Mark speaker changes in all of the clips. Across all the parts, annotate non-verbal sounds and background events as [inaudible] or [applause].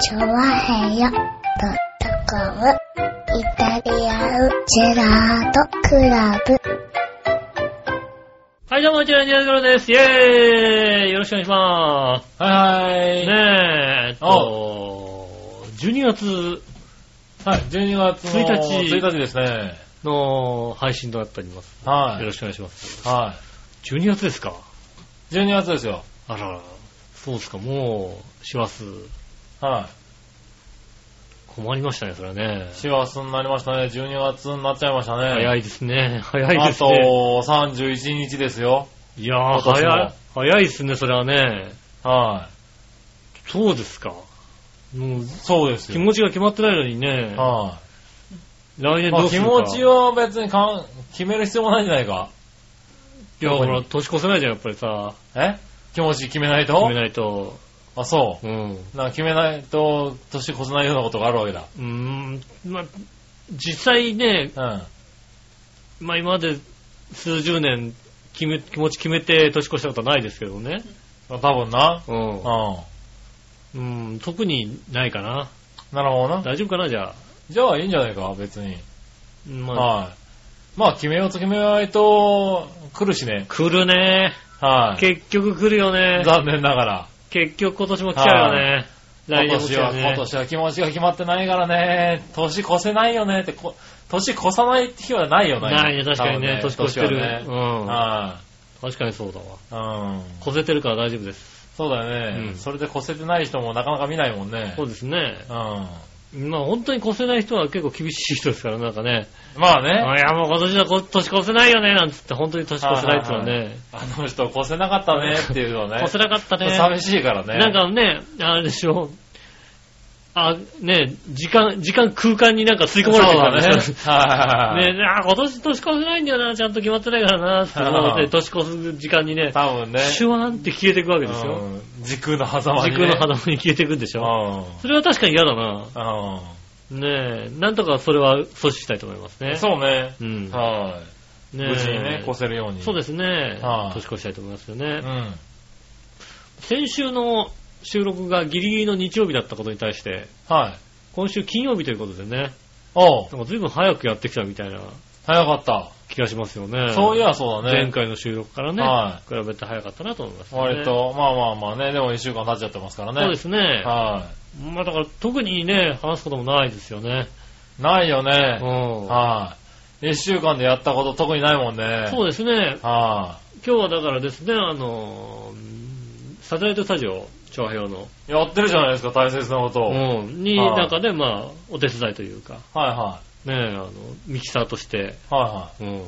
Speaker 1: チョワヘヨドットコムイタリアンジェラートクラブ。
Speaker 2: はい、どうも、こちら、ニャズロです。イェーイよろしくお願いしま
Speaker 3: はいは
Speaker 2: す。
Speaker 3: い。
Speaker 2: ねえ、えっと、12月
Speaker 3: はい、12月の
Speaker 2: 1日
Speaker 3: 1日ですね。
Speaker 2: の配信となっております。
Speaker 3: は
Speaker 2: よろ
Speaker 3: い。
Speaker 2: しくお願いします。
Speaker 3: は
Speaker 2: 12月ですか
Speaker 3: い。12月ですよ。
Speaker 2: あらら、そうですか、もう、師走、
Speaker 3: は
Speaker 2: 困りましたね、それはね
Speaker 3: い。。師走になりましたね。12月になっちゃいましたね。
Speaker 2: 早
Speaker 3: い
Speaker 2: いですね、早いですね。
Speaker 3: あと31日ですよ。
Speaker 2: いやー、
Speaker 3: 今年も
Speaker 2: 早い、早いですね、それはね。
Speaker 3: は
Speaker 2: そうですか。もう、
Speaker 3: い。そうです
Speaker 2: 気
Speaker 3: よ。
Speaker 2: 持ちが決まってないのにね、
Speaker 3: は
Speaker 2: 来
Speaker 3: い。
Speaker 2: 年
Speaker 3: ま
Speaker 2: ど
Speaker 3: あ
Speaker 2: うす
Speaker 3: 気
Speaker 2: るか。
Speaker 3: 持ちを別にかん決める必要もないんじゃないか。
Speaker 2: いや、ほら、年越せないじゃん、やっぱりさ。
Speaker 3: え気持ち決めない
Speaker 2: 決
Speaker 3: と
Speaker 2: めないと。
Speaker 3: あ、そ
Speaker 2: うん。
Speaker 3: う。なんか決めないと年越せないようなことがあるわけだ。
Speaker 2: うーん、まあ、実際ね、
Speaker 3: うん。
Speaker 2: まあ今まで数十年決め、気持ち決めて年越したことはないですけどね。
Speaker 3: 多分な。
Speaker 2: う
Speaker 3: うんん。。
Speaker 2: うん、特にないかな。
Speaker 3: なるほどな。
Speaker 2: 大丈夫かな、じゃあ。
Speaker 3: じゃあいいんじゃないか、別に。
Speaker 2: うんまあ、
Speaker 3: はい。まあ、決めようと決めないと、来るしね。
Speaker 2: 来るね。
Speaker 3: はい。
Speaker 2: 結局来るよね。
Speaker 3: 残念ながら。
Speaker 2: 結局今年も来ちゃうよね。来
Speaker 3: 今
Speaker 2: 年も来
Speaker 3: 年
Speaker 2: ちゃ
Speaker 3: は、
Speaker 2: う
Speaker 3: 今
Speaker 2: ね。
Speaker 3: 年は気持ちが決まってないからね。年越せないよねって、こ年越さない日はないよね。
Speaker 2: ないね、確かにね。
Speaker 3: 多
Speaker 2: 年
Speaker 3: 分
Speaker 2: 越してる。
Speaker 3: 年
Speaker 2: う
Speaker 3: はね
Speaker 2: ん、
Speaker 3: は
Speaker 2: 確かにそうだわ。
Speaker 3: い。うん。
Speaker 2: こせてるから大丈夫です。
Speaker 3: そうだよ
Speaker 2: う
Speaker 3: ね。
Speaker 2: ん
Speaker 3: それで越せてない人もなかなか見ないもんね。
Speaker 2: そうですね。
Speaker 3: うん。
Speaker 2: まあ本当に越せない人は結構厳しい人ですから、なんかね。
Speaker 3: まあね。
Speaker 2: あいやもう今年はこ年越せないよね、なんつって本当に年越せないっていうのは
Speaker 3: はい
Speaker 2: ね。
Speaker 3: あの人越せなか
Speaker 2: [laughs]
Speaker 3: ったねっていうのはね。
Speaker 2: 越せなかったね。
Speaker 3: 寂しいからね。
Speaker 2: なんかね、あれでしょ。あ、ね、時間、時間、空間になんか吸い込まれてるからね。
Speaker 3: そうだね。はいはいはいはい。
Speaker 2: [laughs] ねあ今年年越せないんだよな、ちゃんと決まってないからな、って思って、
Speaker 3: はい
Speaker 2: 年越す時間にね、
Speaker 3: 多分ね。
Speaker 2: シュワーンって消えていくわけですよ。
Speaker 3: うん時空の狭間
Speaker 2: 時
Speaker 3: に、
Speaker 2: 空
Speaker 3: ね。
Speaker 2: の肌に消えていくんでしょ。それは確かに嫌だな。
Speaker 3: うん。
Speaker 2: ねえ、なんとかそれは阻止したいと思います
Speaker 3: うん。
Speaker 2: ね。
Speaker 3: そうね。
Speaker 2: うん。
Speaker 3: は
Speaker 2: 無
Speaker 3: い。無事にね、越せるように。。
Speaker 2: そうですすね。
Speaker 3: はい
Speaker 2: 年越したいと思いますよ
Speaker 3: う
Speaker 2: ね。
Speaker 3: ん。
Speaker 2: 先週の収録がギリギリの日曜日だったことに対して、
Speaker 3: はい。
Speaker 2: 今週金曜日ということでね、
Speaker 3: おう
Speaker 2: なんか随分早くやってきたみたいな
Speaker 3: 早かった。
Speaker 2: 気がしますよね。
Speaker 3: そういえばそうだね。
Speaker 2: 前。回の収録からね、
Speaker 3: は
Speaker 2: 比べて早かったなと思います、ね。
Speaker 3: 割。と、まあまあまあね、でも一週間経っちゃってますからね。
Speaker 2: そうですね。
Speaker 3: は
Speaker 2: まあだから特にね、話すこともないですよね。
Speaker 3: い。ないよ
Speaker 2: う
Speaker 3: ね。
Speaker 2: ん。
Speaker 3: はい。一週間でやったこと特にないもんね。
Speaker 2: そうですね。
Speaker 3: は
Speaker 2: 今日はだからですね、あのー、サテライトスタジオ、長平の、
Speaker 3: い。やってるじゃないですか、大切なことを。はい
Speaker 2: うん、に、
Speaker 3: はい
Speaker 2: なんかね、まあ、お手伝いというか、
Speaker 3: は
Speaker 2: ね、あの、ミキサーとして、
Speaker 3: い。はいは
Speaker 2: うん、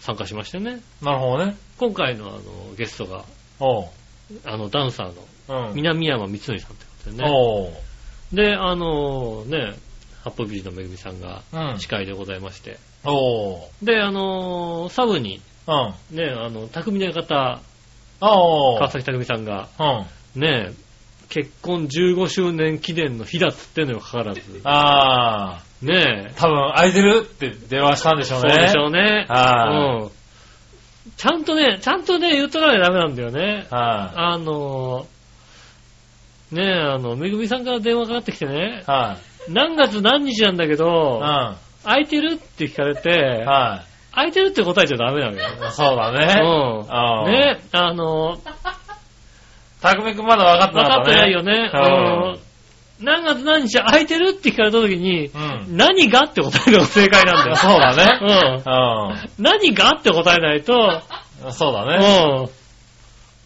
Speaker 2: 参加しましてね、
Speaker 3: い。なるほどね。
Speaker 2: 今回のあの、ゲストが、
Speaker 3: おう。
Speaker 2: あの、ダンサーの
Speaker 3: うん。
Speaker 2: 南山光則さんってことでね、
Speaker 3: おう。
Speaker 2: で、あの、ね、八方美人のめぐみさんが
Speaker 3: うん。
Speaker 2: 司会でございまして、
Speaker 3: おう。
Speaker 2: で、あの、サブに、
Speaker 3: うん。
Speaker 2: ね、あの、匠の方、
Speaker 3: おう。
Speaker 2: 川崎匠さんが、
Speaker 3: うん。
Speaker 2: ね、結婚15周年記念の日だっつってんのにもかかわらず、
Speaker 3: [laughs] ああ。
Speaker 2: ね
Speaker 3: 多分、空いてるって電話したんでしょう
Speaker 2: そ
Speaker 3: ね。
Speaker 2: うでしょうね。
Speaker 3: は
Speaker 2: うんちゃんとね、ちゃんとね、言っとかないとダメなんだよね。
Speaker 3: はい。
Speaker 2: あのー、ねえ、あの、めぐみさんから電話かかってきてね、
Speaker 3: はい。
Speaker 2: 何月何日なんだけ
Speaker 3: うん。
Speaker 2: ど、
Speaker 3: は
Speaker 2: 空いてるって聞かれて、
Speaker 3: い。
Speaker 2: 空いてるって答えちゃダメなの
Speaker 3: そうだね。
Speaker 2: よ。
Speaker 3: あ
Speaker 2: う
Speaker 3: あ
Speaker 2: ん。ねえ、あのー、
Speaker 3: たくみくんまだ分かって
Speaker 2: 分
Speaker 3: な
Speaker 2: か
Speaker 3: か
Speaker 2: っ
Speaker 3: った
Speaker 2: て
Speaker 3: ね。
Speaker 2: ないよね。うん何月何日空いてるって聞かれた時に、
Speaker 3: うん。
Speaker 2: 何がって答えるのが正解なんだ
Speaker 3: う
Speaker 2: よ
Speaker 3: ん。。 [laughs] そうだね。
Speaker 2: うん。何がって答えないと、
Speaker 3: うん。そうだ
Speaker 2: う
Speaker 3: ね。
Speaker 2: ん。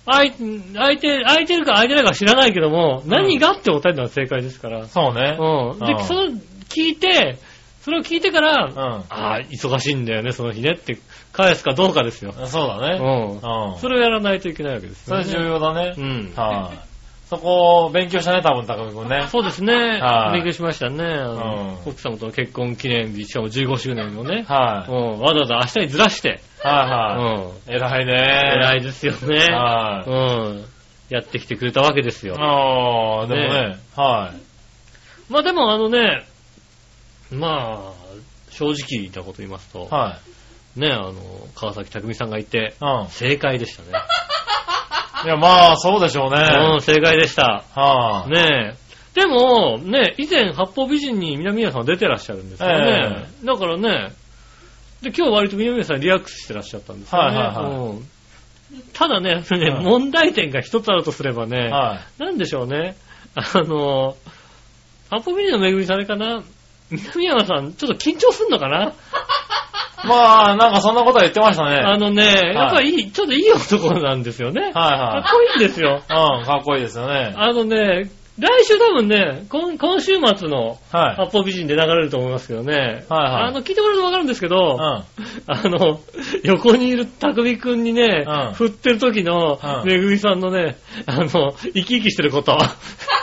Speaker 2: 空い空いて、空いてるか空いてないか知らないけども、何がって答えるのは正解ですから。うん。で、
Speaker 3: そうね。うん
Speaker 2: その、聞いて、それを聞いてから、
Speaker 3: う
Speaker 2: ああ、忙しいんだよね、その日ねって返すかどうかですよ。
Speaker 3: ん。そうだ
Speaker 2: う
Speaker 3: ね。
Speaker 2: ん。
Speaker 3: うん。
Speaker 2: それをやらないといけないわけです
Speaker 3: そ
Speaker 2: よ、
Speaker 3: れ
Speaker 2: ね。
Speaker 3: 重要だね。
Speaker 2: うん。
Speaker 3: はい。そこを勉強したね、多分、たくみくんね。
Speaker 2: そうですね。
Speaker 3: はい
Speaker 2: 勉強しましたね。あの
Speaker 3: うん
Speaker 2: 奥様との結婚記念日、しかも15周年をね。
Speaker 3: は
Speaker 2: う
Speaker 3: い。
Speaker 2: ん。わざわざ明日にずらして。う
Speaker 3: はいはい。
Speaker 2: ん。
Speaker 3: 偉いね。
Speaker 2: 偉いですよね。
Speaker 3: は
Speaker 2: う
Speaker 3: い。
Speaker 2: ん。やってきてくれたわけですよ。
Speaker 3: ああ、でも
Speaker 2: ね
Speaker 3: ね。はい。
Speaker 2: まあでもあのね、まあ、正直なこと言いますと、
Speaker 3: はい。
Speaker 2: ね、あの、川崎匠さんがいて、
Speaker 3: うん。
Speaker 2: 正解でしたね。
Speaker 3: いや、まあ、そうでしょうね。
Speaker 2: うん、正解でした。
Speaker 3: はあ。
Speaker 2: ねえ、でも、ね、以前、八方美人に南宮さんは出てらっしゃるんですよね。だからね、で、今日割と南宮さんリラックスしてらっしゃったんですよね。
Speaker 3: はいはいはい
Speaker 2: うんただね、それね
Speaker 3: はい
Speaker 2: 問題点が一つあるとすればね、
Speaker 3: はい。
Speaker 2: なんでしょうね。あの、八方美人のめぐみさんあれかな南山さん、ちょっと緊張すんのかな、
Speaker 3: まあ、なんかそんなことは言ってましたね。
Speaker 2: あのね、やっぱりいい、ちょっといい男なんですよね。かっ
Speaker 3: は
Speaker 2: こいいんですよ。
Speaker 3: いはい。うん、かっこいいですよね。
Speaker 2: あのね、来週多分ね、今今週末の
Speaker 3: はい。
Speaker 2: 八方美人で流れると思いますけどね。
Speaker 3: はいはい
Speaker 2: あの、聞いてもらうとわかるんですけ
Speaker 3: う
Speaker 2: ど、
Speaker 3: ん。はい
Speaker 2: あの、横にいる匠くんにね、
Speaker 3: うん
Speaker 2: 振ってる時の、
Speaker 3: うん
Speaker 2: めぐみさんのね、あの、生き生きしてること。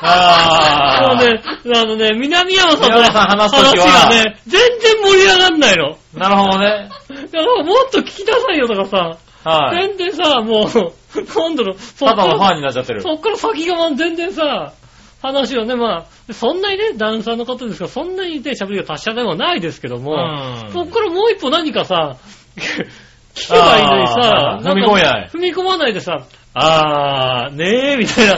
Speaker 3: あ
Speaker 2: も
Speaker 3: ー
Speaker 2: うね、あのね、南山さんと
Speaker 3: 南山さん話す時は
Speaker 2: 話がね、全然盛り上がんないの。
Speaker 3: なるほどね。
Speaker 2: だからもっと聞きなさいよとかさ、
Speaker 3: はい。
Speaker 2: 全然さ、もう、今度の、そ
Speaker 3: た
Speaker 2: っか
Speaker 3: だのファン
Speaker 2: ら、
Speaker 3: になっちゃってる。
Speaker 2: そっから先がもう全然さ、話をね、まあ、そんなにね、ダンサーの方ですから、そんなにね、喋りが達者でもないですけども、
Speaker 3: うん
Speaker 2: そっからもう一歩何かさ、聞けばいいのにさ
Speaker 3: あ、ー踏み込めない
Speaker 2: んか踏み込まないでさ、あー、ねえ、みたいな。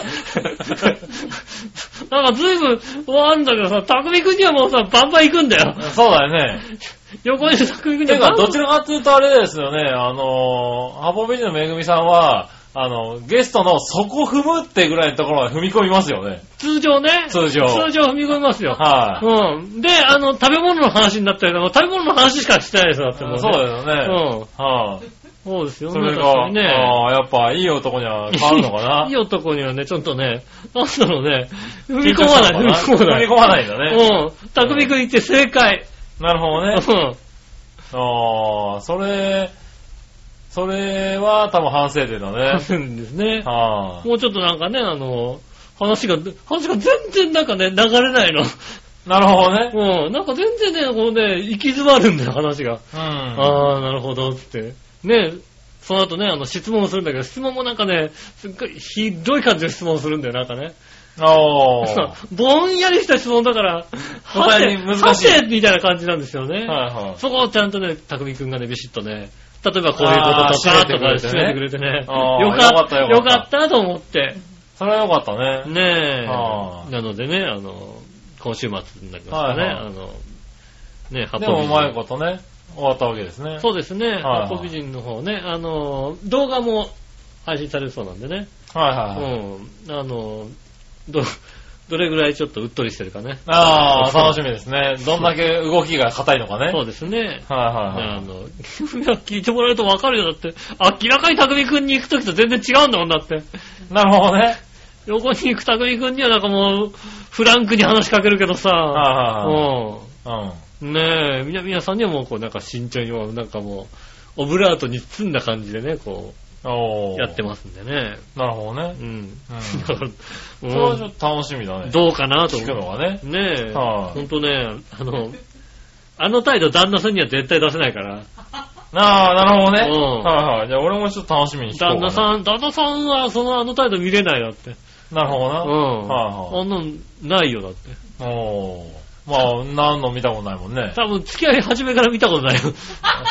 Speaker 2: [laughs] なんか随分、あんだけどさ、匠くんにはもうさ、バンバン行くんだよ。
Speaker 3: そうだよね。
Speaker 2: 横にいる匠くんに
Speaker 3: [laughs] て
Speaker 2: は
Speaker 3: か、
Speaker 2: バンバ
Speaker 3: ど
Speaker 2: ン
Speaker 3: ちらかというとあれですよね、あのー、ハボビジのめぐみさんは、あの、ゲストのそこ踏むってぐらいのところまで踏み込みますよね。
Speaker 2: 通常ね。
Speaker 3: 通常
Speaker 2: 通常踏み込みますよ。
Speaker 3: はい、
Speaker 2: うん。で、あの、食べ物の話になったりとか、食べ物の話しかしてないですよ、だってもう、ね。
Speaker 3: そうですよ
Speaker 2: う
Speaker 3: ね。
Speaker 2: ん。
Speaker 3: はい、
Speaker 2: そうですよね。
Speaker 3: それ
Speaker 2: 確か
Speaker 3: が、
Speaker 2: にね。
Speaker 3: ああ、やっぱいい男には変わるのか [laughs] ない
Speaker 2: い男にはね、ちょっとね、なんだろうね、踏み込まない、踏み込
Speaker 3: 緊張するのか
Speaker 2: ま
Speaker 3: な
Speaker 2: ない。
Speaker 3: 踏み込まないんだね。
Speaker 2: うん。匠くん言って正解。
Speaker 3: なるほど
Speaker 2: う
Speaker 3: ね。
Speaker 2: ん。
Speaker 3: ああ、それ、それは多分反省点だね。
Speaker 2: するんですね。
Speaker 3: はあ、
Speaker 2: もうちょっとなんかね、あの、話が、話が全然なんかね、流れないの。
Speaker 3: なるほどね。
Speaker 2: うん。なんか全然ね、こうね、行き詰まるんだよ、話が。
Speaker 3: うん。
Speaker 2: あー、なるほど、つって。ね、その後ね、あの、質問をするんだけど、質問もなんかね、すっごいひどい感じの質問をするんだよ、なんかね。
Speaker 3: あ
Speaker 2: そ
Speaker 3: ー
Speaker 2: う [laughs] ぼんやりした質問だから、は
Speaker 3: 答
Speaker 2: て、
Speaker 3: えに難しい
Speaker 2: はてみたいな感じなんですよね。
Speaker 3: はいはい。
Speaker 2: そこをちゃんとね、匠くんがね、ビシッとね、例えばこういうことと
Speaker 3: あ
Speaker 2: か、
Speaker 3: ー
Speaker 2: とか締
Speaker 3: 締め
Speaker 2: め
Speaker 3: て
Speaker 2: て
Speaker 3: く
Speaker 2: く
Speaker 3: れ
Speaker 2: れてね。
Speaker 3: あー
Speaker 2: よかった、
Speaker 3: よ
Speaker 2: よ
Speaker 3: か
Speaker 2: か
Speaker 3: っ
Speaker 2: ったと思って。
Speaker 3: それは良かったね。
Speaker 2: ねえ。
Speaker 3: あー
Speaker 2: なのでね、あの、今週末になりますかね。
Speaker 3: はいはい
Speaker 2: あの、ね、八
Speaker 3: でもうまい
Speaker 2: 人。
Speaker 3: ことね、終わったわけですね。
Speaker 2: そうですね、
Speaker 3: はい
Speaker 2: 八方美人の方ね、あの、動画も配信されるそうなんでね。
Speaker 3: はいはいはい。
Speaker 2: うん。あの、ど、どれぐらいちょっとうっとりしてるかね。
Speaker 3: あ
Speaker 2: そ
Speaker 3: あ、
Speaker 2: う
Speaker 3: 楽しみですね。どんだけ動きが硬いのかね。
Speaker 2: そうですね。
Speaker 3: は
Speaker 2: ね
Speaker 3: いはいは
Speaker 2: あ
Speaker 3: い。
Speaker 2: の、聞いてもらえるとわかるよ。だって、明らかに匠くんに行くときと全然違うんだもんだって。
Speaker 3: なるほどね。
Speaker 2: 横に行く匠くんにはなんかもう、フランクに話しかけるけどさ、
Speaker 3: はいはいは
Speaker 2: う
Speaker 3: い。うん。
Speaker 2: ん。ねえ、みなみなさんにはもうこうなんか慎重にもうなんかもう、オブラートに包んだ感じでね、こう、
Speaker 3: おー
Speaker 2: やってますんでね。
Speaker 3: なるほどね
Speaker 2: う。ん。
Speaker 3: うん
Speaker 2: だから
Speaker 3: それは
Speaker 2: [laughs] う
Speaker 3: ち
Speaker 2: ん
Speaker 3: ょっと楽しみだね。
Speaker 2: どうかなと
Speaker 3: 聞くの
Speaker 2: 思
Speaker 3: がね。
Speaker 2: う。ねえ、
Speaker 3: はい
Speaker 2: ほんとね、あの、あの態度旦那さんには絶対出せないから。
Speaker 3: ああ、なるほどね。
Speaker 2: うん
Speaker 3: はいはい。じゃあ俺もちょっと楽しみにして
Speaker 2: 旦那さん、旦那さんはそのあの態度見れないだって。
Speaker 3: ん。なるほどな。
Speaker 2: うん。
Speaker 3: はいは
Speaker 2: あんなのないよ、だって。
Speaker 3: い。おー。まあ、何の見たことないもんね。
Speaker 2: 多分、付き合い始めから見たことないよ。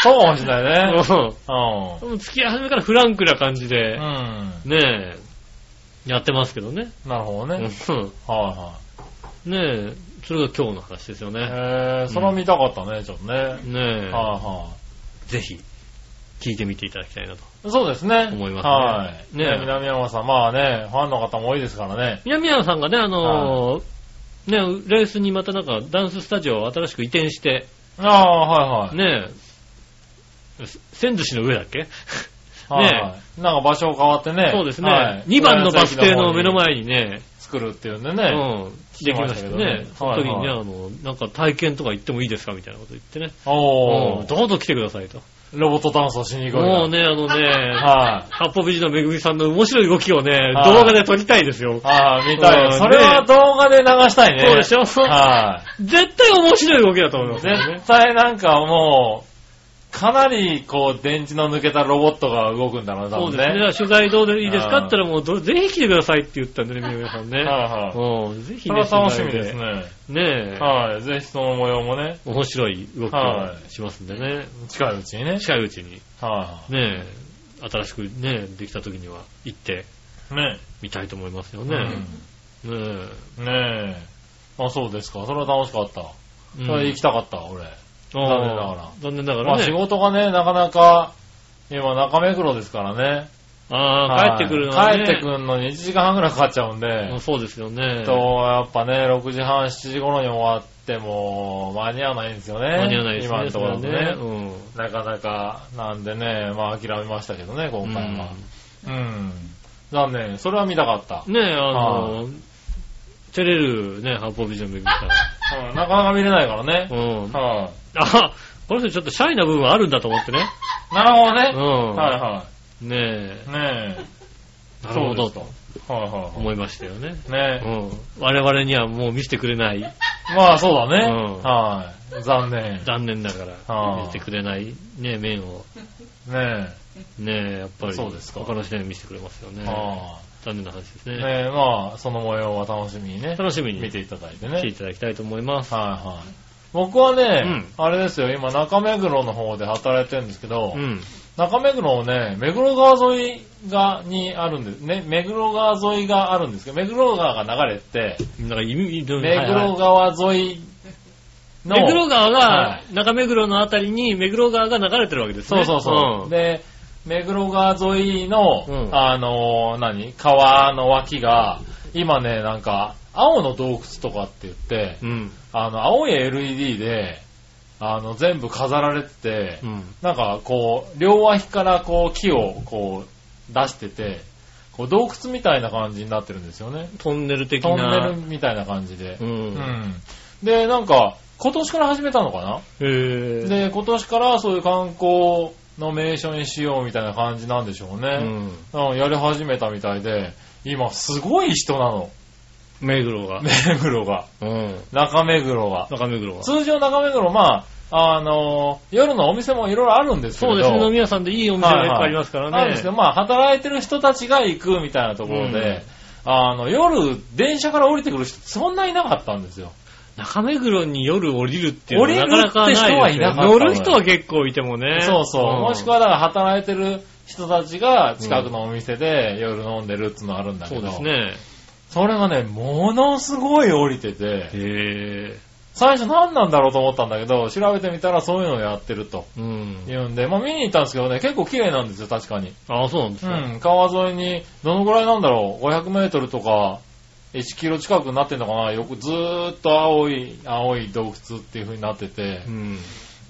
Speaker 3: そうかもしれないね。
Speaker 2: うん
Speaker 3: うん
Speaker 2: 多。分、付き合い始めからフランクな感じ
Speaker 3: う
Speaker 2: で、
Speaker 3: ん。
Speaker 2: ねえ、やってますけどね。
Speaker 3: なるほど
Speaker 2: う
Speaker 3: ね。
Speaker 2: ん
Speaker 3: は
Speaker 2: ねえ、それが今日の話ですよ
Speaker 3: い
Speaker 2: ね。
Speaker 3: はい。えー、それは見たかったね、ちょっとね。はい
Speaker 2: ね
Speaker 3: は
Speaker 2: え、ぜひ、聞いてみていただきたいなと。
Speaker 3: い。そうですね。
Speaker 2: 思いますね
Speaker 3: はい。ね
Speaker 2: ね
Speaker 3: 南山さん、まあね、ファンの方も多いですからね。
Speaker 2: 南山さんがね、あのーねえ、レースにまたなんかダンススタジオを新しく移転して、
Speaker 3: ああ、はいはい。
Speaker 2: ねえ、千寿司の上だっけ
Speaker 3: はいはい。なんか場所変わってね。
Speaker 2: そうです
Speaker 3: は
Speaker 2: ね
Speaker 3: い。
Speaker 2: 2番のバス停の目の。前にね、
Speaker 3: 作るっていうんで
Speaker 2: う
Speaker 3: ね。
Speaker 2: ん、できましたね。その時にね、
Speaker 3: はい
Speaker 2: あの、なんか体験とか行ってもいいですかみたいなこと言ってね。
Speaker 3: お
Speaker 2: うん
Speaker 3: ー。
Speaker 2: どうぞ来てくださいと。
Speaker 3: ロボットダンスをしに行こうよ
Speaker 2: もう。ね、あのね、
Speaker 3: は
Speaker 2: 八方美人のめぐみさんの面白い動きをね、
Speaker 3: はい
Speaker 2: 動画で撮りたいですよ
Speaker 3: い。。ああ、見たいよ。
Speaker 2: うん
Speaker 3: それは動画で流したいね。
Speaker 2: そうでしょ
Speaker 3: は
Speaker 2: 絶対面白い動きだと思いま
Speaker 3: い。
Speaker 2: すよね。
Speaker 3: 絶対なんかもう、かなりこう、電池の抜けたロボットが動くんだろうな、多
Speaker 2: そう
Speaker 3: 分
Speaker 2: ですね。だか
Speaker 3: ね。
Speaker 2: ら取材どうでいいですかって言ったらもうど、ぜひ来てくださいって言ったんでね、みぐみさんね。
Speaker 3: はいはい。
Speaker 2: うん、ぜひ
Speaker 3: そ
Speaker 2: ね
Speaker 3: れ、は楽しみです
Speaker 2: 取
Speaker 3: ね。
Speaker 2: 材で。ねえ、
Speaker 3: はい。ぜひその模様もね、
Speaker 2: 面白い動き
Speaker 3: は
Speaker 2: をしますんでね。
Speaker 3: 近いうちにね。
Speaker 2: 近いうちに。
Speaker 3: は
Speaker 2: ねえ、新しくね、できた時には行って
Speaker 3: い。ね。
Speaker 2: みたいと思いますよね。ねえ
Speaker 3: うんねあ、そうですか。それは楽しかった。
Speaker 2: うん
Speaker 3: それ行きたかった、俺。残念ながら
Speaker 2: あー残念なが
Speaker 3: ま
Speaker 2: ら
Speaker 3: あ仕
Speaker 2: ね。
Speaker 3: 事がね、なかなか、今中目黒ですからね。
Speaker 2: ああ、帰ってくるの
Speaker 3: は
Speaker 2: はいね。
Speaker 3: 帰ってくるのに1時間半くらいかかっちゃうん
Speaker 2: う
Speaker 3: で
Speaker 2: ん。そうですよね。
Speaker 3: と、やっぱね、6時半、7時頃に終わっても、間に合わないんですよね。
Speaker 2: 間に合わないですね。
Speaker 3: 今のところ
Speaker 2: そ
Speaker 3: で
Speaker 2: れは
Speaker 3: ね。
Speaker 2: ね。
Speaker 3: なかなか、なんでね、まあ諦めましたけどね、今
Speaker 2: うん。
Speaker 3: 回は。うん。残念。それは見たかった。
Speaker 2: ねえ、あの、照れるね、八方美人のめぐみ
Speaker 3: [laughs]
Speaker 2: さん。
Speaker 3: うんなかなか見れないからね。
Speaker 2: うん。
Speaker 3: は
Speaker 2: あ、この人ちょっとシャイな部分あるんだと思ってね。
Speaker 3: い。なるほど
Speaker 2: う
Speaker 3: ね。
Speaker 2: ん。
Speaker 3: はいは
Speaker 2: ねえ
Speaker 3: い。、ねえ。
Speaker 2: なるほど
Speaker 3: そ
Speaker 2: と
Speaker 3: うですかはいはい
Speaker 2: 思いましたよね。
Speaker 3: は
Speaker 2: う
Speaker 3: い。ね
Speaker 2: ん。我々にはもう見せてくれない、
Speaker 3: え。まあそうだね。
Speaker 2: うん
Speaker 3: はい。残念。
Speaker 2: 残念ながら
Speaker 3: あー
Speaker 2: 見せてくれないね、面を、
Speaker 3: ね
Speaker 2: ねえ、やっぱり、
Speaker 3: そうですか
Speaker 2: 他の人には見せてくれますよ
Speaker 3: え。
Speaker 2: ね。
Speaker 3: は
Speaker 2: 残念な話です
Speaker 3: い。
Speaker 2: ね。
Speaker 3: ねえ、まあ、その模様は楽しみにね、
Speaker 2: 楽しみに
Speaker 3: 見
Speaker 2: 見て
Speaker 3: ていただいてね。はい
Speaker 2: いただきたいと思います。
Speaker 3: はい。僕はね、
Speaker 2: うん
Speaker 3: あれですよ、今中目黒の方で働いてるんですけど、
Speaker 2: うん。
Speaker 3: 中目黒をね、目黒川沿いが、にあるんです、ね、目黒川沿いがあるんですけど、目黒川が流れて、
Speaker 2: なんか意味、どう
Speaker 3: 目
Speaker 2: はい
Speaker 3: 黒
Speaker 2: はい
Speaker 3: 川沿いの、
Speaker 2: 目黒川
Speaker 3: は
Speaker 2: が
Speaker 3: い、
Speaker 2: 中目黒のあたりに目黒川が流れてるわけです
Speaker 3: そう
Speaker 2: ね。
Speaker 3: そうそう。
Speaker 2: ん
Speaker 3: で、目黒川沿いの、
Speaker 2: うん
Speaker 3: あのー何川の脇が、今ね、なんか、青の洞窟とかって言って、
Speaker 2: うん。
Speaker 3: あの、青い LED で、あの、全部飾られてて、
Speaker 2: うん。
Speaker 3: なんかこう、両脇からこう、木をこう、出してて、こう、洞窟みたいな感じになってるんですよね。
Speaker 2: トンネル的
Speaker 3: トンネ
Speaker 2: な。
Speaker 3: ルみたいな感じで。
Speaker 2: うん。
Speaker 3: うんで、なんか、今年から始めたのかな
Speaker 2: へぇ
Speaker 3: で、今年からそういう観光の名所にしようみたいな感じなんでしょう
Speaker 2: う
Speaker 3: ね。
Speaker 2: ん。
Speaker 3: うんやり始めたみたいで、今すごい人なの。 [laughs]
Speaker 2: 目黒が。
Speaker 3: 目黒が。
Speaker 2: うん。
Speaker 3: 中目黒が。
Speaker 2: 中目黒が。
Speaker 3: 通常中目黒、まあ、あの夜のお店もいろいろあるんです
Speaker 2: そ
Speaker 3: けれ
Speaker 2: う
Speaker 3: ど。
Speaker 2: ですね、飲み屋さんでいいお店がいっぱいありますからね。
Speaker 3: あるんですけど、まあ、働いてる人たちが行くみたいなところで、あの、夜、電車から降りてくる人、そんないなかったんですよ。
Speaker 2: 中目黒に夜降りるっていうのはな
Speaker 3: 降りる
Speaker 2: かなかな
Speaker 3: って
Speaker 2: い
Speaker 3: 人はい
Speaker 2: です
Speaker 3: なか
Speaker 2: よ
Speaker 3: っ
Speaker 2: ね。
Speaker 3: た
Speaker 2: 乗る人は結構いてもね。
Speaker 3: そうそう。
Speaker 2: ん
Speaker 3: もしくは、だから働いてる人たちが近くのお店で夜飲んでるっていうのあるんだけ
Speaker 2: そ
Speaker 3: ど。
Speaker 2: うです。ね。
Speaker 3: それがね、ものすごい降りて
Speaker 2: へ
Speaker 3: て、
Speaker 2: ぇ
Speaker 3: 最初何なんだろうと思ったんだけど、調べてみたらそういうのをやってると。
Speaker 2: ー。うん。
Speaker 3: いうんで、まあ見に行ったんですけどね、結構綺麗なんですよ、確かに。
Speaker 2: ああ、そうなんです
Speaker 3: う
Speaker 2: か。
Speaker 3: ん、川沿いに、どのぐらいなんだろう、500メートルとか、1キロ近くなってんのかな、よくずーっと青い、青い洞窟っていう風になってて
Speaker 2: う、ん。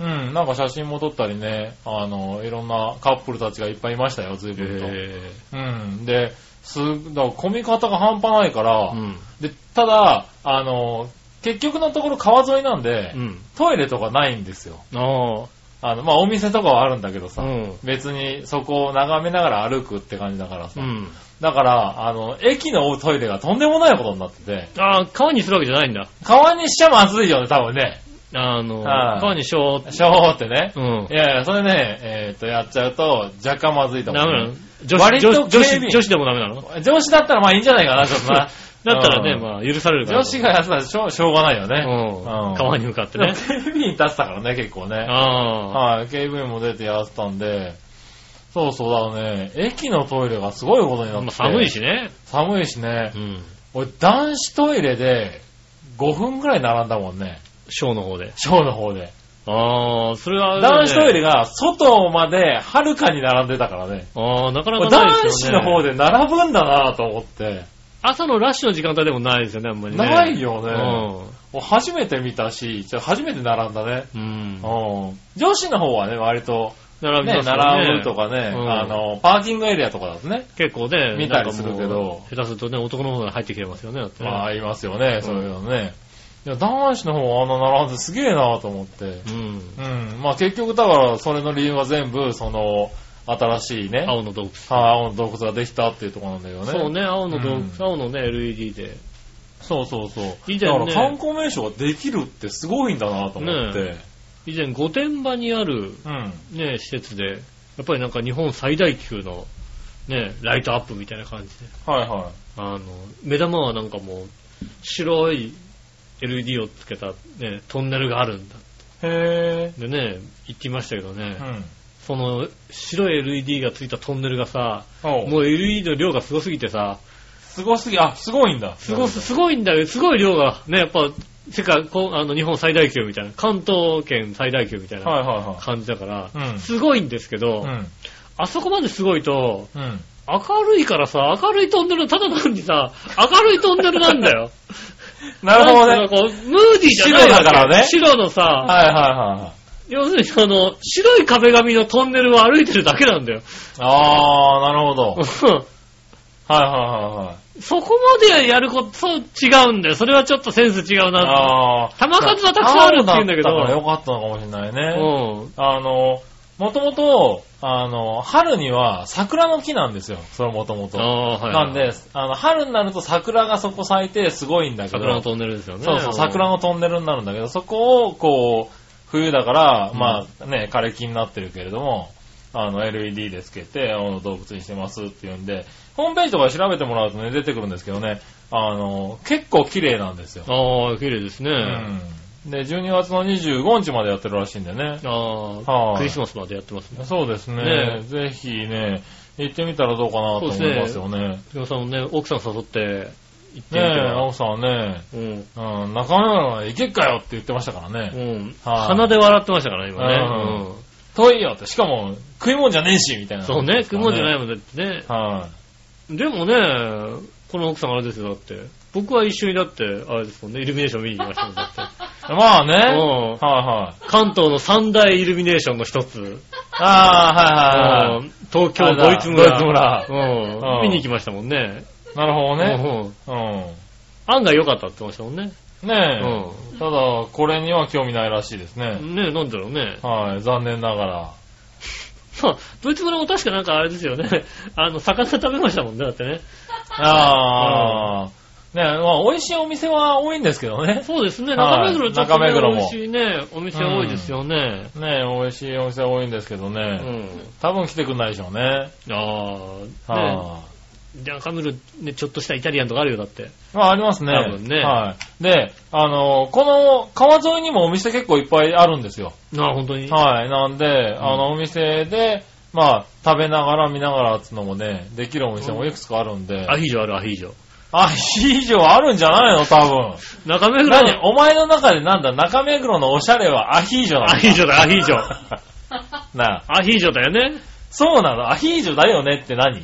Speaker 3: うん、なんか写真も撮ったりね、あの、いろんなカップルたちがいっぱいいましたよ、随
Speaker 2: へ
Speaker 3: 分と。
Speaker 2: ぇ
Speaker 3: うん、で、す、だから混み方が半端ないから、
Speaker 2: ー。うん。
Speaker 3: で、ただ、あの、結局のところ川沿いなんで、
Speaker 2: うん。
Speaker 3: トイレとかないんですよ。
Speaker 2: あ
Speaker 3: あの、まあ、お店とかはあるんだけど
Speaker 2: あ。
Speaker 3: さ、
Speaker 2: うん。
Speaker 3: 別にそこを眺めながら歩くって感じだからさ、
Speaker 2: うん。
Speaker 3: だから、あの、駅のトイレがとんでもないことになってて、
Speaker 2: ああ、川にするわけじゃないんだ。
Speaker 3: 川にしちゃまずいよね、多分ね。
Speaker 2: あの、
Speaker 3: はい
Speaker 2: 川にしよ
Speaker 3: しょーってね
Speaker 2: う。。うん
Speaker 3: い。やいや、それね、えーっと、やっちゃうと、若干まずいと思
Speaker 2: ダ
Speaker 3: う。
Speaker 2: メなの女子、
Speaker 3: 割と
Speaker 2: 女子、女
Speaker 3: 警備
Speaker 2: 子女子でもダメなの
Speaker 3: 上司だったらまあいいんじゃないかな、ちょっと
Speaker 2: [laughs]
Speaker 3: な。
Speaker 2: だったらね、
Speaker 3: うん
Speaker 2: まあ、許されるから。
Speaker 3: 上司がやってたらしょうしょうがないよね。
Speaker 2: う。
Speaker 3: うんん
Speaker 2: 川に向かって
Speaker 3: テ
Speaker 2: ね。
Speaker 3: レビに立ってたからね、結構ね。
Speaker 2: ああ。
Speaker 3: はい、警備員も出てやってたんで、そうそうだからね、駅のトイレがすごいことになっ
Speaker 2: ま
Speaker 3: て
Speaker 2: あ
Speaker 3: て。
Speaker 2: 寒い。しね。
Speaker 3: 寒いしね
Speaker 2: う。ん。
Speaker 3: 俺、男子トイレで5分くらい並んだもんね。
Speaker 2: ショーの方で。
Speaker 3: ショーの方で。
Speaker 2: ああ、それは、
Speaker 3: 男子トイレ
Speaker 2: が。
Speaker 3: が外まではるかに並んでたからね。
Speaker 2: ああ、なかな
Speaker 3: こ
Speaker 2: か
Speaker 3: れ
Speaker 2: ない
Speaker 3: 男
Speaker 2: です
Speaker 3: 子
Speaker 2: よね。
Speaker 3: の方。で並ぶんだなと思って。
Speaker 2: 朝のラッシュの時間帯でもないですよね、あんまりね。
Speaker 3: ないよね
Speaker 2: ね。
Speaker 3: もう初めて見たし、ちょ初めて並んだね。
Speaker 2: うん。うん。
Speaker 3: うん。女子の方はね、割と、
Speaker 2: 並び
Speaker 3: ね、
Speaker 2: ますよね。
Speaker 3: 並ぶとかね、
Speaker 2: うん
Speaker 3: あの、パーキングエリアとかだとね、
Speaker 2: 結構ね、
Speaker 3: 見たりするけ
Speaker 2: な
Speaker 3: ど
Speaker 2: んかもう下手するとね、男の方が入ってきてますよね、だってね。
Speaker 3: まあ、ありますよね、そういうのね。いや、男子の方はあんな並んですげえなと思って
Speaker 2: う。ん。
Speaker 3: うん。まあ、結局だから、それの理由は全部、その、新しいね、
Speaker 2: 青の洞窟。
Speaker 3: 青の洞窟ができたっていうところなんだよね。
Speaker 2: そう。ね、青の洞窟
Speaker 3: うん、
Speaker 2: 青のね、LED で。
Speaker 3: そうそうそう。
Speaker 2: 以前ね
Speaker 3: だから観光名所ができるってすごいんだなと思って。
Speaker 2: ね以前、御殿場にある、
Speaker 3: うん。
Speaker 2: ね、施設で、やっぱりなんか日本最大級の、ね、ライトアップみたいな感じで、
Speaker 3: はいは
Speaker 2: あの、目玉はなんかもう、白い LED をつけた、ね、トンネルがあるんだ。
Speaker 3: い。へ
Speaker 2: でね、行ってきましたけどね、
Speaker 3: ぇー。うん。
Speaker 2: その、白い LED がついたトンネルがさ、
Speaker 3: おう
Speaker 2: もう LED の量がすごすぎてさ、
Speaker 3: すごすぎ、あ、すごいんだ。
Speaker 2: すご、すごいんだよ。すごい量が、ね、やっぱ、世界、こうあの、日本最大級みたいな、関東圏最大級みたい
Speaker 3: はい
Speaker 2: な
Speaker 3: は
Speaker 2: 感じだから、
Speaker 3: いはい。
Speaker 2: すごいんですけど、
Speaker 3: うん。うん。
Speaker 2: あそこまですごいと、
Speaker 3: うん。
Speaker 2: 明るいからさ、明るいトンネル、ただ単にさ、明るいトンネルなんだよ。
Speaker 3: なるほどね。はい
Speaker 2: なんかこう、ムーディーじゃないわけ
Speaker 3: 白だからね
Speaker 2: 白のさ、
Speaker 3: はいはい。
Speaker 2: 要するにあの、白い壁紙のトンネルを歩いてるだけなんだよ。 [laughs]
Speaker 3: あー、なるほど。はい
Speaker 2: うん
Speaker 3: はいはいはい。
Speaker 2: そこまでやること、そう違うんだよ。それはちょっとセンス違うな。
Speaker 3: あー。
Speaker 2: 球数はたくさんあるって言うんだけど
Speaker 3: 青だったからよかったのかもしれないね。
Speaker 2: うん。
Speaker 3: あの、もともと、あの、春には桜の木なんですよ。それもとも
Speaker 2: あ
Speaker 3: と。
Speaker 2: あ、はい。
Speaker 3: なん、で、あの、春になると桜がそこ咲いてすごいんだけど。
Speaker 2: 桜のトンネルですよね。
Speaker 3: そうそう、桜のトンネルになるんだけど、そこを、こう、冬だから、
Speaker 2: うん
Speaker 3: まあね、枯れ木になってるけれども、あの、LED でつけて、青の洞窟にしてますっていうんで、ホームページとか調べてもらうとね、出てくるんですけどね、あの、結構綺麗なんですよ。
Speaker 2: ああ、綺麗ですね。
Speaker 3: うん。で、12月の25日までやってるらしいんでね。
Speaker 2: あ
Speaker 3: は
Speaker 2: あ、
Speaker 3: い
Speaker 2: クリスマスまでやってますね。
Speaker 3: そうです
Speaker 2: ね
Speaker 3: ね。ぜひね、行ってみたらどうかなと思いますよね。
Speaker 2: でもさんもね、奥さん誘って行ってみて
Speaker 3: ねえ、
Speaker 2: は
Speaker 3: 青さんはね、
Speaker 2: うん。
Speaker 3: うん、中村は行けっかよって言ってましたからね。
Speaker 2: うん。
Speaker 3: はい
Speaker 2: 鼻で笑ってましたからね、今ね。
Speaker 3: うん遠いよって。しかも、食い物じゃねえし、みたい
Speaker 2: うん
Speaker 3: な。
Speaker 2: そうね、雲じゃないも
Speaker 3: も
Speaker 2: んだってね。
Speaker 3: ん。はい、
Speaker 2: でもね、この奥さんあれですよ、だって。僕は一緒にだって、あれですもんね、イルミネーション見に行きましたもん、だって。
Speaker 3: まあね。は
Speaker 2: う
Speaker 3: い、
Speaker 2: ん
Speaker 3: はい、
Speaker 2: 関東の三大イルミネーションの一つ。
Speaker 3: ああ、はいはいはい、
Speaker 2: うん東京ドイツ村。
Speaker 3: ドイツ村
Speaker 2: うん
Speaker 3: うん
Speaker 2: 見に行きましたもんね。
Speaker 3: なるほどね。
Speaker 2: ね。
Speaker 3: う
Speaker 2: 案外良かったって言ってましたもんね。
Speaker 3: ん。ねえ、
Speaker 2: う
Speaker 3: ただ、これには興味ないらしいですね。
Speaker 2: ん。ねえ、なんだろうね。
Speaker 3: はい、残念ながら。
Speaker 2: そうドイツ村も確かなんかあれですよね。 [laughs] あの、魚食べましたもんね、だってね。
Speaker 3: ああ、ねえ、まあ、美味しいお店は多いんですけどね。
Speaker 2: そうですね、中
Speaker 3: はい
Speaker 2: 目黒ちょっと、ね、
Speaker 3: 中目黒も
Speaker 2: 美味しいね、お店多いですよね。
Speaker 3: ねえ、美味しいお店は多いんですけど
Speaker 2: う
Speaker 3: ね。
Speaker 2: ん。
Speaker 3: 多分来てくんないでしょうね。
Speaker 2: ああ、ね
Speaker 3: はい、
Speaker 2: 中目黒、ね、ちょっとしたイタリアンとかあるよ、だって。
Speaker 3: まあ、ありますね。
Speaker 2: 多分ね
Speaker 3: はい。で、あの、この川沿いにもお店結構いっぱいあるんですよ。
Speaker 2: なあ、本当に。
Speaker 3: はい。なんで、あの、お店で、まあ、食べながら見ながらっていうのもね、できるお店もいくつかあるんで。
Speaker 2: アヒージョある、アヒージョ。
Speaker 3: あ、以上あるんじゃないの
Speaker 2: [laughs]
Speaker 3: 多分。
Speaker 2: 中目黒
Speaker 3: 何
Speaker 2: の、
Speaker 3: お前の中でなんだ中目黒のおしゃれはアヒージョな
Speaker 2: アヒージョだ、アヒージョ。
Speaker 3: のなあ。
Speaker 2: [laughs] アヒージョだよね。
Speaker 3: そうなのアヒージョだよねって何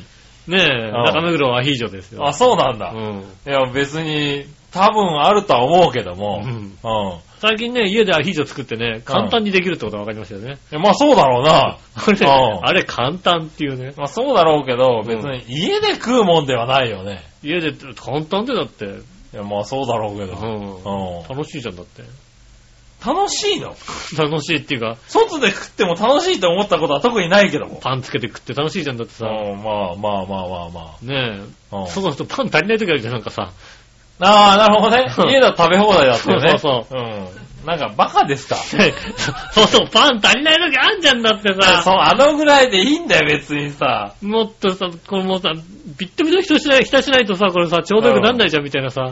Speaker 2: ねえ、
Speaker 3: ああ
Speaker 2: 中目黒はアヒージョですよ。
Speaker 3: あ、そうなんだ。
Speaker 2: うん。
Speaker 3: いや、別に、多分あるとは思うけども。
Speaker 2: うん
Speaker 3: うん
Speaker 2: 最近ね、家でアヒージョ作ってね、簡単にできるってことが分かりましたよね。
Speaker 3: いやまあそうだろうな。
Speaker 2: あれ、
Speaker 3: ああ
Speaker 2: あれ簡単っていうね。
Speaker 3: まあそうだろうけど、別
Speaker 2: うん
Speaker 3: に家で食うもんではないよね。
Speaker 2: 家で簡単でだって。う
Speaker 3: いや、まあそうだろうけど。
Speaker 2: ん。
Speaker 3: う
Speaker 2: 楽しいじゃんだって。 [laughs]
Speaker 3: ん。楽しいの
Speaker 2: 楽しいっていうか、
Speaker 3: 外で食っても楽しいと思ったことは特にないけども。
Speaker 2: パンつけて食って楽しいじゃんだって
Speaker 3: う
Speaker 2: さ。
Speaker 3: ん、まあまあまあまあま
Speaker 2: ね
Speaker 3: あ。う
Speaker 2: え、
Speaker 3: ん
Speaker 2: そうするとパン足りない時あるじゃん、なんかさ。
Speaker 3: ああ、なるほどね。 [laughs] 家だと食べ放題だったよね。
Speaker 2: そう
Speaker 3: [laughs] そう。うん。なんかバカですか
Speaker 2: ね [laughs] そうそう、パン足りない時あんじゃんだって
Speaker 3: [laughs] そう、
Speaker 2: さ。
Speaker 3: あのぐらいでいいんだよ、別にさ。
Speaker 2: もっとさ、これもうさ、ビットビット人しない、浸しないとさ、これさ、ちょうどよくなんないじゃんみたいなさ。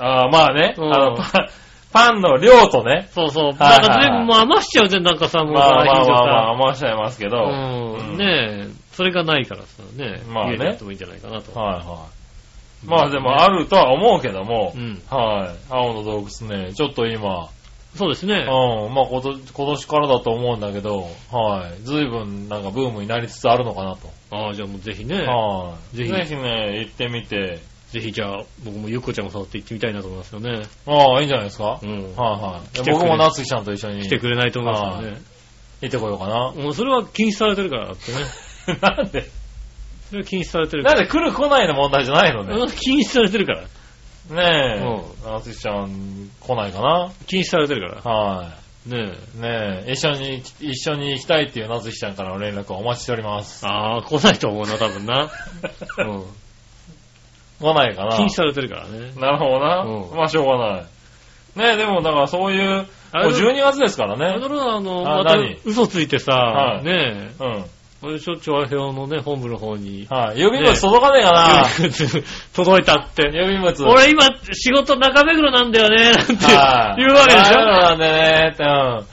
Speaker 3: ああ、まあね。あ
Speaker 2: うん
Speaker 3: の、パン、パンの量とね。
Speaker 2: そうそう。な
Speaker 3: は
Speaker 2: ん
Speaker 3: い
Speaker 2: か
Speaker 3: はいはい
Speaker 2: 全部もう余しちゃうじゃん、なんかさ、もう
Speaker 3: ま
Speaker 2: さ
Speaker 3: あまあまあまあ、
Speaker 2: アヒージョさ
Speaker 3: まあしちゃいますけど。はい
Speaker 2: うん、
Speaker 3: ん
Speaker 2: ねえ、それがないからさ、ねえ、
Speaker 3: まあね
Speaker 2: 家でやってもいいんじゃないかなと。
Speaker 3: はい。まあでもあるとは思うけども。
Speaker 2: うん。
Speaker 3: はい。青の洞窟ね、ちょっと今、
Speaker 2: そうですね。
Speaker 3: うん、まあ今年今年からだと思うんだけど、はい。随分なんかブームになりつつあるのかなと。
Speaker 2: ああ、じゃあもうぜひね、
Speaker 3: はい。
Speaker 2: ぜ
Speaker 3: ぜ
Speaker 2: ひ
Speaker 3: ひ。ね、行ってみて、
Speaker 2: ぜひじゃあ、僕もゆっこちゃんも触って行ってみたいなと思いますよね。
Speaker 3: ああ、いいんじゃないですか。
Speaker 2: うん。
Speaker 3: はい
Speaker 2: 来てく
Speaker 3: はい。
Speaker 2: れ
Speaker 3: 僕も夏希ちゃんと一緒に
Speaker 2: 来てくれないと思いますよね。
Speaker 3: 行ってこようかな。
Speaker 2: もうそれは禁止されてるからだってね。
Speaker 3: [laughs] なんで、
Speaker 2: それは禁止されてるか
Speaker 3: な
Speaker 2: ら。
Speaker 3: んで来る来ないの問題じゃないのね。
Speaker 2: うん禁止されてるから。
Speaker 3: ねえ、夏希ちゃん来ないかな。
Speaker 2: 禁止されてるか
Speaker 3: は
Speaker 2: ら。ねえ。
Speaker 3: い。ねえ、一緒に、一緒に行きたいっていう夏希ちゃんからの連絡をお待ちしてお
Speaker 2: [laughs]
Speaker 3: ります。
Speaker 2: ああ、来ないと思うな、多分 [laughs] な。うん。
Speaker 3: 来ないかな。
Speaker 2: 禁止されてるからね。
Speaker 3: なるほどな。
Speaker 2: うん
Speaker 3: まあ、しょうがない。ねえ、でも、だからそういう、もう
Speaker 2: あれだ
Speaker 3: 12月ですから
Speaker 2: あれだ
Speaker 3: ね。
Speaker 2: ろ、あの、
Speaker 3: あ
Speaker 2: また
Speaker 3: 何
Speaker 2: 嘘ついてさ、
Speaker 3: はい
Speaker 2: ねえ、
Speaker 3: うん。
Speaker 2: 俺しょっちゅう和平のね、本部の方に、
Speaker 3: はい。郵便物届かねえか
Speaker 2: [laughs] 届いたって。
Speaker 3: な。郵便物。
Speaker 2: 俺今、仕事中目黒なんだよね、なんて
Speaker 3: はい
Speaker 2: 言うわけでし
Speaker 3: そう
Speaker 2: ょ。
Speaker 3: なんでね、って、うん。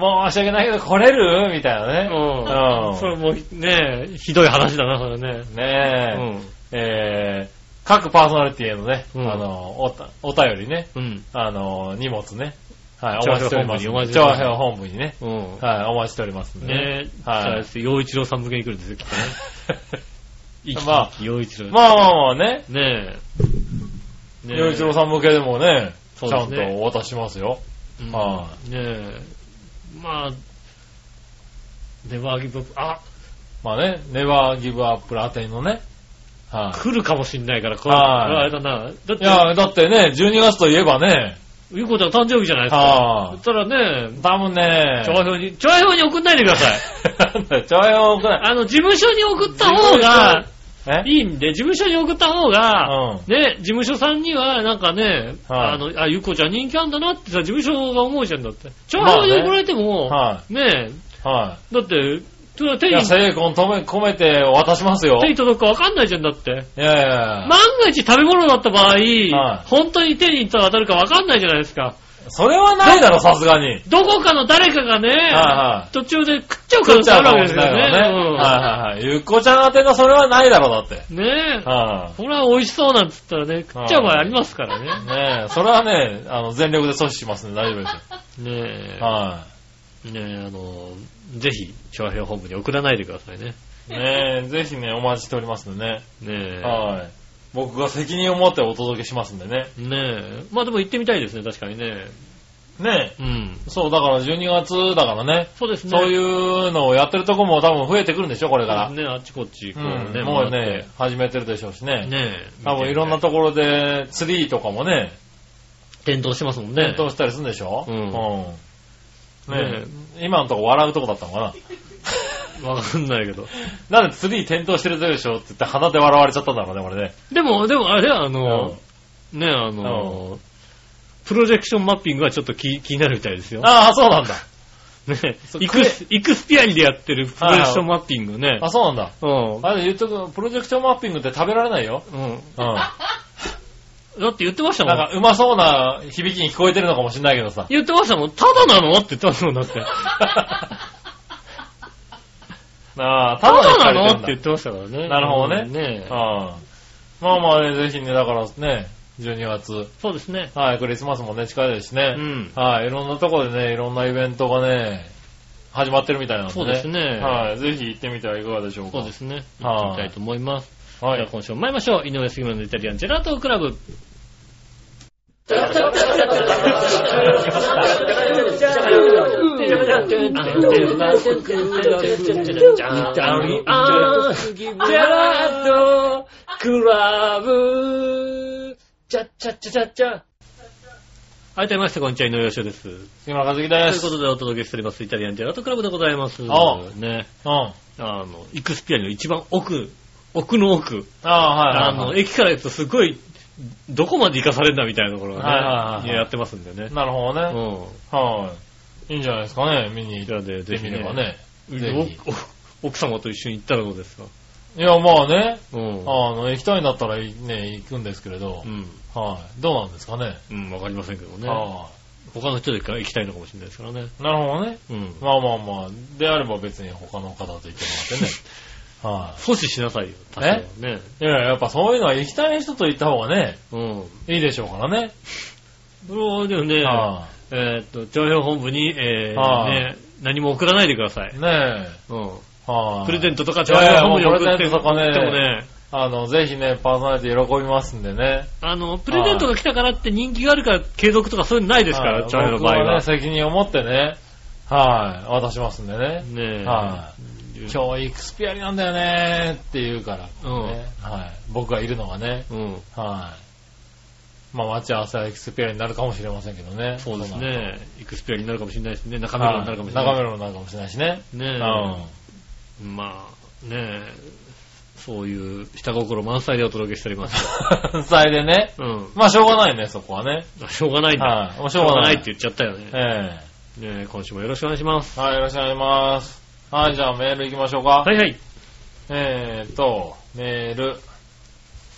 Speaker 3: 申し訳ないけど、来れるみたいなね。
Speaker 2: うん。
Speaker 3: うん
Speaker 2: それもうね、ひどい話だな、それね。
Speaker 3: ね
Speaker 2: う
Speaker 3: え、えー各パーソナリティへのね、
Speaker 2: うん
Speaker 3: あの、おた、お便りね、
Speaker 2: うん。
Speaker 3: あの、荷物ね、はい、お
Speaker 2: 調
Speaker 3: 待ち
Speaker 2: 和
Speaker 3: しておりま
Speaker 2: 表
Speaker 3: す。
Speaker 2: 本部に
Speaker 3: 調和表本部にね、
Speaker 2: うん。
Speaker 3: はい、お待ちしておりますんで
Speaker 2: ねえ、
Speaker 3: はい
Speaker 2: じゃあ、陽一郎さん向けに来るんですよ、きっとね。
Speaker 3: [laughs]
Speaker 2: 生き
Speaker 3: まあ
Speaker 2: 生き陽一郎。
Speaker 3: まあまあまあね、
Speaker 2: ねえ。ねえ
Speaker 3: 洋一郎さん向けでもね、
Speaker 2: そ
Speaker 3: ち
Speaker 2: うで
Speaker 3: ゃん
Speaker 2: す
Speaker 3: と
Speaker 2: ね
Speaker 3: お渡ししますよ。
Speaker 2: うん
Speaker 3: は
Speaker 2: ねえ。まあ、ネバーギブアップ、あ、
Speaker 3: まあね、ネバーギブアップル宛てのね、はい。
Speaker 2: 来るかもしんないから、これ、
Speaker 3: はい
Speaker 2: あれだな。だ
Speaker 3: いや、
Speaker 2: っ
Speaker 3: だってね、12月といえばね、
Speaker 2: て、ゆうこちゃん誕生日じゃないですか。
Speaker 3: は
Speaker 2: そ
Speaker 3: い
Speaker 2: したらね、
Speaker 3: 多分ね、 [laughs]
Speaker 2: 調和表に、調和表に送んないでください。
Speaker 3: なんだよ、調和表送らない。
Speaker 2: あの、事務所に送った方が、
Speaker 3: え
Speaker 2: いいんで、事務所に送った方が、
Speaker 3: うん。
Speaker 2: ね、事務所さんには、なんかね、
Speaker 3: はい
Speaker 2: あの、あ、ゆっこちゃん人気あんだなってさ、事務所が思うじゃんだって。調
Speaker 3: まあ
Speaker 2: 和
Speaker 3: ね
Speaker 2: 表に送られても、
Speaker 3: は
Speaker 2: ね
Speaker 3: い。は。
Speaker 2: だって、それはい手
Speaker 3: い
Speaker 2: に
Speaker 3: や、、精魂止め、込めて渡しますよ。
Speaker 2: 手
Speaker 3: い
Speaker 2: に届くかわかんないじゃんだって。
Speaker 3: やいや
Speaker 2: 万
Speaker 3: いや。
Speaker 2: が一食べ物だった場合、
Speaker 3: い
Speaker 2: 本当に手に当たるかわかんないじゃないですか。
Speaker 3: それはないだろ、さすがに。
Speaker 2: どこかの誰かがね、
Speaker 3: は
Speaker 2: 途中で食っちゃう可
Speaker 3: 食
Speaker 2: 能
Speaker 3: っ
Speaker 2: 性
Speaker 3: ちゃ
Speaker 2: あ
Speaker 3: う
Speaker 2: る
Speaker 3: か
Speaker 2: わけ
Speaker 3: も
Speaker 2: で
Speaker 3: し
Speaker 2: す
Speaker 3: れ
Speaker 2: よ
Speaker 3: ないからね。はいはいはい。ゆっこちゃん宛てのそれはないだろ、だって。
Speaker 2: ね。うん。ねえ。
Speaker 3: は
Speaker 2: これは美味しそうなんつったらね、食っちゃう場合ありますからね。
Speaker 3: い。ねえ、それはね、あの、全力で阻止しますんで大丈夫です
Speaker 2: ねえ
Speaker 3: [laughs] よ。。は
Speaker 2: ねえ、あの、ぜひ、調和表本部に送らないでくださいね。
Speaker 3: い。ねえ、ぜひね、お待ちしておりますんでね。
Speaker 2: ねえ。
Speaker 3: はい。僕が責任を持ってお届けしますんでね。
Speaker 2: ねえ。まあでも行ってみたいですね、確かにね。
Speaker 3: ね
Speaker 2: うん。
Speaker 3: え。そう、だから12月だからね。
Speaker 2: そうですね。
Speaker 3: そういううのをやってるとこも多分増えてくるんでしょ、これから。
Speaker 2: ね、あっちこっち、こう
Speaker 3: う
Speaker 2: ね、
Speaker 3: ん、もう
Speaker 2: 回っ
Speaker 3: ね、始めてるでしょうしてね。
Speaker 2: ねえ。
Speaker 3: 多分いろんなところでツリーとかもね、
Speaker 2: 転倒してますもんね
Speaker 3: 検。討したりするんでしょ
Speaker 2: うん
Speaker 3: うんねえ今のとこ笑うとこだったのか
Speaker 2: わかんないけど。
Speaker 3: な。なんでツリー点灯してるでしょって言って鼻で笑われちゃったんだろうね、これね。
Speaker 2: でも、でもあれ、あ
Speaker 3: う
Speaker 2: の、ねえ、あの、プロジェクションマッピングはちょっと気気になるみたいですよ。
Speaker 3: ああ、そうなんだ。
Speaker 2: ねえ
Speaker 3: そう
Speaker 2: イクス、イクスピアリでやってるプロジェクションマッピングね。
Speaker 3: あ、そうなんだ。
Speaker 2: うん。
Speaker 3: あれ言っとく、プロジェクションマッピングって食べられないよ。
Speaker 2: うん。
Speaker 3: うん。な
Speaker 2: だって言ってました
Speaker 3: ん
Speaker 2: もん。
Speaker 3: か、うまそうな響きに聞こえてるのかもしんないけどさ。
Speaker 2: 言ってましたもん。ただなのって言ってましたもん、だって。
Speaker 3: ああ、
Speaker 2: た
Speaker 3: ただ
Speaker 2: だな
Speaker 3: に
Speaker 2: の
Speaker 3: 聞かれて
Speaker 2: って言ってましたからね。
Speaker 3: なるほどね
Speaker 2: うんねえ
Speaker 3: ああまあまあね、ぜひね、だからね、12月、
Speaker 2: そうですね。
Speaker 3: はい、クリスマスもね、近いですしね
Speaker 2: う、ん。
Speaker 3: はい、いろんなところでね、いろんなイベントがね、始まってるみたいなので、
Speaker 2: そうですね。
Speaker 3: はい、ぜひ行ってみてはいかがでしょうか。
Speaker 2: そうですね。
Speaker 3: はい
Speaker 2: 行ってみたいと思います。
Speaker 3: は
Speaker 2: じゃあ
Speaker 3: い。
Speaker 2: 今週も参りましょう。井上杉村のイタリアンジェラートクラブ。はい、どうもみなさん、こんにちは、井上洋翔です。
Speaker 3: 杉村和樹
Speaker 2: [laughs] と
Speaker 3: で
Speaker 2: いう
Speaker 3: す。
Speaker 2: こ
Speaker 3: う
Speaker 2: とでお届けしております、イタリアンジェラートクラブでございます。
Speaker 3: あ
Speaker 2: ね、
Speaker 3: ん。あ
Speaker 2: あの、イクスピアリの一番奥、奥の奥、あ
Speaker 3: あ、はいはい
Speaker 2: の、
Speaker 3: はい。
Speaker 2: 駅から行くとすごい、どこまで行かされるんだみたいなところ
Speaker 3: はいはいは
Speaker 2: が
Speaker 3: い
Speaker 2: ね、やってますんでね。
Speaker 3: なるほど
Speaker 2: う
Speaker 3: ね。
Speaker 2: ん。
Speaker 3: はい。いいんじゃないですかね、見に
Speaker 2: こち
Speaker 3: 行っ
Speaker 2: らで、
Speaker 3: て
Speaker 2: ぜひ
Speaker 3: み
Speaker 2: ね
Speaker 3: ればね。ぜひ
Speaker 2: おお奥様と一緒に行ったらどうですか
Speaker 3: いや、まあね、
Speaker 2: うん。
Speaker 3: あの、行きたいんだったらいね、行くんですけれど
Speaker 2: う、ん。
Speaker 3: はい。どうなんですかね。
Speaker 2: うん、わかりませんけどね。
Speaker 3: は
Speaker 2: 他の人で行きたいのかもしれないですからね。
Speaker 3: い。なるほどね。
Speaker 2: うん。
Speaker 3: まあまあまあ、であれば別に他の方と行ってもらってね。
Speaker 2: [laughs]
Speaker 3: は
Speaker 2: 阻止しなさいよ、多少ね。
Speaker 3: い。いや、やっぱそういうのは行きたい人と行った方がね、
Speaker 2: うん。
Speaker 3: いいでしょうからね。
Speaker 2: それはでもね、
Speaker 3: は
Speaker 2: えーっと、徴兵本部に、えー、
Speaker 3: はい
Speaker 2: ね、何も送らないでください
Speaker 3: い。。ね
Speaker 2: うん。
Speaker 3: え。はい。
Speaker 2: プレゼントとか
Speaker 3: い
Speaker 2: 徴
Speaker 3: やい
Speaker 2: 兵
Speaker 3: や
Speaker 2: 本部に
Speaker 3: もう
Speaker 2: 送って
Speaker 3: プレゼントとかね
Speaker 2: 送ってもね、
Speaker 3: あの、ぜひね、パーソナリティ喜びますんでね。
Speaker 2: あの、プレゼントが来たからって人気があるから継続とかそういうのないで
Speaker 3: です
Speaker 2: から、長編の場合は
Speaker 3: ね、。責任を持ってね、はい、渡しますんでね。
Speaker 2: ねえ。
Speaker 3: はい。
Speaker 2: 今日
Speaker 3: 今日イクスピアリなんだよねって言うから、ね
Speaker 2: うん
Speaker 3: はい。僕がいるのがね、
Speaker 2: うん。
Speaker 3: はい。まあ、待ち合わせはエクスピアリになるかもしれませんけどね。
Speaker 2: そうです
Speaker 3: なると
Speaker 2: ね。イクスペアになるかもしれないしね。中村になるかもしれな
Speaker 3: 中
Speaker 2: い。
Speaker 3: 目黒になるかもしれないしね。
Speaker 2: ねえ。まあ、ねえ。そういう下心満載でお届けしております。
Speaker 3: [laughs] うん。それでね。
Speaker 2: うん。
Speaker 3: まあ、しょうがないね、そこはね。
Speaker 2: あしょうがないんだ。
Speaker 3: はい。もうし
Speaker 2: し
Speaker 3: ょ
Speaker 2: ょ
Speaker 3: う
Speaker 2: う
Speaker 3: が
Speaker 2: が
Speaker 3: な。
Speaker 2: ないいって言っちゃったよね。
Speaker 3: え
Speaker 2: ねえ、今週もよろしくお願いします。
Speaker 3: えはい、よろしくお願いします。はい、じゃあメール行きましょうか。
Speaker 2: はいはい。
Speaker 3: えーと、メール。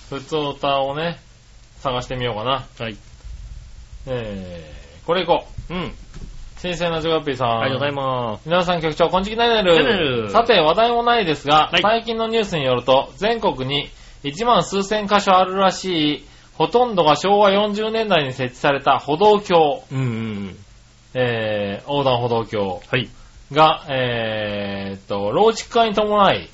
Speaker 3: 普通歌をね、探してみようかな。
Speaker 2: はい。
Speaker 3: えー、これ行こう。
Speaker 2: うん。
Speaker 3: 新鮮なジョガピーさん。
Speaker 2: ありがとうござい
Speaker 3: ます。
Speaker 2: ます。
Speaker 3: 皆さん局長、こんちきなになる。
Speaker 2: なになる
Speaker 3: さて、話題もないですが、
Speaker 2: はい
Speaker 3: 最近のニュースによると、全国に1万数千箇所あるらしい、ほとんどが昭和40年代に設置された歩道橋、
Speaker 2: うんうん。
Speaker 3: えー、横断歩道橋
Speaker 2: はい。
Speaker 3: が、えーっと、老築化に伴い、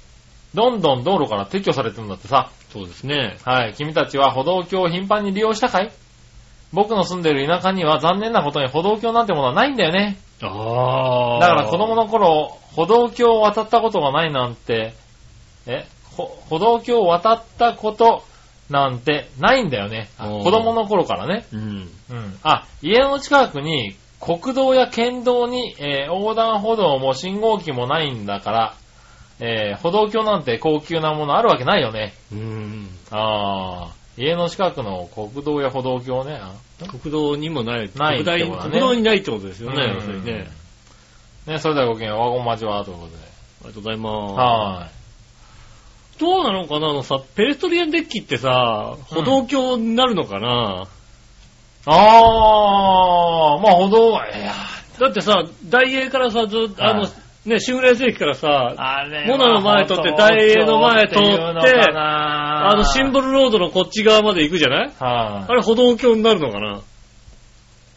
Speaker 3: どんどん道路から撤去されてるんだってさ。
Speaker 2: そうですね。
Speaker 3: はい、君たちは歩道橋を頻繁に利用したかい僕の住んでる田舎には残念なことに歩道橋なんてものはないんだよね。
Speaker 2: あ
Speaker 3: だ
Speaker 2: あ。
Speaker 3: から子供の頃、歩道橋を渡ったことがないなんて、え、ほ歩道橋を渡ったことなんてないんだよね。あ
Speaker 2: おー
Speaker 3: 子供の頃からね。
Speaker 2: うん。
Speaker 3: うん。あ、家の近くに国道や県道に、えー横断歩道も信号機もないんだから、えー歩道橋なんて高級なものあるわけないよね。
Speaker 2: うん。
Speaker 3: ああ、家の近くの国道や歩道橋ね。あ
Speaker 2: 国道にもない。
Speaker 3: ないってこ
Speaker 2: 国
Speaker 3: とだ
Speaker 2: 大
Speaker 3: ね
Speaker 2: 国道にないってことですよね。
Speaker 3: うん
Speaker 2: それね。
Speaker 3: ね、それではごきげんよう、ワゴンマジはということで。
Speaker 2: ありがとうございます。
Speaker 3: は
Speaker 2: どうなのかなあのさ、ペレストリアンデッキってさ、歩道橋になるのかな、
Speaker 3: ーい。ああ、まあ歩道は、いや、
Speaker 2: だってさ、大英からさ、ずっと、あ
Speaker 3: は
Speaker 2: の
Speaker 3: い、
Speaker 2: ね、シングレース駅からさ、
Speaker 3: あれ
Speaker 2: モナの前通って大英の前通って
Speaker 3: あ
Speaker 2: あの、シンボ
Speaker 3: ル。
Speaker 2: ルロードのこっち側まで行くじゃない
Speaker 3: はい
Speaker 2: あ。れ歩道橋になるのかな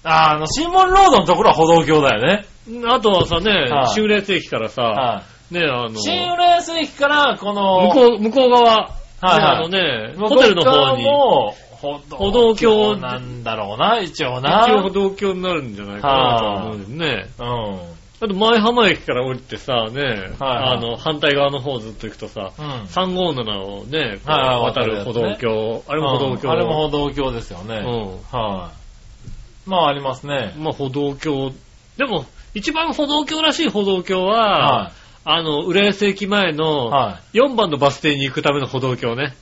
Speaker 3: あの、シンボルロードのところは歩道橋だよね。
Speaker 2: あとはさね
Speaker 3: はい、
Speaker 2: シングレース駅からさ、
Speaker 3: は
Speaker 2: ね、あの、
Speaker 3: い。シングレース駅から、この、
Speaker 2: 向こう、向こう側、ね
Speaker 3: はいはい
Speaker 2: あのね、
Speaker 3: 向こ
Speaker 2: ホテルの方に、
Speaker 3: も歩道橋なんだろうな、一応な。
Speaker 2: 一応歩道橋になるんじゃないかなと思うんだよね。
Speaker 3: うん。
Speaker 2: あと前浜駅から降りてさ、ね、
Speaker 3: はい
Speaker 2: あの、反対側の方ずっと行くとさ、
Speaker 3: うん。
Speaker 2: 357をね、こう
Speaker 3: はいはい
Speaker 2: 渡る歩道橋、あ
Speaker 3: あ
Speaker 2: れも歩道橋。
Speaker 3: あれも歩道橋ですよね。はい。まあ、ありますね
Speaker 2: う。ん。まあ歩道橋。でも、一番歩道橋らしい歩道橋
Speaker 3: は
Speaker 2: は、あの、浦安駅前
Speaker 3: い。
Speaker 2: の
Speaker 3: はい。
Speaker 2: 4番のバス停に行くための歩道橋ね。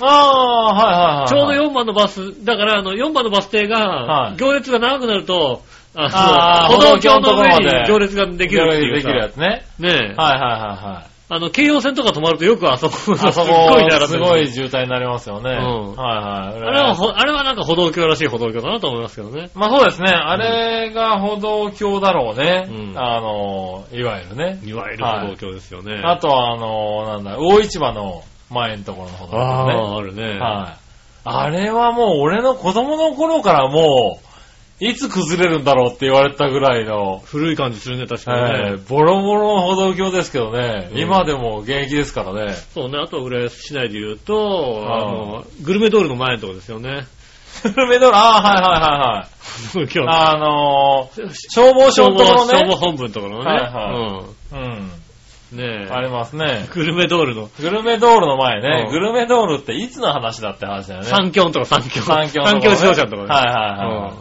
Speaker 3: ああ、はいはいはい。
Speaker 2: ちょうど4番のバス、だからあの4番のバス停
Speaker 3: は
Speaker 2: が
Speaker 3: い、
Speaker 2: 行列が長くなると、
Speaker 3: あ
Speaker 2: あ
Speaker 3: ー
Speaker 2: の歩道橋の上
Speaker 3: 歩道橋のところま
Speaker 2: に
Speaker 3: で
Speaker 2: 行列ができるっていう
Speaker 3: できるや
Speaker 2: さ。
Speaker 3: つね。
Speaker 2: ねえ。
Speaker 3: はいはいはいはい。
Speaker 2: あの、京葉線とか止まるとよくあそこ、
Speaker 3: あそ
Speaker 2: すっご
Speaker 3: こ
Speaker 2: い並んで、る
Speaker 3: すごい渋滞になりますよね。
Speaker 2: うん
Speaker 3: はいはい。
Speaker 2: あれはほ、あれはなんか歩道橋らしい歩道橋だなと思いますけどね。
Speaker 3: まあそうですね。あれが歩道橋だろうね。
Speaker 2: うん
Speaker 3: あの、いわゆるね。
Speaker 2: いわゆる歩道橋ですよね。
Speaker 3: あとは、あの、なんだ、大市場の前のところの歩道
Speaker 2: あ
Speaker 3: 橋ね。
Speaker 2: あ、あるね。
Speaker 3: はい。あれはもう俺の子供の頃からもう、いつ崩れるんだろうって言われたぐらいの、
Speaker 2: 古い感じするね、確かに
Speaker 3: え
Speaker 2: ね。
Speaker 3: ーボロボロの歩道橋ですけどね、
Speaker 2: うん
Speaker 3: 今でも現役ですからね。 [laughs]
Speaker 2: そうね、あとは浦安市内で言うと、
Speaker 3: あ
Speaker 2: あの、グルメ通りの前のとこですよね。
Speaker 3: 古めドラ、ああ
Speaker 2: 歩 [laughs] 道橋
Speaker 3: ー、はいはいはいはい。あのー、消防
Speaker 2: 消
Speaker 3: 署の
Speaker 2: 防
Speaker 3: ところ
Speaker 2: 消防
Speaker 3: ね。
Speaker 2: 本部のところのね。
Speaker 3: はいはうん。
Speaker 2: うん。ねえ。
Speaker 3: ありますね。
Speaker 2: グルメ通りの、
Speaker 3: グルメ道路の前ね
Speaker 2: う。ん
Speaker 3: グルメ道路っていつの話だって話だよね。
Speaker 2: 三峡のとか三峡。
Speaker 3: 三峡のところね
Speaker 2: 三峡自動車のところね。
Speaker 3: はいはいはい。
Speaker 2: うん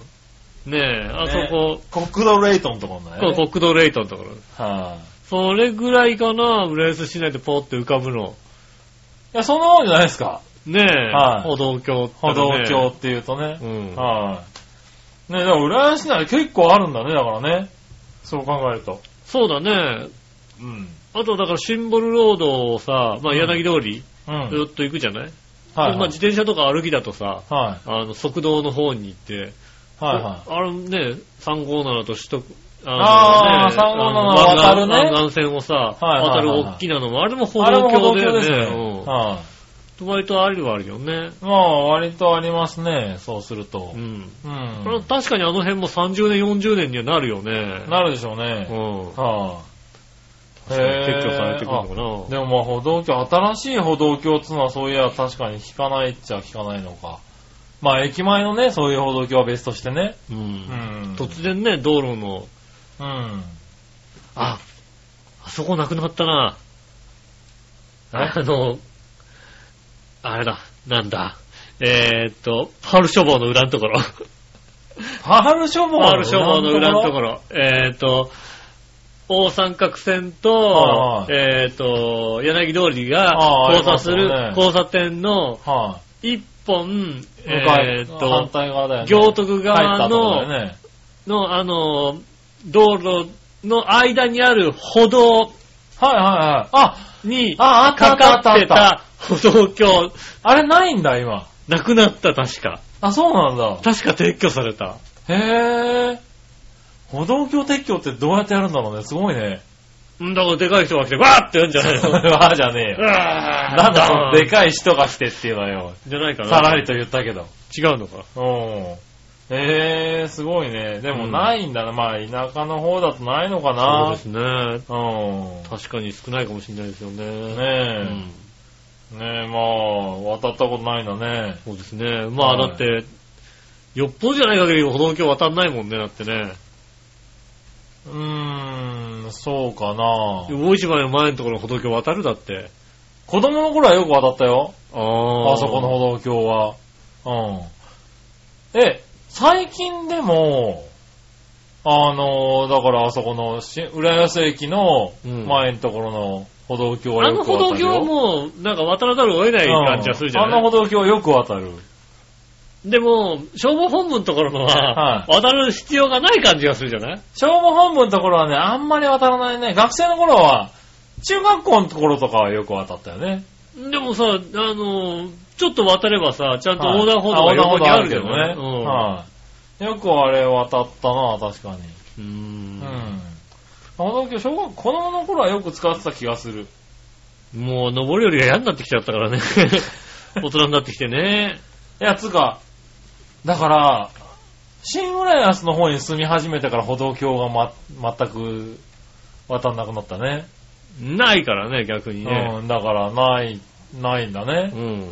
Speaker 2: ねえ、あそこ、
Speaker 3: 国道レイトンとこだよね。
Speaker 2: そう国道レイトのところ。
Speaker 3: はい、
Speaker 2: それぐらいかな、浦安市内でポーって浮かぶの。
Speaker 3: いや、そんなもんじゃないですか。
Speaker 2: ねえ、
Speaker 3: はい
Speaker 2: 歩道橋って、
Speaker 3: 歩道橋。っていうとね。
Speaker 2: うん。
Speaker 3: はい、ね、でも浦安市内結構あるんだね、だからね。そう考えると。
Speaker 2: そうだね。
Speaker 3: うん。
Speaker 2: あと、だからシンボルロードをさ、まあ柳通り、
Speaker 3: うん。はい、
Speaker 2: ずっと行くじゃない、
Speaker 3: はい。
Speaker 2: でまあ自転車とか歩きだとさ、
Speaker 3: は
Speaker 2: あの、側道の方に行って、
Speaker 3: い。はいはい。
Speaker 2: あのね、357としと
Speaker 3: あー357渡るね
Speaker 2: 南線をさ、
Speaker 3: いはいはい
Speaker 2: 渡る大きなのも、あれも歩
Speaker 3: あれも
Speaker 2: 道橋
Speaker 3: 歩道
Speaker 2: だ
Speaker 3: 橋
Speaker 2: よ
Speaker 3: ですね。
Speaker 2: ね。
Speaker 3: はい、
Speaker 2: うん。割とありはあるよね。
Speaker 3: まあ、割とありますね、そうすると
Speaker 2: う。ん。
Speaker 3: うん。
Speaker 2: これは確かにあの辺も30年、40年にはなるよね。
Speaker 3: なるでしょうね。
Speaker 2: うん。
Speaker 3: はい、
Speaker 2: 撤去されてくるのか
Speaker 3: あ
Speaker 2: な。
Speaker 3: でもまあ歩道橋、新しい歩道橋っつうのはそういや確かに聞かないっちゃ聞かないのか。まあ駅前のね、そういう歩道橋は別としてね。
Speaker 2: う。
Speaker 3: うんん。
Speaker 2: 突然ね、道路の、
Speaker 3: うん。
Speaker 2: あ、あそこなくなったな。
Speaker 3: え
Speaker 2: あの、あれだ、なんだ。えーっと、パール消防の裏のところ。
Speaker 3: パール消防
Speaker 2: パール消防の裏のとこ
Speaker 3: ろ。
Speaker 2: ろ。えーっと、大三角線
Speaker 3: は
Speaker 2: と、
Speaker 3: い
Speaker 2: えーっと、柳通りが
Speaker 3: あー
Speaker 2: 交差す
Speaker 3: ありますよね
Speaker 2: る交差点の
Speaker 3: は
Speaker 2: 一本、
Speaker 3: い、向かい、
Speaker 2: えーっ
Speaker 3: 反
Speaker 2: と、
Speaker 3: 対側だよね。
Speaker 2: 行徳
Speaker 3: 入った
Speaker 2: 側
Speaker 3: とこ
Speaker 2: の
Speaker 3: だよね。
Speaker 2: の、あの、道路の間にある歩道
Speaker 3: はいはいはい。あ、
Speaker 2: にか
Speaker 3: あ、あったあった
Speaker 2: か
Speaker 3: あったあ
Speaker 2: っ
Speaker 3: って
Speaker 2: た歩道橋、
Speaker 3: たあれないんだ今。
Speaker 2: なくなった確か。
Speaker 3: あ、そうなんだ。
Speaker 2: 確か撤去された。 [laughs]
Speaker 3: へぇー。歩道橋撤去ってどうやってやるんだろうね。すごいね。
Speaker 2: んだからでかい人が来て、わーってやるんじゃない [laughs]
Speaker 3: そ
Speaker 2: の
Speaker 3: れはじゃねえよ。な
Speaker 2: なん
Speaker 3: だそのでかい人が来てっていうのはよ。
Speaker 2: じゃないかな。
Speaker 3: さらりと言ったけど。
Speaker 2: 違うのか。
Speaker 3: うん。えー、すごいね。でも
Speaker 2: うん
Speaker 3: ないんだな。まあ、田舎の方だとないのか
Speaker 2: そう
Speaker 3: な
Speaker 2: で。すね。
Speaker 3: うん。
Speaker 2: 確かに少ないかもしれないですよね。
Speaker 3: ねえ
Speaker 2: う、ん
Speaker 3: ねえ、まあ、渡ったことないんだね。
Speaker 2: そうですね。まあ
Speaker 3: はい
Speaker 2: だって、よっぽどじゃない限り歩道橋渡んないもんね、だってね。
Speaker 3: うーん、そうかな。
Speaker 2: 大一番の前のところ歩道橋渡るだって。
Speaker 3: 子供の頃はよく渡ったよ。
Speaker 2: ああ
Speaker 3: あそこの歩道橋は。うん。え、最近でも、あの、だからあそこのし、浦安駅の
Speaker 2: うん
Speaker 3: 前のところの歩道橋は
Speaker 2: あ
Speaker 3: よ
Speaker 2: の
Speaker 3: く
Speaker 2: 歩道
Speaker 3: 渡る
Speaker 2: 橋
Speaker 3: よ。
Speaker 2: はもう、なんか渡らざるを得ない感じがするじゃない、
Speaker 3: うんあの歩道橋はよく渡る。
Speaker 2: でも、消防本部のところのは、渡る必要がない感じがするじゃない
Speaker 3: 消防本部のところはね、あんまり渡らないね。学生の頃は、中学校のところとかはよく渡ったよね。
Speaker 2: でもさ、あの、ちょっと渡ればさ、ちゃんと
Speaker 3: はい
Speaker 2: 横断歩道が横にあるけどね。
Speaker 3: あ横断歩道あるけどね。はいよくあれ渡ったな、確かに。
Speaker 2: うん。
Speaker 3: うん。
Speaker 2: うん
Speaker 3: 歩道橋、小学校、子供の頃はよく使ってた気がする。
Speaker 2: もう、登るよりが嫌になってきちゃった
Speaker 3: [laughs]
Speaker 2: からね。大人になってきてね。
Speaker 3: いや、つうか、だから、新浦安の方に住み始めてから歩道橋がま、全く渡んなくなったね。
Speaker 2: ないからね、逆にね。
Speaker 3: うん、だから、ない、ないんだね
Speaker 2: う。ん。
Speaker 3: うん。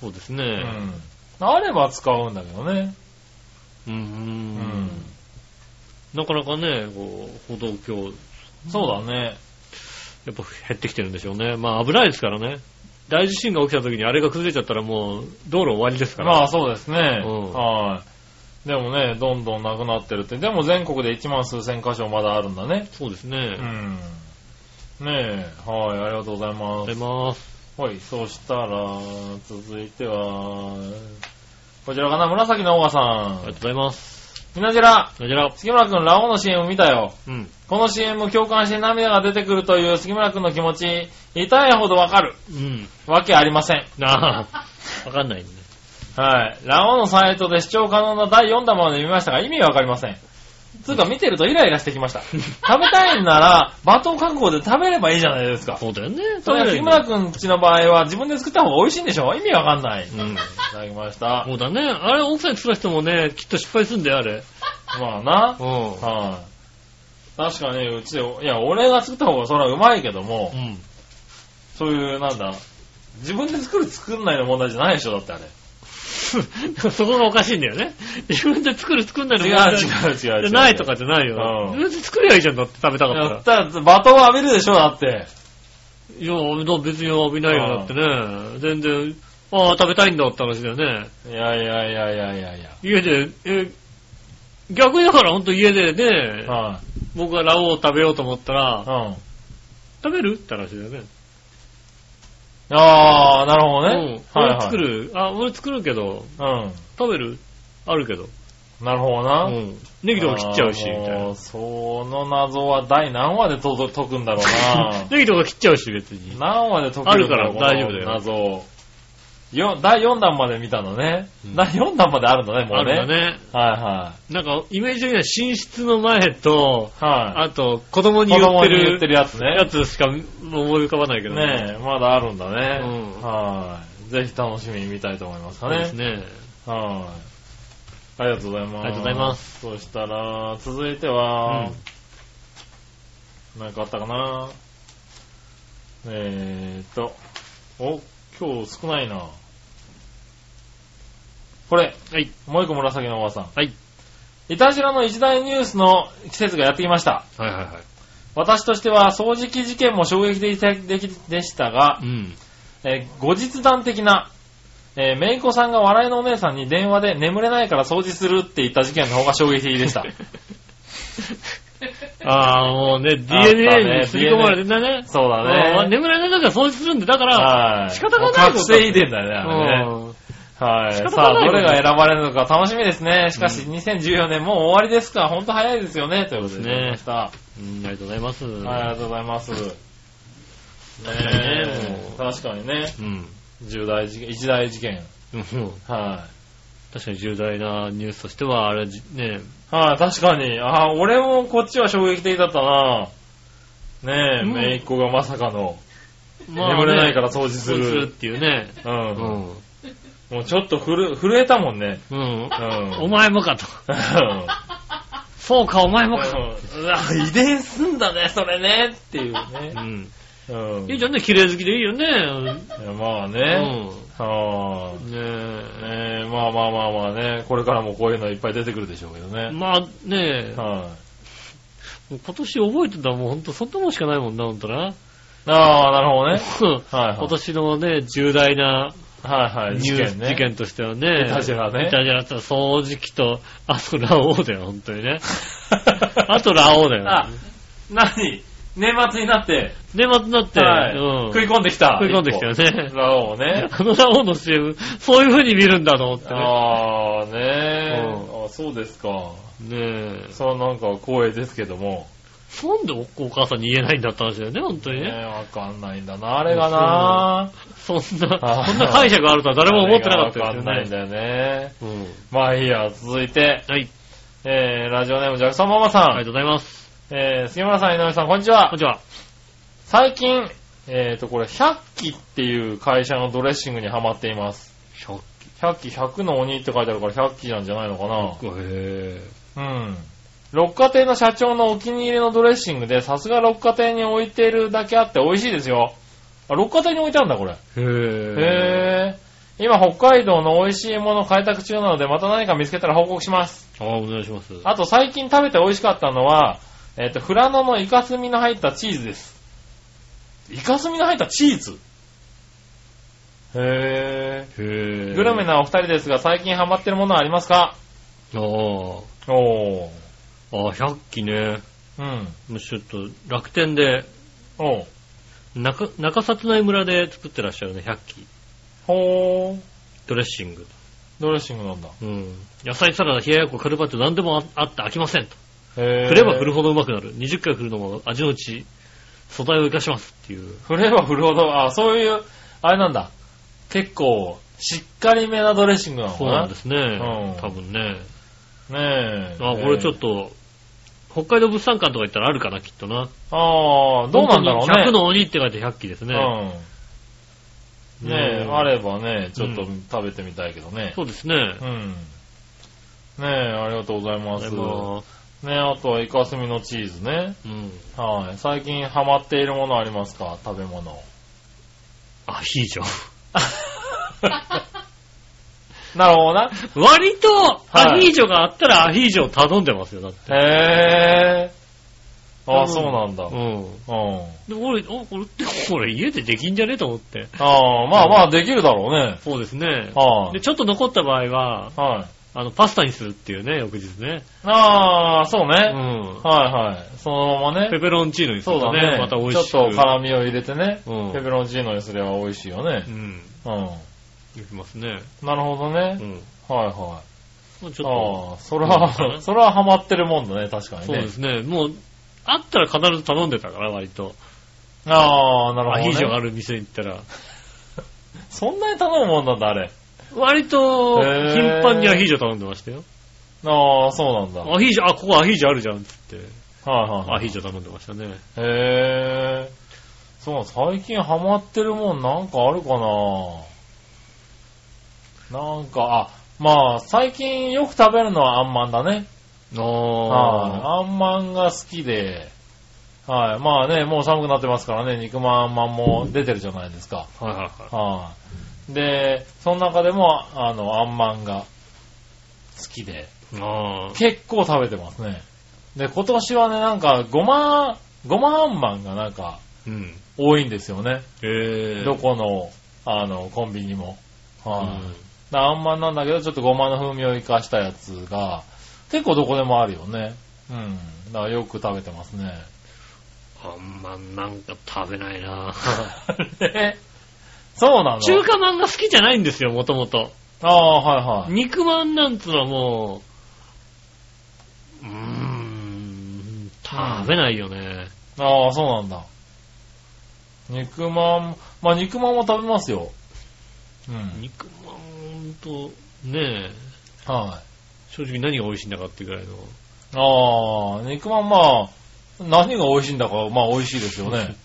Speaker 2: そうです
Speaker 3: う
Speaker 2: ね。
Speaker 3: ん。あれば使うんだけどね。
Speaker 2: うん。
Speaker 3: うん。
Speaker 2: なかなかね、こう、歩道橋、
Speaker 3: そうだね。
Speaker 2: やっぱ減ってきてるんでしょうね。まあ危ないですからね。大地震が起きた時にあれが崩れちゃったらもう道路終わりですから。
Speaker 3: まあそうですね。
Speaker 2: うん
Speaker 3: はい。でもね、どんどんなくなってるって。でも全国で1万数千箇所まだあるんだね。
Speaker 2: そうです
Speaker 3: う
Speaker 2: ね。
Speaker 3: ん。ねえ、はい、ありがとうございま
Speaker 2: あ
Speaker 3: す
Speaker 2: りがとう。ございます。
Speaker 3: はい、そしたら、続いては、こちらかな、紫のオガさ。
Speaker 2: ありがとうんございます。
Speaker 3: みなじら、
Speaker 2: こちら。
Speaker 3: 杉村くん、ラオウの CM 見たよ。
Speaker 2: うん。
Speaker 3: この CM 共感して涙が出てくるという杉村くんの気持ち、痛いほどわかる。
Speaker 2: うん。
Speaker 3: わけありません。
Speaker 2: なあ、 [laughs] わかんないね。
Speaker 3: はい。ラオウのサイトで視聴可能な第4弾まで見ましたが、意味わかりません。つうか見てるとイライラしてきました。食べたいんなら、 [laughs] 罵倒覚悟で食べればいいじゃないですか。
Speaker 2: そうだよね。
Speaker 3: それは杉村くんちの場合は自分で作った方が美味しいんでしょ意味わかんない。
Speaker 2: うん
Speaker 3: いただきました。
Speaker 2: そうだね。あれ、奥さんに作らせてもね、きっと失敗するんだよ、あれ。
Speaker 3: まあな。
Speaker 2: うん。
Speaker 3: はい、確かに、うちで、いや、俺が作った方がそれはうまいけども、
Speaker 2: うん。 [laughs]
Speaker 3: そういう、なんだ、自分で作る作んないの問題じゃないでしょ、だってあれ。
Speaker 2: そこがおかしいんだよね。自分で作る作んないの
Speaker 3: 違う
Speaker 2: 問題
Speaker 3: 違う違う違う。
Speaker 2: じゃないとかじゃないよ。
Speaker 3: うん
Speaker 2: 自分で作りゃいいじゃんだって食べたかった
Speaker 3: や
Speaker 2: ら
Speaker 3: っ。たら、罵倒を浴びるでしょ、だって。
Speaker 2: いや、別に浴びないよだってね。全然、ああ、食べたいんだって話だよね。
Speaker 3: いやいやいやいやいやいや。
Speaker 2: 家で、え、逆にだから本当家でね、
Speaker 3: は
Speaker 2: 僕がラオウを食べようと思った
Speaker 3: い、
Speaker 2: ら、
Speaker 3: うん。
Speaker 2: 食べるって話だよね。
Speaker 3: ああ、なるほどね。
Speaker 2: うん。
Speaker 3: はい
Speaker 2: 俺
Speaker 3: はい
Speaker 2: 作。る、あ、俺作るけど、食べるあるけど。
Speaker 3: うん。なるほどな。
Speaker 2: う
Speaker 3: ネ
Speaker 2: ん。ネギとか切っちゃうし、みたいな。
Speaker 3: その謎は第何話でとど解くんだろう
Speaker 2: [laughs] ネギとか切っちゃうし、別に。
Speaker 3: な。何話で解けるんだろう
Speaker 2: あるから大丈夫だよ
Speaker 3: この謎を。よ、第4弾まで見たのね。
Speaker 2: うん
Speaker 3: 第4弾まであるんだね、も
Speaker 2: あ
Speaker 3: うね。
Speaker 2: るんだね。
Speaker 3: はいは
Speaker 2: なんか、イメージ的には寝室の前と、
Speaker 3: い。はい。
Speaker 2: あと、子供に
Speaker 3: 子
Speaker 2: 言っ
Speaker 3: 供
Speaker 2: て
Speaker 3: に言
Speaker 2: る
Speaker 3: ってるやつね。
Speaker 2: やつしか思い浮かばないけど
Speaker 3: ねえ、まだあるんだね。
Speaker 2: うん
Speaker 3: はい。ぜひ楽しみに見たいと思います
Speaker 2: そう
Speaker 3: かね。
Speaker 2: ですね。
Speaker 3: はい。ありがとうございます。。
Speaker 2: ありがとうございます
Speaker 3: そしたら、続いては、何かあったかなえーっと、お、今日少ないな。これ、
Speaker 2: はい。
Speaker 3: もう一個紫のおばさん。
Speaker 2: はい。
Speaker 3: いたじらの一大ニュースの季節がやってきました。
Speaker 2: はいはいはい。
Speaker 3: 私としては掃除機事件も衝撃的ででしたが
Speaker 2: う、ん。
Speaker 3: えー後日談的な、えー、めいこさんが笑いのお姉さんに電話で眠れないから掃除するって言った事件の方が衝撃的
Speaker 2: [laughs]
Speaker 3: でした。
Speaker 2: ああ、もうね、
Speaker 3: あったね
Speaker 2: DNA にすり込まれてんだね。
Speaker 3: そうだ
Speaker 2: あー
Speaker 3: ね。
Speaker 2: 眠れない中掃除するんで、だから、
Speaker 3: はい。
Speaker 2: 仕方がないこと
Speaker 3: 覚醒遺伝だよね、あれね。
Speaker 2: うん
Speaker 3: はい。
Speaker 2: 仕
Speaker 3: さ
Speaker 2: 方が
Speaker 3: あ、
Speaker 2: ない
Speaker 3: ど
Speaker 2: こと
Speaker 3: れが選ばれるのか楽しみですね。しかし、2014年もう終わりですから、ほんと早いですよね、ということ
Speaker 2: そ
Speaker 3: で。
Speaker 2: うですね
Speaker 3: ましたはい、
Speaker 2: うんありがとうございます。
Speaker 3: ありがとうございます。ね
Speaker 2: ねも
Speaker 3: え、確かにね。
Speaker 2: うん。
Speaker 3: 重大事件、一大事件。
Speaker 2: でも
Speaker 3: はい。
Speaker 2: 確かに重大なニュースとしては、あれ、じね、
Speaker 3: はい、確かに。ああ、俺もこっちは衝撃的だったな。ねえ、
Speaker 2: うん
Speaker 3: めいっ子がまさかの、
Speaker 2: まあね
Speaker 3: 眠れないから掃除す
Speaker 2: そうするっ
Speaker 3: る。
Speaker 2: ていうね。
Speaker 3: う。
Speaker 2: うんん。
Speaker 3: もうちょっとふる震えたもんね。
Speaker 2: うん
Speaker 3: う。ん。
Speaker 2: お前も
Speaker 3: [laughs]
Speaker 2: かと。
Speaker 3: うん
Speaker 2: そうか、お前もか。
Speaker 3: うんうわ、遺伝すんだね、それね、っていう
Speaker 2: う
Speaker 3: ね。
Speaker 2: ん。
Speaker 3: うん
Speaker 2: いいじゃんね、綺麗好きでいいよね。
Speaker 3: まあ
Speaker 2: う
Speaker 3: ね。
Speaker 2: ん。
Speaker 3: はあ。
Speaker 2: ね
Speaker 3: ねえ、まあまあまあまあね、これからもこういうのいっぱい出てくるでしょうけど
Speaker 2: え。
Speaker 3: ね。
Speaker 2: まあねえ、
Speaker 3: は
Speaker 2: 今年覚えてたらもうほんとそんなもんしかないもんな、ほんと
Speaker 3: [laughs]
Speaker 2: な。
Speaker 3: い。ああ、なるほどね。
Speaker 2: うん
Speaker 3: はいはい。
Speaker 2: 今年のね、重大な
Speaker 3: はいはい、
Speaker 2: ニ
Speaker 3: 事
Speaker 2: ュース
Speaker 3: 件ね。
Speaker 2: 事件としてはね。
Speaker 3: いたじらね
Speaker 2: いたじらって掃除機と、あとラオウだよ、本当に
Speaker 3: [laughs]
Speaker 2: ね。あとラオウだよ
Speaker 3: あ。、何年末になって、
Speaker 2: 年末になって、
Speaker 3: はい
Speaker 2: うん
Speaker 3: 食い込んできた。
Speaker 2: 食い込んできたよね
Speaker 3: 一歩ラオウね。
Speaker 2: あのラオウの CM、そういう風に見るんだと思ってね。
Speaker 3: [laughs] ああ、ね
Speaker 2: う
Speaker 3: え。あそうですか。
Speaker 2: ねえ。
Speaker 3: そうなんか光栄ですけども。
Speaker 2: なんでおお母さんに言えないんだって話だよね、本当に
Speaker 3: ね
Speaker 2: ね。
Speaker 3: え、わかんないんだな、あれがな。
Speaker 2: そんな、
Speaker 3: あー
Speaker 2: そんな解釈があるとは誰も思ってなかった
Speaker 3: あれがわかんないん
Speaker 2: よね。
Speaker 3: だよね。
Speaker 2: うん。
Speaker 3: まあいいや、続いて、
Speaker 2: はい。
Speaker 3: えー、ラジオネームジャクソンママさん。
Speaker 2: ありがとうございます。
Speaker 3: えー、杉村さん、井上さん、こんにち
Speaker 2: こん
Speaker 3: は
Speaker 2: に。ちは。
Speaker 3: 最近、えーと、これ、100機っていう会社のドレッシングにハマっています。
Speaker 2: ショッ
Speaker 3: 100機、100の鬼って書いてあるから100機なんじゃないのかな。
Speaker 2: ク。へ
Speaker 3: うん。六花亭の社長のお気に入りのドレッシングで、さすが六花亭に置いてるだけあって美味しいですよ。あ、六花亭に置いてあるんだ、これ。
Speaker 2: ぇー。ぇ
Speaker 3: へぇー。今、北海道の美味しいものを開拓中なので、また何か見つけたら報告します。
Speaker 2: ー。ああ、お願いします。
Speaker 3: あと、最近食べて美味しかったのは、えっ、と、フラノのイカスミの入ったチーズです。イカスミの入ったチーズへ
Speaker 2: へぇ
Speaker 3: ぇ
Speaker 2: ー。
Speaker 3: ー。グルメ。なお二人ですが、最近ハマってるものはありますか
Speaker 2: ああ。
Speaker 3: おー。
Speaker 2: ああ、100機ね。
Speaker 3: うん。
Speaker 2: もうちょっと楽天で、
Speaker 3: おー。
Speaker 2: 中、中里内村で作ってらっしゃるね、100機。
Speaker 3: ほー。
Speaker 2: ドレッシング。
Speaker 3: ドレッシングなんだ。
Speaker 2: うん。野菜サラダ、冷ややっこ、カルパッチョ、何でもああって飽きませんと。
Speaker 3: へ
Speaker 2: 振れば振るほどうまくなる。20回振るのも味のうち、素材を活かしますっていう。
Speaker 3: 振れば振るほど、あ、そういう、あれなんだ。結構、しっかりめなドレッシングなのか
Speaker 2: そう
Speaker 3: な
Speaker 2: なんですね
Speaker 3: う。ん
Speaker 2: 多分ね。
Speaker 3: ねえ。
Speaker 2: あ、これちょっ
Speaker 3: と。
Speaker 2: と、北海道物産館とか行ったらあるかな、きっとな。
Speaker 3: ああ、どうなんだろ
Speaker 2: 本
Speaker 3: うね。
Speaker 2: 当に100の鬼って書いて100機ですね。
Speaker 3: うん。ねえ、
Speaker 2: うん
Speaker 3: あればね、ちょっ
Speaker 2: う
Speaker 3: と食べてみたいけどね。
Speaker 2: そうですね。
Speaker 3: うん。ねえ、ありがとうござい
Speaker 2: あ
Speaker 3: ます。
Speaker 2: れ
Speaker 3: ね
Speaker 2: も
Speaker 3: え、あとはイカスミのチーズね。
Speaker 2: うん。
Speaker 3: はい。最近ハマっているものありますか食べ物。
Speaker 2: アヒージョ。
Speaker 3: なるほどな。
Speaker 2: [laughs] 割と、
Speaker 3: い
Speaker 2: アヒージョがあったらアヒージョを頼んでますよ、だって。
Speaker 3: へえ。あ
Speaker 2: 頼む
Speaker 3: あ、そうなんだ。う。
Speaker 2: うんん。で、俺、お俺って、俺家でできんじゃねえと思って。
Speaker 3: ああ、まあまあ、できるだろうね。
Speaker 2: そうですね。
Speaker 3: は
Speaker 2: で、
Speaker 3: い。
Speaker 2: ちょっと残った場合は、
Speaker 3: はい。
Speaker 2: あの、パスタにするっていうね、翌日ね。
Speaker 3: ああ、そう
Speaker 2: う
Speaker 3: ね。
Speaker 2: ん。
Speaker 3: はいはい。そのままね
Speaker 2: ペ。ペロンチーノにす
Speaker 3: そ
Speaker 2: る
Speaker 3: うだ
Speaker 2: と
Speaker 3: ね。
Speaker 2: ね、また美味しく。
Speaker 3: ちょっと辛味を入れてね。
Speaker 2: うん
Speaker 3: ペペロンチーノにすれば美味しいよね
Speaker 2: う。ん。
Speaker 3: う
Speaker 2: いきますね。
Speaker 3: ん。なるほどね
Speaker 2: う。ん。
Speaker 3: はいは
Speaker 2: もうち
Speaker 3: い。
Speaker 2: ょ
Speaker 3: ああ、それ
Speaker 2: うん
Speaker 3: は、 [laughs] それはハマってるもんだね、確か
Speaker 2: っと、
Speaker 3: に
Speaker 2: そうで
Speaker 3: ね。
Speaker 2: すね。もう、あったら必ず頼んでたから、割と。
Speaker 3: ああ、なるほど
Speaker 2: ア
Speaker 3: ね。
Speaker 2: ヒージョがある店に行ったら。
Speaker 3: そんなに頼むもんなんだ、あれ。
Speaker 2: 割と、
Speaker 3: へー
Speaker 2: 頻繁にアヒージョ頼んでましたよ。
Speaker 3: ああ、そうなんだ。はい
Speaker 2: アヒージョ、あ、ここアヒージョあるじゃんって言って、
Speaker 3: はいは
Speaker 2: ア
Speaker 3: い。
Speaker 2: ヒージョ頼んでましたね。
Speaker 3: へえ。そう、最近ハマってるもんなんかあるかななんか、あ、まあ、最近よく食べるのはあんまんだね。
Speaker 2: ああ。
Speaker 3: はい。あんまんが好きで、はい。まあね、もう寒くなってますからね、肉まんあんまんも出てるじゃないですか。
Speaker 2: はいはいはい。
Speaker 3: はい。で、その中でも、あの、あんまんが好きで、
Speaker 2: ああ。
Speaker 3: 結構食べてますね。で、今年はね、なんか、ごま、ごまあんまんがなんか、
Speaker 2: うん。
Speaker 3: 多いんですよね。
Speaker 2: ええ。
Speaker 3: どこの、あの、コンビニも。
Speaker 2: う
Speaker 3: はい、
Speaker 2: ん
Speaker 3: であんまんなんだけど、ちょっとごまの風味を生かしたやつが、結構どこでもあるよね。うん。だからよく食べてます
Speaker 2: [laughs]
Speaker 3: ね。
Speaker 2: あんまなんか食べない
Speaker 3: [laughs]
Speaker 2: な
Speaker 3: えそうなの
Speaker 2: 中華まんが好きじゃないんですよ、もともと。
Speaker 3: ああ、はいはい。
Speaker 2: 肉まんなんつうのはもう、うーん、食べないよね。
Speaker 3: ああ、そうなんだ。肉まん、まあ肉まんも食べますよ。うん。
Speaker 2: 肉まんと、ねえ、
Speaker 3: はい。
Speaker 2: 正直何が美味しいんだかっていうぐらいの。
Speaker 3: ああ、肉まんまあ、何が美味しいんだか、まあ美味しいです
Speaker 2: [laughs]
Speaker 3: よね。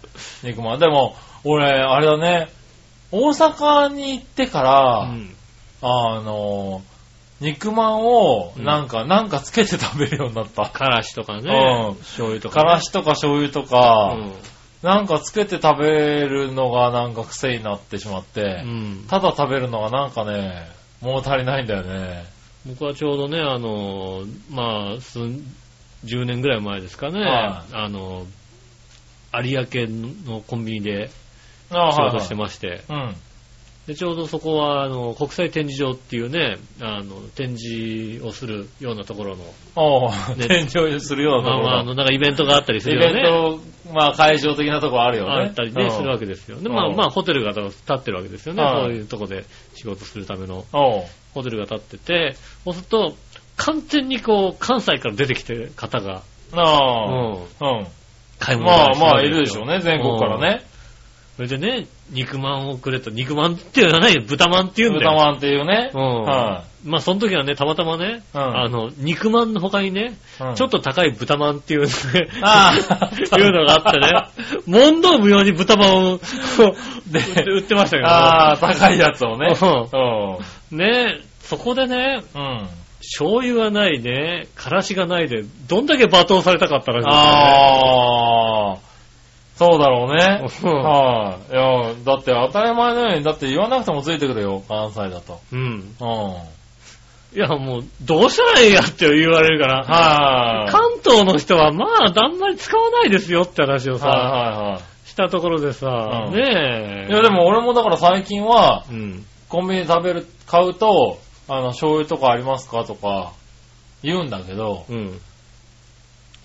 Speaker 3: 肉まん。でも、俺、あれだね、大阪に行ってから、
Speaker 2: うん
Speaker 3: あの、肉まんを、
Speaker 2: うん
Speaker 3: なんか、なんかつけて食べるようになった。
Speaker 2: からしとかね
Speaker 3: うん、
Speaker 2: 醤油とかね。
Speaker 3: からしとか醤油とか、なんかつけて食べるのがなんか癖になってしまって
Speaker 2: う、ん。
Speaker 3: ただ食べるのがなんかね、物足りないんだよね。
Speaker 2: 僕はちょうどね、あの、まあ、すん10年ぐらい前ですかね、
Speaker 3: は
Speaker 2: あの、有明のコンビニで
Speaker 3: あ
Speaker 2: 仕事してまして、
Speaker 3: うん。
Speaker 2: でちょうどそこはあの国際展示場っていうね、あの展示をするようなところの、
Speaker 3: おう、
Speaker 2: ね
Speaker 3: 天井するよう
Speaker 2: まあ
Speaker 3: なとこ
Speaker 2: まあ、あ
Speaker 3: ろ。
Speaker 2: のなんかイベントがあったりす
Speaker 3: イ
Speaker 2: るよ
Speaker 3: ベン
Speaker 2: ね。
Speaker 3: ト、まあ会場的なとこあるよ
Speaker 2: あ
Speaker 3: ね。
Speaker 2: ったりね、するわけですよ。で、まあ
Speaker 3: うん
Speaker 2: まあ、ホテルが立ってるわけですよね。
Speaker 3: はい
Speaker 2: そういうとこで仕事するための
Speaker 3: うんおう
Speaker 2: ホテルが立ってて、そうすると、完全にこう、関西から出てきてる方が、
Speaker 3: なあ。
Speaker 2: うん
Speaker 3: うん。
Speaker 2: 買い物
Speaker 3: まあまあ、
Speaker 2: したわけ
Speaker 3: いるでしょうね、全国から。
Speaker 2: うん
Speaker 3: ね。
Speaker 2: それでね、肉まんをくれと、肉まんって言わないよ、豚まんって言うんだ
Speaker 3: 豚
Speaker 2: よ。
Speaker 3: まんっていうね。
Speaker 2: うん
Speaker 3: は
Speaker 2: まあ、その時はね、たまたまね、
Speaker 3: うん
Speaker 2: あの、肉まんの他にね、
Speaker 3: い。うん
Speaker 2: ちょっと高い豚まんっていうね、
Speaker 3: [laughs] ああ
Speaker 2: [laughs] いうのがあってね、問答無用に豚ま
Speaker 3: [laughs]
Speaker 2: んをこう売って売ってましたけどね
Speaker 3: ああ、高いやつをね。
Speaker 2: う
Speaker 3: うん
Speaker 2: ねえ、そこでね、
Speaker 3: うん。
Speaker 2: 醤油がないね、からしがないで、どんだけ罵倒されたかったらしい
Speaker 3: ああ、そうだろうね。
Speaker 2: うん
Speaker 3: はい。いや、だって当たり前のように、だって言わなくてもついてくるよ、関西だと。
Speaker 2: ですよね。 [laughs] うん。
Speaker 3: うん。
Speaker 2: いや、もう、どうしたらいいやって言われるから、
Speaker 3: はい。
Speaker 2: 関東の人はまあ、あんまり使わないですよって話を
Speaker 3: はい
Speaker 2: さ、
Speaker 3: はいは
Speaker 2: したところでさ、
Speaker 3: うん
Speaker 2: ねえ。
Speaker 3: い。いや、でも、俺もだから最近は、
Speaker 2: うん。
Speaker 3: コンビニで食べる、買うと、あの、醤油とかありますかとか、言うんだけど、
Speaker 2: うん。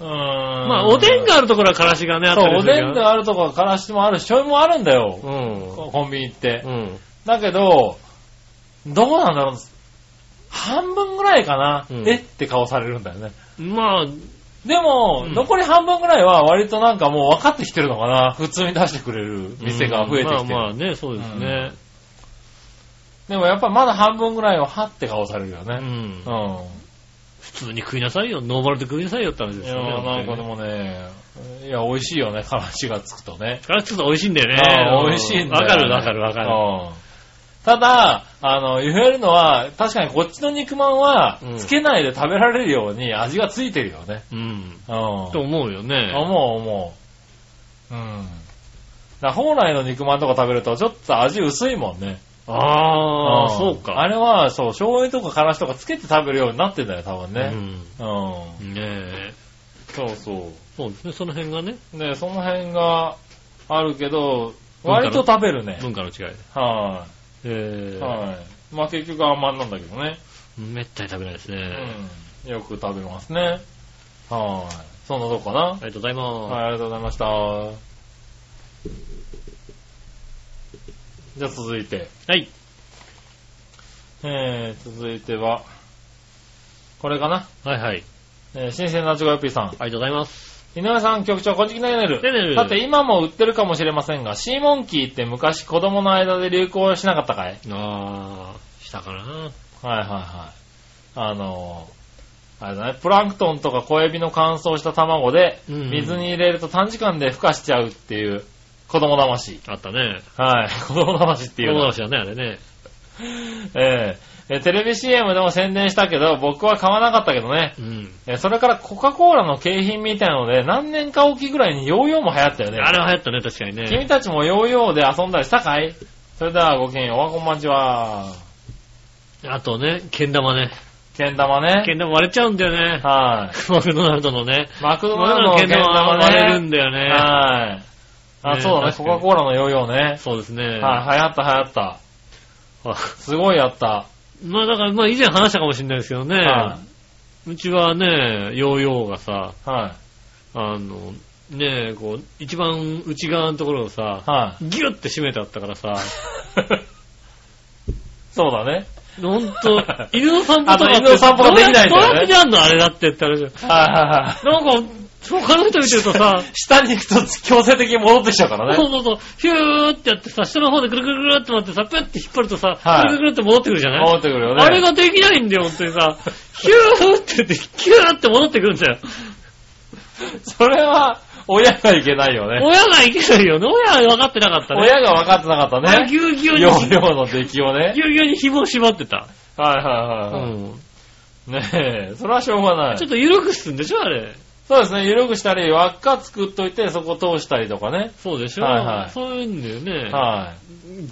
Speaker 3: うーん。
Speaker 2: ま
Speaker 3: ま
Speaker 2: あ、おでんがあるところはからしがね、あっ
Speaker 3: そ
Speaker 2: た
Speaker 3: う、
Speaker 2: り
Speaker 3: お
Speaker 2: する
Speaker 3: で
Speaker 2: けど
Speaker 3: んがあるとか、からしもあるし、醤油もあるんだよ、
Speaker 2: う
Speaker 3: コンビニって。
Speaker 2: ん。うん。
Speaker 3: だけど、どうなんだろう。半分ぐらいかな、
Speaker 2: うん
Speaker 3: えって顔されるんだよね。
Speaker 2: まあ、
Speaker 3: でも、
Speaker 2: うん
Speaker 3: 残り半分ぐらいは割となんかもう分かってきてるのかな。普通に出してくれる店が増えてきてる。
Speaker 2: うんまあまあね、そうですね。
Speaker 3: でもやっぱまだ半分ぐらいははって顔されるよ
Speaker 2: う
Speaker 3: ね。
Speaker 2: ん
Speaker 3: うん。
Speaker 2: 普通に食いなさいよ、ノーマルで食いなさいよって話で
Speaker 3: い
Speaker 2: す
Speaker 3: や、
Speaker 2: よね。
Speaker 3: なんかで
Speaker 2: ね。
Speaker 3: もね、いや、美味しいよね、話がつくとね。
Speaker 2: からしちょっと美味しいんだ
Speaker 3: あ
Speaker 2: よ
Speaker 3: あ
Speaker 2: ね。
Speaker 3: 美味しいんだよ
Speaker 2: わかるわかるわかる。
Speaker 3: うんただ、あの、言えるのは、確かにこっちの肉まんは
Speaker 2: うん、
Speaker 3: つけないで食べられるように味がついてるよね。
Speaker 2: うん。
Speaker 3: うん。
Speaker 2: と思うよね。
Speaker 3: 思う思う。うん。だから本来の肉まんとか食べるとちょっと味薄いもんね。
Speaker 2: ああ、
Speaker 3: ん
Speaker 2: そうか。
Speaker 3: あれは、そう、醤油とかからしとかつけて食べるようになってんだよ、多分ね。うん。
Speaker 2: うん。ねえ。
Speaker 3: そうそう。
Speaker 2: そうですね、その辺がね、
Speaker 3: で、その辺があるけど、
Speaker 2: 文化の
Speaker 3: 割と食べるね。
Speaker 2: 文化の違いで。
Speaker 3: は
Speaker 2: え
Speaker 3: い。
Speaker 2: ー
Speaker 3: はい。まあ結局あんまんなんだけどね。
Speaker 2: めったに食べないですね。
Speaker 3: うん。よく食べますね。はい。そんなとこかな。
Speaker 2: ありがとうございます。
Speaker 3: はい、ありがとうございました。じゃあ続いて。
Speaker 2: はい。
Speaker 3: えー、続いては、これかな。
Speaker 2: はいはい。
Speaker 3: えー、新鮮なチョコヨッピーさん。
Speaker 2: ありがとうございます。
Speaker 3: 井上さん、局長、こんちきなゆね
Speaker 2: ね
Speaker 3: る。
Speaker 2: るねる
Speaker 3: だって今も売ってるかもしれませんが、シーモンキーって昔子供の間で流行しなかったかい
Speaker 2: ああ、したかな。
Speaker 3: はいはいはい。あのー、あれだね、プランクトンとか小エビの乾燥した卵で、
Speaker 2: うん
Speaker 3: 水に入れると短時間で孵化しちゃうっていう、子供魂。
Speaker 2: あったね。
Speaker 3: はい、 [laughs] 子供魂っていうの
Speaker 2: 友達だね、あれね。
Speaker 3: えええテレビ CM でも宣伝したけど、僕は買わなかったけどね。
Speaker 2: うん。
Speaker 3: えそれからコカ・コーラの景品みたいので、何年かおきぐらいにヨーヨーも流行ったよね。
Speaker 2: あれは流行ったね、確かにね
Speaker 3: 君。たちもヨーヨーで遊んだりしたかいそれではごきげんよう、おはこんばんちは。
Speaker 2: あとね、けん玉ね。
Speaker 3: けん玉ね
Speaker 2: け。ん玉割れちゃうんだよね。
Speaker 3: は
Speaker 2: マクドナルドのね。
Speaker 3: い。マクド
Speaker 2: マク
Speaker 3: ナ
Speaker 2: ドナルド
Speaker 3: ルド
Speaker 2: の
Speaker 3: の
Speaker 2: け
Speaker 3: け
Speaker 2: ん
Speaker 3: ん
Speaker 2: 玉は
Speaker 3: 玉ね。
Speaker 2: 割れるんだよね。
Speaker 3: はい。あ、
Speaker 2: ね
Speaker 3: そうだね、
Speaker 2: 確か
Speaker 3: コ
Speaker 2: に
Speaker 3: カ・コーラのヨーヨーね。
Speaker 2: そうですね。
Speaker 3: はい、流行った流行った。すごいやった。
Speaker 2: まあだから、まあ以前話したかもしれないですけどね。
Speaker 3: は
Speaker 2: うちはね、ヨーヨーがさ、
Speaker 3: い。はい。
Speaker 2: あの、ねえ、こう、一番内側のところをさ、
Speaker 3: はい。
Speaker 2: ギュッて締めてあったから
Speaker 3: [laughs]
Speaker 2: さ、
Speaker 3: そうだね。
Speaker 2: ほんと、犬の散歩とかって
Speaker 3: あと犬の散歩ができないんだよね
Speaker 2: どうやってやんのあれだってって話。
Speaker 3: はいはいはい。
Speaker 2: なんか、そう他の人見てると
Speaker 3: [laughs]
Speaker 2: さ、
Speaker 3: 下に行くと強制的に戻ってきちゃうから
Speaker 2: そうそ
Speaker 3: ね。
Speaker 2: うそう、ヒューってやってさ、下の方でくるくるくるって回ってさ、ペッて引っ張るとさ、
Speaker 3: はい
Speaker 2: くるくるくるって戻ってくるじゃない
Speaker 3: 戻ってくるよね。
Speaker 2: あれができないんだよ、本当にさ。ヒューって言って、キューって戻ってくるんだよ。
Speaker 3: それは、親がいけないよね。
Speaker 2: 親がいけないよね。親は分かってなかったね。
Speaker 3: 親が分かってなかった
Speaker 2: あ
Speaker 3: ね。
Speaker 2: ぎゅうぎゅうに、
Speaker 3: 容量の出来をね
Speaker 2: ぎ。ゅうぎゅうに紐を縛ってた。
Speaker 3: はいうはいはいはい。
Speaker 2: ん。
Speaker 3: ねえ、それはしょうがない
Speaker 2: ちょ。っと緩くすんでしょ、あれ。
Speaker 3: そうですね、緩くしたり、輪っか作っといて、そこ通したりとかね。
Speaker 2: そうでしょ、
Speaker 3: はいはい
Speaker 2: そういうんだよね。
Speaker 3: は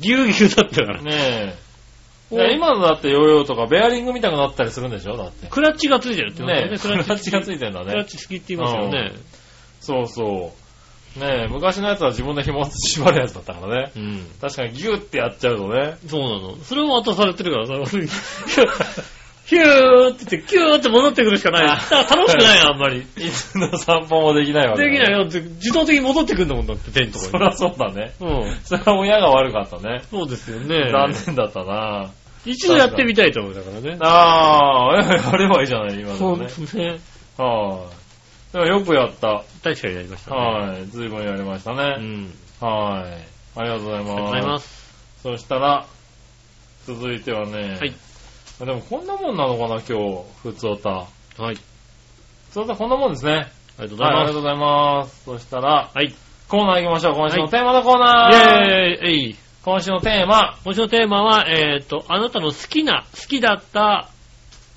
Speaker 2: ぎゅうぎゅうだったから
Speaker 3: い。。ねえ。
Speaker 2: お
Speaker 3: いや今のだってヨーヨーとかベアリングみたくなったりするんでしょだって。
Speaker 2: クラッチがついてるって言い
Speaker 3: ねえ、
Speaker 2: ます
Speaker 3: ク
Speaker 2: よ
Speaker 3: ラ
Speaker 2: ね。
Speaker 3: ッチがつ
Speaker 2: てる。
Speaker 3: いてんだ
Speaker 2: クラッ
Speaker 3: ね。
Speaker 2: チ好きって言いますよね。
Speaker 3: そうそう。ねえ、昔のやつは自分の紐で縛るやつだったからね。
Speaker 2: うん。
Speaker 3: 確かにギューってやっちゃうとね。
Speaker 2: そうなの。それを渡されてるからさ、
Speaker 3: [laughs]
Speaker 2: ヒューって言って、キューって戻ってくるしかない。だから楽しくないよ、あんまり。
Speaker 3: いつの散歩もできないわけ
Speaker 2: で
Speaker 3: だ
Speaker 2: きないよ。自動的に戻ってくるんだもんだって、手のと
Speaker 3: そ
Speaker 2: こ
Speaker 3: りゃそうだね。
Speaker 2: ろに。うん。
Speaker 3: それは親が悪かったね。
Speaker 2: そうですよね。
Speaker 3: 残念だったな
Speaker 2: 一度やってみたいと思うだからね。
Speaker 3: ああ、やればいいじゃない、今
Speaker 2: そ
Speaker 3: の
Speaker 2: う
Speaker 3: ね
Speaker 2: で。すね。
Speaker 3: はい。でもよくやった。
Speaker 2: 確かにやりましたね。
Speaker 3: はい。随分やりました
Speaker 2: う
Speaker 3: ね。
Speaker 2: ん。
Speaker 3: はい。ありがとうございます。
Speaker 2: ありがとうございます。
Speaker 3: そしたら、続いてはね。
Speaker 2: はい。
Speaker 3: でもこんなもんなのかな、今日、ふつおた。
Speaker 2: はい。
Speaker 3: ふつおたこんなもんですね。
Speaker 2: ありがとうご
Speaker 3: は
Speaker 2: ざ
Speaker 3: い、あ
Speaker 2: いま
Speaker 3: りがとうございます。そしたら、
Speaker 2: す。はい。
Speaker 3: コーナー行きましょう。今週
Speaker 2: は
Speaker 3: の
Speaker 2: い
Speaker 3: テーマのコーナー。イェーイ
Speaker 2: イェーイえい。
Speaker 3: 今週のテーマ、
Speaker 2: 今週のテーマは、えっと、あなたの好きな、好きだった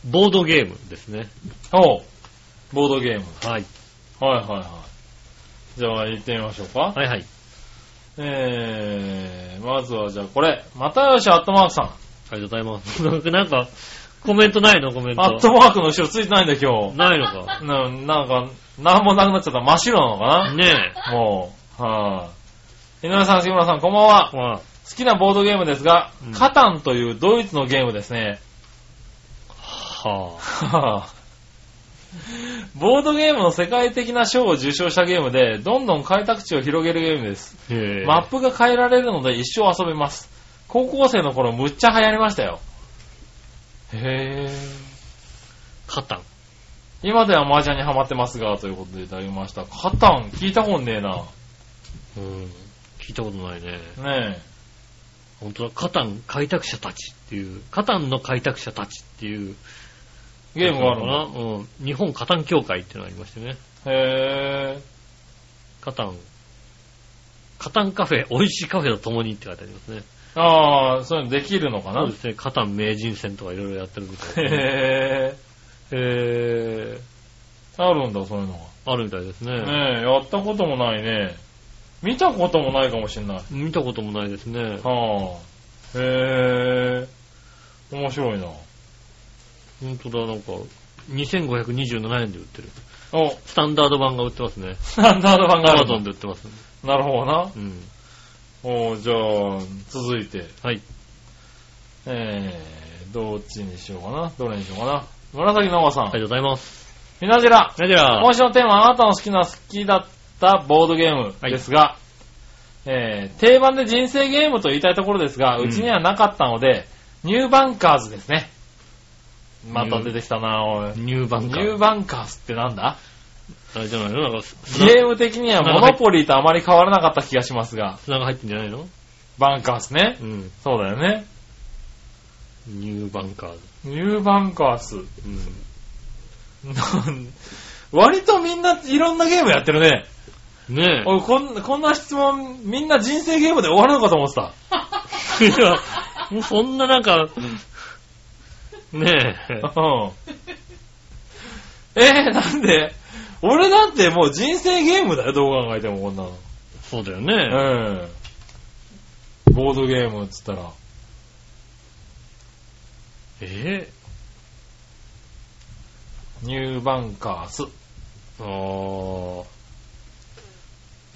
Speaker 2: ボードゲームですね。
Speaker 3: おうボードゲーム。
Speaker 2: はい。
Speaker 3: はいはいはい。じゃあ行ってみましょうか。
Speaker 2: はいはい。
Speaker 3: えー、まずはじゃあこれ、またよしアットマークさん。
Speaker 2: ありがとうございます。 [laughs] なんか、なんか、コメントないのコメント。
Speaker 3: アットマークの後ろついてないんだ今
Speaker 2: ないのか。
Speaker 3: 日。ななんか、なんもなくなっちゃった。真っ白なのか
Speaker 2: ね
Speaker 3: なもう、はい、井上さん、杉村さん、こんばんは
Speaker 2: え。。 [laughs] まあ、
Speaker 3: 好きなボードゲームですが、
Speaker 2: うん
Speaker 3: カタンというドイツのゲームですね。 [laughs]
Speaker 2: はあ。
Speaker 3: はぁボードゲームの世界的な賞を受賞したゲームで、どんどん開拓地を広げるゲームです。
Speaker 2: へえ。
Speaker 3: マップが変えられるので一生遊べます。高校生の頃むっちゃ流行りましたよ。へぇ
Speaker 2: カタン。
Speaker 3: 今では麻雀にハマってますが、ということでいただきました。カタン、聞いたことねえな。
Speaker 2: うん。聞いたことないね。
Speaker 3: ね
Speaker 2: 本当だ、カタン開拓者たちっていう、カタンの開拓者たちっていう
Speaker 3: え。ゲームがあるの
Speaker 2: のかな。うん。日本カタン協会っていうのがありましてね。
Speaker 3: へ
Speaker 2: カタン。カタンカフェ、美味しいカフェと共にって書いてありますね。
Speaker 3: ぇあー、そういうのできるのか
Speaker 2: そ
Speaker 3: な
Speaker 2: うですね。カタン名人戦とかいろいろやってるみたいです
Speaker 3: [laughs]
Speaker 2: ね。
Speaker 3: へぇへぇあるんだ、そういうの
Speaker 2: あるみたいです
Speaker 3: が。
Speaker 2: ね。
Speaker 3: ねえ、やったこともないね。見たこともないかもしんない。
Speaker 2: 見たこともないですね。
Speaker 3: はぁへぇ面白いな。
Speaker 2: 本当だ、なんか、2527円で売ってる。
Speaker 3: お、
Speaker 2: スタンダード版が売ってますね。
Speaker 3: スタンダード版が
Speaker 2: ア
Speaker 3: あ
Speaker 2: マ
Speaker 3: る
Speaker 2: ゾン
Speaker 3: の
Speaker 2: で売ってます。
Speaker 3: なるほどな。
Speaker 2: うん。
Speaker 3: おーじゃあ、続いて、
Speaker 2: はい。
Speaker 3: えー、どっちにしようかな。どれにしようかな。紫のおばさん。
Speaker 2: ありがとうございます。
Speaker 3: みなじら。
Speaker 2: じゃ
Speaker 3: 今週のテーマはあなたの好きな好きだったボードゲーム
Speaker 2: はい
Speaker 3: ですが、えー、定番で人生ゲームと言いたいところですが、
Speaker 2: うん
Speaker 3: うちにはなかったので、ニューバンカーズですね。また出てきたなおい。
Speaker 2: ニューバン
Speaker 3: ニ
Speaker 2: カ
Speaker 3: ュー
Speaker 2: ー。
Speaker 3: バンカーズってなんだ
Speaker 2: あれじゃないのなんか、
Speaker 3: ゲーム的にはモノポリーとあまり変わらなかった気がしますが、
Speaker 2: 砂が入ってんじゃないの
Speaker 3: バンカーズね
Speaker 2: う。ん。
Speaker 3: そうだよね。
Speaker 2: ニューバンカーズ。
Speaker 3: ニューバンカーズ。 [laughs]
Speaker 2: うん。
Speaker 3: なん割とみんないろんなゲームやってるね。
Speaker 2: ね
Speaker 3: 俺こんこんな質問、みんな人生ゲームで終わるのかと思ってた。
Speaker 2: え。いや、 [laughs] もうそんななんか、ねえ。
Speaker 3: うん。 [laughs] えー、なんで俺だってもう人生ゲームだよ、どう考えてもこんなの。
Speaker 2: そうだよね。
Speaker 3: うん。ボードゲームっつったら。
Speaker 2: え
Speaker 3: ニューバンカース。
Speaker 2: えあー。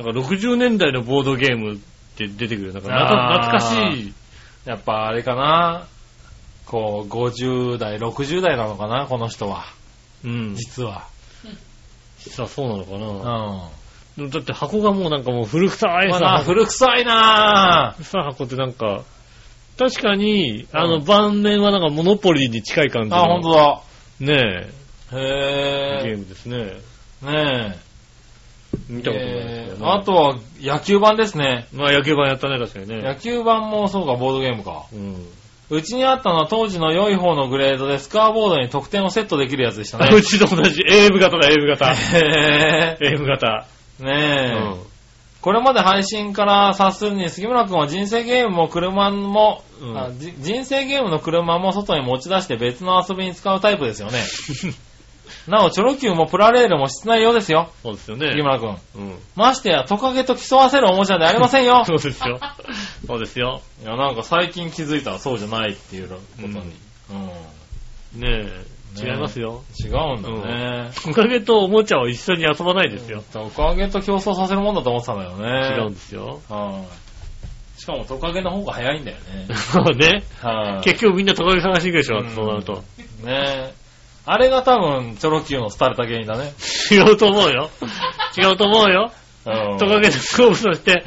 Speaker 2: なんか60年代のボードゲームって出てくる。なんかな
Speaker 3: あー
Speaker 2: 懐かしい。
Speaker 3: やっぱあれかな。こう、50代、60代なのかな、この人は。
Speaker 2: うん。
Speaker 3: 実は。
Speaker 2: 実はそうなのか
Speaker 3: うん。
Speaker 2: な。
Speaker 3: ま
Speaker 2: でもだって箱がもうなんかもう古臭いさ。
Speaker 3: あ、古臭いな
Speaker 2: 古臭い箱ってなんか、確かに、あの、晩年はなんかモノポリーに近い感じの。
Speaker 3: あ、ほんとだ。
Speaker 2: ねえ、ゲ
Speaker 3: へ
Speaker 2: ームですね。
Speaker 3: ぇー。ねえ。
Speaker 2: 見たことないですけど、
Speaker 3: えーあと、は野球版ですね。
Speaker 2: まあ野球盤やったね、確かに
Speaker 3: 野
Speaker 2: ね。
Speaker 3: 球版もそうか、ボードゲームか。
Speaker 2: うん。
Speaker 3: うちにあったのは当時の良い方のグレードでスカーボードに得点をセットできるやつでしたね。
Speaker 2: [laughs] うちと同じ。エーブ型だ、エーブ
Speaker 3: [laughs]
Speaker 2: 型。
Speaker 3: へ
Speaker 2: エーブ型。
Speaker 3: ぇ [laughs] ねえ、
Speaker 2: うん [laughs]
Speaker 3: これまで配信から察するに杉村くんは人生ゲームも車も、
Speaker 2: うん
Speaker 3: あじ人生ゲームの車も外に持ち出して別の遊びに使うタイプですよね。なお、チョロ Q もプラレールも室内用ですよ、
Speaker 2: そうですよね。
Speaker 3: 杉村くん。
Speaker 2: うん。
Speaker 3: ましてやトカゲと競わせるおもちゃではありませんよ。
Speaker 2: そうですよ。そうですよ。
Speaker 3: いや、なんか最近気づいたらそうじゃないっていうことに。
Speaker 2: う
Speaker 3: うんん。
Speaker 2: ねえ、
Speaker 3: ねえ
Speaker 2: 違いますよ。
Speaker 3: 違うんだね。
Speaker 2: おかげとおもちゃを一緒に遊ばないですよ。
Speaker 3: トカゲと競争させるもんだと思ってたんだよね。
Speaker 2: 違うんですよ。。
Speaker 3: はい。しかもトカゲの方が早いんだよね
Speaker 2: [laughs] そうね。
Speaker 3: はい。
Speaker 2: 結局みんなトカゲ探していくでしょ、
Speaker 3: うん
Speaker 2: そうなると。
Speaker 3: ねあれが多分、チョロ Q の廃れた原因だね。
Speaker 2: 違うと思うよ。違うと思うよ。
Speaker 3: うん
Speaker 2: トカゲのスコープとして、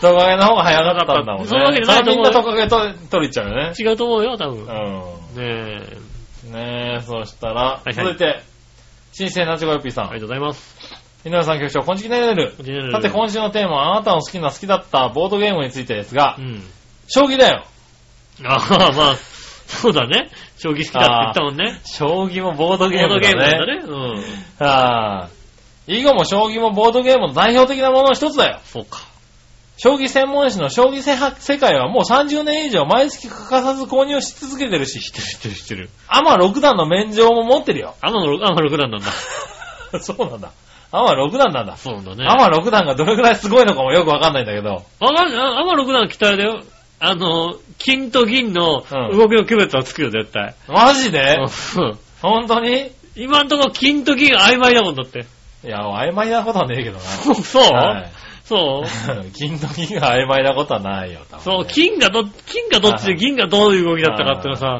Speaker 3: トカゲの方が早かったんだもんね。
Speaker 2: そういうわけじゃないと思うよ
Speaker 3: それはみんなトカゲと取りちゃうよね。
Speaker 2: 違うと思うよ、多分。ね
Speaker 3: う
Speaker 2: え。
Speaker 3: ん。ねえ、そしたら、
Speaker 2: はいはい
Speaker 3: 続いて、新鮮なチョコヨッピーさ
Speaker 2: ありがと
Speaker 3: ん。
Speaker 2: うございます。
Speaker 3: 井上さん局長、こんちきねるねる。さて今週のテーマはあなたの好きな好きだったボードゲームについてですが
Speaker 2: う、ん。
Speaker 3: 将棋だよ。
Speaker 2: ああ、まあ、そうだね。将棋好きだって言ったもんね。
Speaker 3: 将棋もボード
Speaker 2: ボ
Speaker 3: ゲー
Speaker 2: ード
Speaker 3: ム
Speaker 2: ゲームなん
Speaker 3: だね。
Speaker 2: だね。うん。
Speaker 3: ああ。囲碁も将棋もボードゲームの代表的なものの一つだよ。
Speaker 2: そうか。
Speaker 3: 将棋専門誌の将棋せは世界はもう30年以上毎月欠かさず購入し続けてるし、
Speaker 2: 知ってる知ってる。
Speaker 3: アマ6段の免状も持ってるよ。 [laughs]
Speaker 2: 天野天野六段なんだ。
Speaker 3: そうなんだ。アマ6段なんだ。
Speaker 2: そうなんだね。
Speaker 3: アマ6段がどれくらいすごいのかもよくわかんないんだけど。
Speaker 2: あ、まあ、あま六段期待だよ。あの、金と銀の
Speaker 3: うん
Speaker 2: 動きの区別はつくよ、絶対。
Speaker 3: マジで
Speaker 2: うん
Speaker 3: 本当に
Speaker 2: 今んとこ金と銀曖昧だもんだって。 [laughs]
Speaker 3: いや、曖昧なことはねえけどな。
Speaker 2: そう、
Speaker 3: はい [laughs]
Speaker 2: そう
Speaker 3: 金と銀が曖昧なことはないよ、多分
Speaker 2: そう、
Speaker 3: ね
Speaker 2: 金がど、金がどっち
Speaker 3: は
Speaker 2: で
Speaker 3: いはい
Speaker 2: 銀がどういう動きだったかっていうのさ、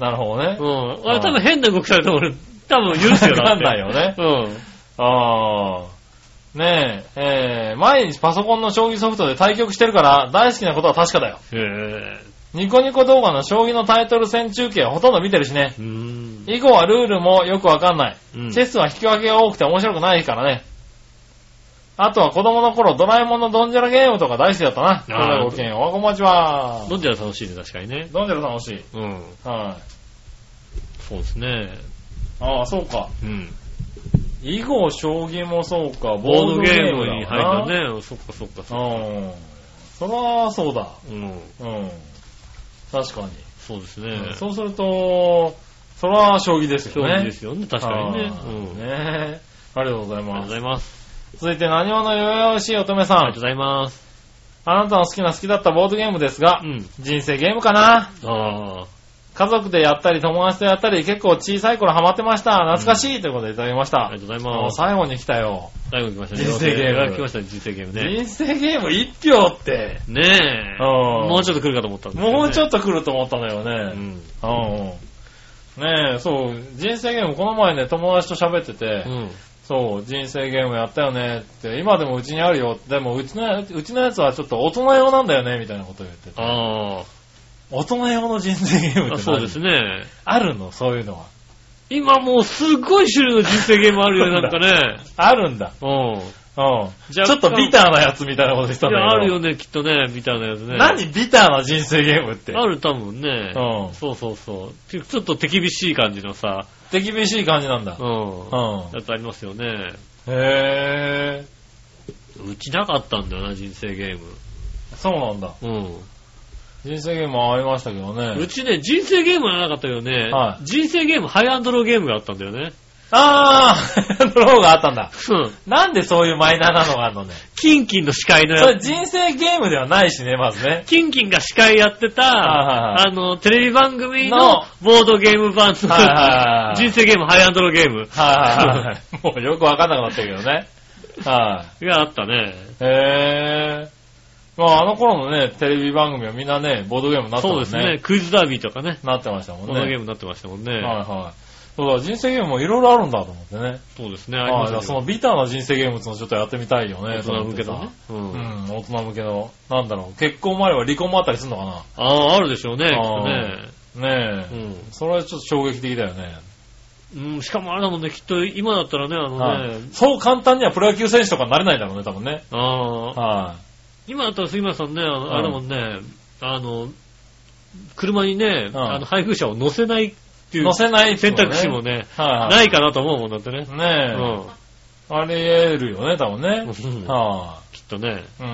Speaker 3: なるほどね
Speaker 2: う。ん。あれ
Speaker 3: うん
Speaker 2: 多分変な動きされても俺、多分許すよ
Speaker 3: わかんないよね。
Speaker 2: うん。
Speaker 3: ああ。ねえ、えー、毎日パソコンの将棋ソフトで対局してるから大好きなことは確かだよ。
Speaker 2: へ
Speaker 3: ニコニコ動画の将棋のタイトル戦中継はほとんど見てるしね
Speaker 2: ぇ。ー。うん。
Speaker 3: 以後はルールもよくわかんない。
Speaker 2: うん
Speaker 3: チェスは引き分けが多くて面白くないからね。あとは子供の頃ドラえもんのドンジャラゲームとか大好きだったな。それではごきげんよう、おはこまちは。
Speaker 2: どっちが楽しいね、確かにね。
Speaker 3: ドンジャラ楽しい。
Speaker 2: うん。
Speaker 3: はい。
Speaker 2: そうですね。
Speaker 3: ああ、そうか。
Speaker 2: うん。
Speaker 3: 囲碁、将棋もそうか、
Speaker 2: ボードゲームに
Speaker 3: ボードゲームだもんな。
Speaker 2: 入ったね。そっかそっかそっか。
Speaker 3: うん。そら、そうだ。
Speaker 2: うん。
Speaker 3: うん。確かに。
Speaker 2: そうですね。
Speaker 3: そうすると、そら、将棋です
Speaker 2: 競
Speaker 3: よね。
Speaker 2: 技ですよね、確かにね。
Speaker 3: あ
Speaker 2: う
Speaker 3: ー
Speaker 2: ん。
Speaker 3: ねありがとうござい
Speaker 2: ありがとうご
Speaker 3: ます。
Speaker 2: ざいます。
Speaker 3: 続いて、何話のよよしい乙女さ
Speaker 2: ありがとうんご。ざいます。
Speaker 3: あなたの好きな好きだったボードゲームですが
Speaker 2: う、ん。
Speaker 3: 人生ゲームかな
Speaker 2: ああ。
Speaker 3: 家族でやったり、友達とやったり、結構小さい頃ハマってました。懐かしいということでいただきまし
Speaker 2: あ
Speaker 3: た
Speaker 2: り。がとうござい
Speaker 3: も
Speaker 2: ま
Speaker 3: う
Speaker 2: す。
Speaker 3: 最後に来たよ。
Speaker 2: 最後に来ましたね。
Speaker 3: 人生ゲーム
Speaker 2: 来ましたね、人生ゲームね。
Speaker 3: 人生ゲーム1票って。
Speaker 2: ねえ。
Speaker 3: うん
Speaker 2: もうちょっと来るかと思ったんですけどね
Speaker 3: もうちょっと来ると思ったんだよ
Speaker 2: う
Speaker 3: ね。
Speaker 2: ん。
Speaker 3: うん。ねえ、そう、人生ゲーム、この前ね、友達と喋ってて、
Speaker 2: うん。
Speaker 3: そう、人生ゲームやったよねって、今でもうちにあるよ。でもうちの、うちのやつはちょっと大人用なんだよね、みたいなことを言ってて。
Speaker 2: あ
Speaker 3: 大人用の人生ゲームっ
Speaker 2: ーあ。
Speaker 3: て何
Speaker 2: そうですね。
Speaker 3: あるのそういうのは。
Speaker 2: 今もうすごい種類の人生ゲームあるよね、なんか
Speaker 3: [laughs]
Speaker 2: ね。
Speaker 3: あるんだ。
Speaker 2: う
Speaker 3: うん。
Speaker 2: じゃあ
Speaker 3: ちょっとビターなやつみたいなこと言ってた
Speaker 2: ん。
Speaker 3: ん
Speaker 2: い
Speaker 3: だけ
Speaker 2: や、
Speaker 3: ど。
Speaker 2: あるよね、きっとね、みたいなやつね。
Speaker 3: 何ビターな人生ゲームって。
Speaker 2: ある多分ね。
Speaker 3: うん
Speaker 2: そうそうそう。ちょちょっと手厳しい感じのさ。
Speaker 3: 手厳しい感じなんだ
Speaker 2: う。ん。
Speaker 3: うん。
Speaker 2: やつありますよね。
Speaker 3: へえ。
Speaker 2: うちなかったんだよな、人生ゲーム。
Speaker 3: そうなんだ。
Speaker 2: うん。
Speaker 3: 人生ゲームはありましたけどね。
Speaker 2: うちね、人生ゲームはなかったけどね、
Speaker 3: はい
Speaker 2: 人生ゲーム、ハイアンドローゲームがあったんだよ
Speaker 3: [laughs]
Speaker 2: ね。
Speaker 3: あー、ドローがあったんだ。
Speaker 2: うん。
Speaker 3: なんでそういうマイナーなのがあるのね。
Speaker 2: キンキンの司会の
Speaker 3: そ
Speaker 2: や
Speaker 3: れ
Speaker 2: つ。
Speaker 3: 人生ゲームではないしね、まずね。
Speaker 2: キンキンが司会やってた、
Speaker 3: はいはい
Speaker 2: あの、テレビ番組の
Speaker 3: の
Speaker 2: ボードゲーム版の、
Speaker 3: はいはいはい
Speaker 2: 人生ゲーム、ハイアンドローゲーム
Speaker 3: はいはいはい。 [laughs] もうよくわかんなくなったけどね。は
Speaker 2: があったね。
Speaker 3: い。へえ。まああの頃のね、テレビ番組はみんなね、ボードゲームになって
Speaker 2: そう
Speaker 3: ま
Speaker 2: ですす
Speaker 3: ね。
Speaker 2: ね。クイズダービーとかね。
Speaker 3: なってましたもん
Speaker 2: ボ
Speaker 3: ね。
Speaker 2: ードゲームになってましたもんね。
Speaker 3: はいはい。そうだ、人生ゲームもいろいろあるんだと思ってね。
Speaker 2: そうですね。あり
Speaker 3: あ
Speaker 2: ま
Speaker 3: あ、
Speaker 2: す
Speaker 3: じゃあ
Speaker 2: よ
Speaker 3: そのビターな人生ゲームっていうのちょっとやってみたいよね。
Speaker 2: 大人向けだね。うん
Speaker 3: うん、大人向けの、なんだろう、結婚前は離婚もあったりするのか
Speaker 2: ああ、あるでしょうね、きっとね
Speaker 3: あ。なねえ、
Speaker 2: うん
Speaker 3: それはちょっと衝撃的だよね。
Speaker 2: うん、しかもあれだもんね、きっと今だったらね、あの
Speaker 3: は
Speaker 2: ね
Speaker 3: い、そう簡単にはプロ野球選手とかになれないだろうね、多分ね。
Speaker 2: ああ、
Speaker 3: は
Speaker 2: 今だったら杉村さんね、あの
Speaker 3: ん
Speaker 2: あれだもんね、あの、車にね、
Speaker 3: うん
Speaker 2: あの、配偶者を乗せないっていう
Speaker 3: 乗せないってい
Speaker 2: 選
Speaker 3: う
Speaker 2: 択
Speaker 3: のね
Speaker 2: 肢もね、
Speaker 3: はい、
Speaker 2: ないかなと思うもんだってね。う
Speaker 3: ねえ、
Speaker 2: ん。
Speaker 3: あり得るよね、多分ね。
Speaker 2: うん
Speaker 3: は
Speaker 2: [laughs] きっとね。
Speaker 3: い、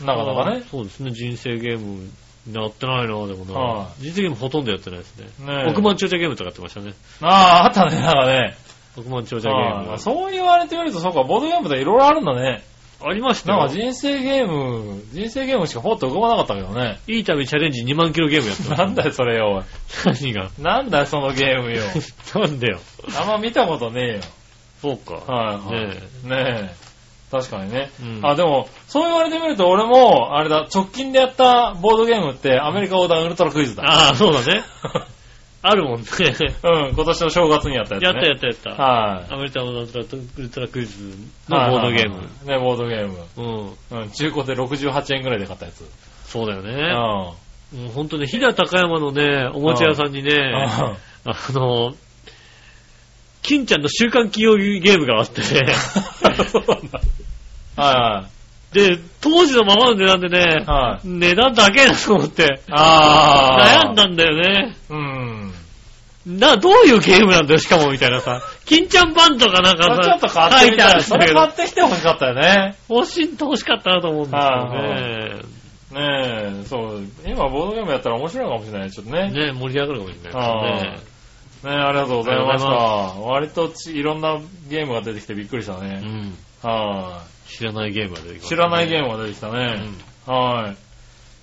Speaker 3: うん。なかなか
Speaker 2: あー
Speaker 3: ね。
Speaker 2: そうですね、人生ゲームになってないな、でもな
Speaker 3: は。
Speaker 2: 人生ゲームほとんどやってないですね。
Speaker 3: ねえ
Speaker 2: 億万長者ゲームとかやってましたね。
Speaker 3: ああ、あったね、なんかね。
Speaker 2: 億万長者ゲーム
Speaker 3: ああ。そう言われてみると、そうか、ボードゲームでいろいろあるんだね。
Speaker 2: ありました
Speaker 3: なん
Speaker 2: よ
Speaker 3: か。人生ゲーム、人生ゲームしかほっと動かなかったけどね。
Speaker 2: いい旅チャレンジ2万キロゲームやってました
Speaker 3: なんだよ、それよ。
Speaker 2: 何が。
Speaker 3: おいなんだよ、そのゲームよ。
Speaker 2: [laughs] なんだよ。
Speaker 3: あんま見たことね
Speaker 2: そう
Speaker 3: えよ。
Speaker 2: か。
Speaker 3: はい、
Speaker 2: ね
Speaker 3: ねえ。確かにね。
Speaker 2: うん
Speaker 3: あ、でも、そう言われてみると、俺も、あれだ、直近でやったボードゲームって、アメリカ横断ウルトラクイズだ。
Speaker 2: ああ、そうだね。 [laughs] あるもんね。
Speaker 3: うん、今年の正月にやったやつ、ね。
Speaker 2: [laughs] やったやったやった。
Speaker 3: はい、
Speaker 2: アメリカのウルトラウルトラクイズのボードゲーム。
Speaker 3: ム。ね、ボードゲーム。
Speaker 2: うん。
Speaker 3: うん、中古で68円ぐらいで買ったやつ。
Speaker 2: そうだよ
Speaker 3: う
Speaker 2: ね。
Speaker 3: ん。
Speaker 2: もう本当ね、飛騨高山のね、おもちゃ屋さんにね、
Speaker 3: うん
Speaker 2: あの、金ちゃんの週刊金曜ゲームがあって
Speaker 3: [laughs]
Speaker 2: ね。
Speaker 3: そうなんだ。はいはい。
Speaker 2: で、当時のままの値段でね、
Speaker 3: はい
Speaker 2: 値段だけだと思って、
Speaker 3: ああ。
Speaker 2: 悩ん。だんだよね。
Speaker 3: うん。
Speaker 2: な、どういうゲームなんだよ、しかも、みたいなさ。金ちゃん版とかなん
Speaker 3: ま
Speaker 2: か
Speaker 3: あ
Speaker 2: さ、
Speaker 3: ちょっと買って
Speaker 2: 書い
Speaker 3: みた
Speaker 2: てある
Speaker 3: ら、
Speaker 2: んだ
Speaker 3: そ
Speaker 2: け
Speaker 3: れ
Speaker 2: ど
Speaker 3: 買ってきて欲しかったよね。
Speaker 2: 欲しい、欲しかったなと思うんです
Speaker 3: ねえ、そう。今、ボードゲームやったら面白いかもしれない。ちょっと
Speaker 2: けど
Speaker 3: ね。
Speaker 2: ね。ね盛り上がるかもしれないで
Speaker 3: ねえ、ありがとうございました。
Speaker 2: あ
Speaker 3: 割とちいろんなゲームが出てきてびっくりした
Speaker 2: すね。う
Speaker 3: ね。
Speaker 2: ん。
Speaker 3: は
Speaker 2: 知らないゲームが出てき
Speaker 3: い。
Speaker 2: ま
Speaker 3: 知らないゲー
Speaker 2: ム。
Speaker 3: ムが出てきた
Speaker 2: う
Speaker 3: ね
Speaker 2: ん。
Speaker 3: はい。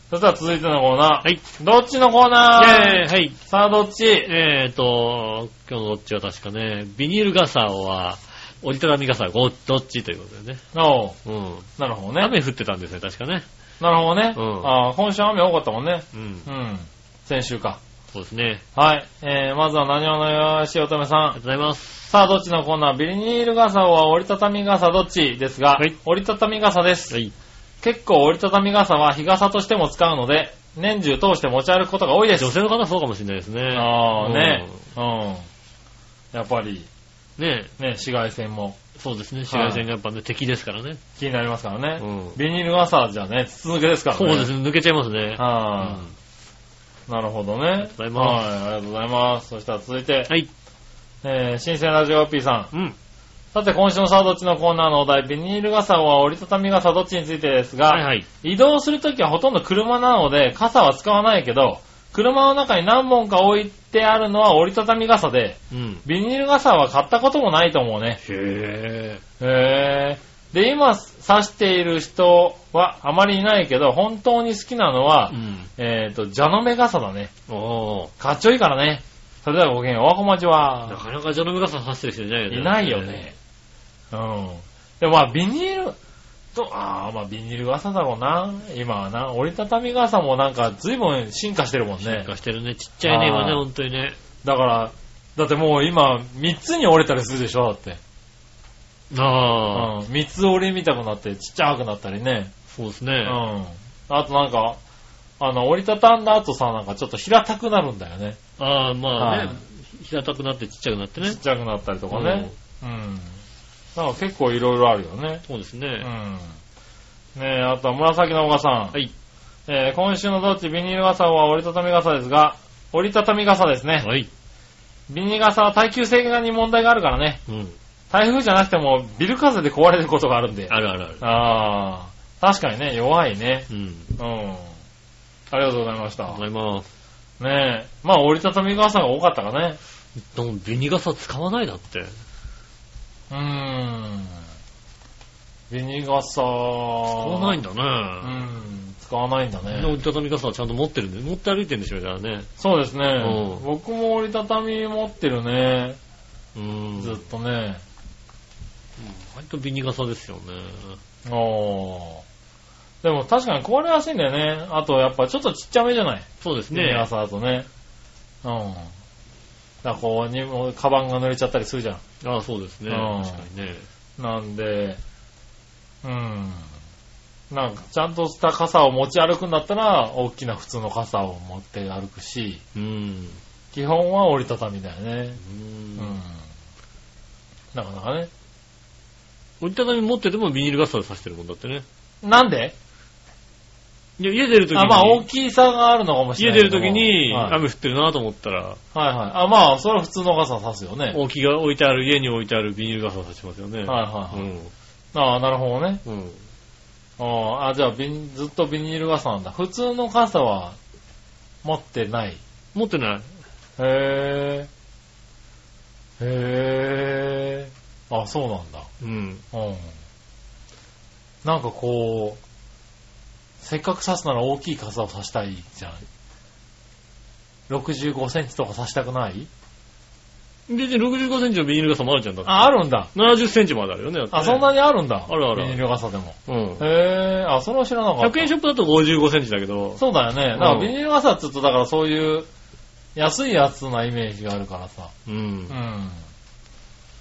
Speaker 3: それでは続いてのコーナー。
Speaker 2: はい。
Speaker 3: どっちのコーナー
Speaker 2: えー、はい。
Speaker 3: さあ、どっち
Speaker 2: えーと、今日のどっちは確かね、ビニール傘は、折りたたみ傘はごどっちということでね。
Speaker 3: おう
Speaker 2: う
Speaker 3: なるほど
Speaker 2: ん。
Speaker 3: ね。
Speaker 2: 雨降ってたんですね、確かね。
Speaker 3: なるほどね。
Speaker 2: うん
Speaker 3: ああ、今週雨多かったもんね。
Speaker 2: うん。
Speaker 3: うん。先週か。
Speaker 2: そうですね。
Speaker 3: はい。えー、まずは何をのよしおとめさ
Speaker 2: ありがと
Speaker 3: ん
Speaker 2: う。ございます。
Speaker 3: さあ、どっちのコーナービニール傘は折りたたみ傘どっちですが、
Speaker 2: はい
Speaker 3: 折りたたみ傘です。
Speaker 2: はい。
Speaker 3: 結構折りたたみ傘は日傘としても使うので、年中通して持ち歩くことが多いです
Speaker 2: 女。性の方はそうかもしれないですね。
Speaker 3: ああ、ね。うん。やっぱり、
Speaker 2: うん。ね
Speaker 3: ね、紫外線も
Speaker 2: そうですね。紫外線がやっぱね、敵ですからね。
Speaker 3: 気になりますからね。
Speaker 2: うん
Speaker 3: ビニール傘じゃね、筒抜けですからね。
Speaker 2: そうですね。抜けちゃいますね。
Speaker 3: は
Speaker 2: う
Speaker 3: い
Speaker 2: ん、
Speaker 3: なるほどね。
Speaker 2: ありがとうございます
Speaker 3: はい、ありがとうございます。そしたら続いて、
Speaker 2: はい。
Speaker 3: えー、新鮮ラジオ P さん。
Speaker 2: うん。
Speaker 3: さて、今週のさあどっちのコーナーのお題、ビニール傘は折りたたみ傘どっちについてですが、
Speaker 2: はいはい。
Speaker 3: 移動するときはほとんど車なので、傘は使わないけど、車の中に何本か置いてあるのは折りたたみ傘で、
Speaker 2: うん。
Speaker 3: ビニール傘は買ったこともないと思うね。
Speaker 2: へ
Speaker 3: へー。で、今、刺している人はあまりいないけど、本当に好きなのは、
Speaker 2: うん。
Speaker 3: えっ、と、蛇の目傘だね。
Speaker 2: お
Speaker 3: かっちょいいからね。それではごきげんよう、おはこまち
Speaker 2: ー。な
Speaker 3: は。
Speaker 2: かなかジョナムガサ走ってる人いないよね。
Speaker 3: いないよね。。うん。でもまあ、ビニール、と、ああ、まあ、ビニール傘だろうな。今はな。折りたたみ傘もなんか、随分進化してるもん
Speaker 2: 進
Speaker 3: ね。
Speaker 2: 化してるね。ちっちゃいね、
Speaker 3: あー
Speaker 2: 今ね、本当にね。
Speaker 3: だから、だってもう今、3つに折れたりするでしょ、だって。う
Speaker 2: ああ、
Speaker 3: ん。3つ折りみたくなって、ちっちゃくなったりね。
Speaker 2: そうです
Speaker 3: う
Speaker 2: ね。
Speaker 3: ん。あとなんか、あの、折りたたんだ後さ、なんかちょっと平たくなるんだよね。
Speaker 2: ああ、まあ
Speaker 3: は
Speaker 2: ね、平たくなってちっちゃくなってね
Speaker 3: ちっ。ちゃくなったりとかね。うん。なんか結構いろいろあるよね。
Speaker 2: そうです
Speaker 3: う
Speaker 2: ね。
Speaker 3: ん。ねえ、あとは紫のおばさん。
Speaker 2: はい。
Speaker 3: えー今週のどっちビニール傘は折りたたみ傘ですが、折りたたみ傘ですね。
Speaker 2: はい。
Speaker 3: ビニール傘は耐久性に問題があるからね。
Speaker 2: うん。
Speaker 3: 台風じゃなくてもビル風で壊れることがあるんで。
Speaker 2: あるあるある。
Speaker 3: あー、確かにね、弱いね。
Speaker 2: うん。
Speaker 3: うん。ありがとうございました
Speaker 2: あ。りがとうございます。
Speaker 3: ねえ。まあ折りたたみ傘が多かったかね。
Speaker 2: でも、ビニ傘使わないだって。
Speaker 3: うーん。ビニール傘。使
Speaker 2: 使わないんだ
Speaker 3: う
Speaker 2: ね。
Speaker 3: ん。使わないんだ
Speaker 2: で折
Speaker 3: ね。
Speaker 2: りたたみ傘はちゃんと持ってるんで、持って歩いてるんでしょうね、だからね。
Speaker 3: そうですね
Speaker 2: う。ん
Speaker 3: 僕も折りたたみ持ってるね。
Speaker 2: うん。
Speaker 3: ずっとね。
Speaker 2: 割とビニ傘ですよね。
Speaker 3: おー。でも確かに壊れやすいんだよね。あとやっぱちょっとちっちゃめじゃない
Speaker 2: そうです
Speaker 3: ね
Speaker 2: ね。
Speaker 3: 朝だとね。うん。だからこう、にも、カバンが濡れちゃったりするじゃ
Speaker 2: ああ、そうですね。
Speaker 3: うん
Speaker 2: 確かにね。
Speaker 3: ん。なんで、うん。なんか、ちゃんとした傘を持ち歩くんだったら、大きな普通の傘を持って歩くし、
Speaker 2: うん。
Speaker 3: 基本は折りたたみだよね。
Speaker 2: う
Speaker 3: うんん。なかなかね。
Speaker 2: 折りたたみ持っててもビニール傘で刺してるもんだってね。
Speaker 3: なんで
Speaker 2: いや家出るときに、
Speaker 3: あ、まあ大きさがあるのかもしれ
Speaker 2: 家
Speaker 3: ない
Speaker 2: 出る
Speaker 3: けど
Speaker 2: と
Speaker 3: も。
Speaker 2: きに
Speaker 3: はい、
Speaker 2: 雨降ってるなと思ったら、
Speaker 3: はいはい。あ、まあ、それは普通の傘差すよね。
Speaker 2: 大きが置いてある、家に置いてあるビニール傘を差しますよね。
Speaker 3: はいはいはい
Speaker 2: うん。
Speaker 3: ああ、なるほどね。
Speaker 2: うん。
Speaker 3: ああ、じゃあビニ、ずっとビニール傘なんだ。普通の傘は持ってない。
Speaker 2: 持ってない。
Speaker 3: へえ。へえ。あ、そうなんだ。
Speaker 2: うん。
Speaker 3: うん。なんかこう、せっかく刺すなら大きい傘を刺したいじゃん。65センチとか刺したくない
Speaker 2: 別に65センチのビニール傘もあるじゃんだって。
Speaker 3: あ、あるんだ。
Speaker 2: 70センチまであるよね。だってね
Speaker 3: あ、そんなにあるんだ。
Speaker 2: あるある
Speaker 3: ビニール傘でも。
Speaker 2: うん。
Speaker 3: へえ。あ、それは知らなかった。
Speaker 2: 100円ショップだと55センチだけど、
Speaker 3: そうだよね。だから
Speaker 2: うん
Speaker 3: ビニール傘って言うと、だからそういう、安いやつなイメージがあるからさ。
Speaker 2: うん
Speaker 3: うん。。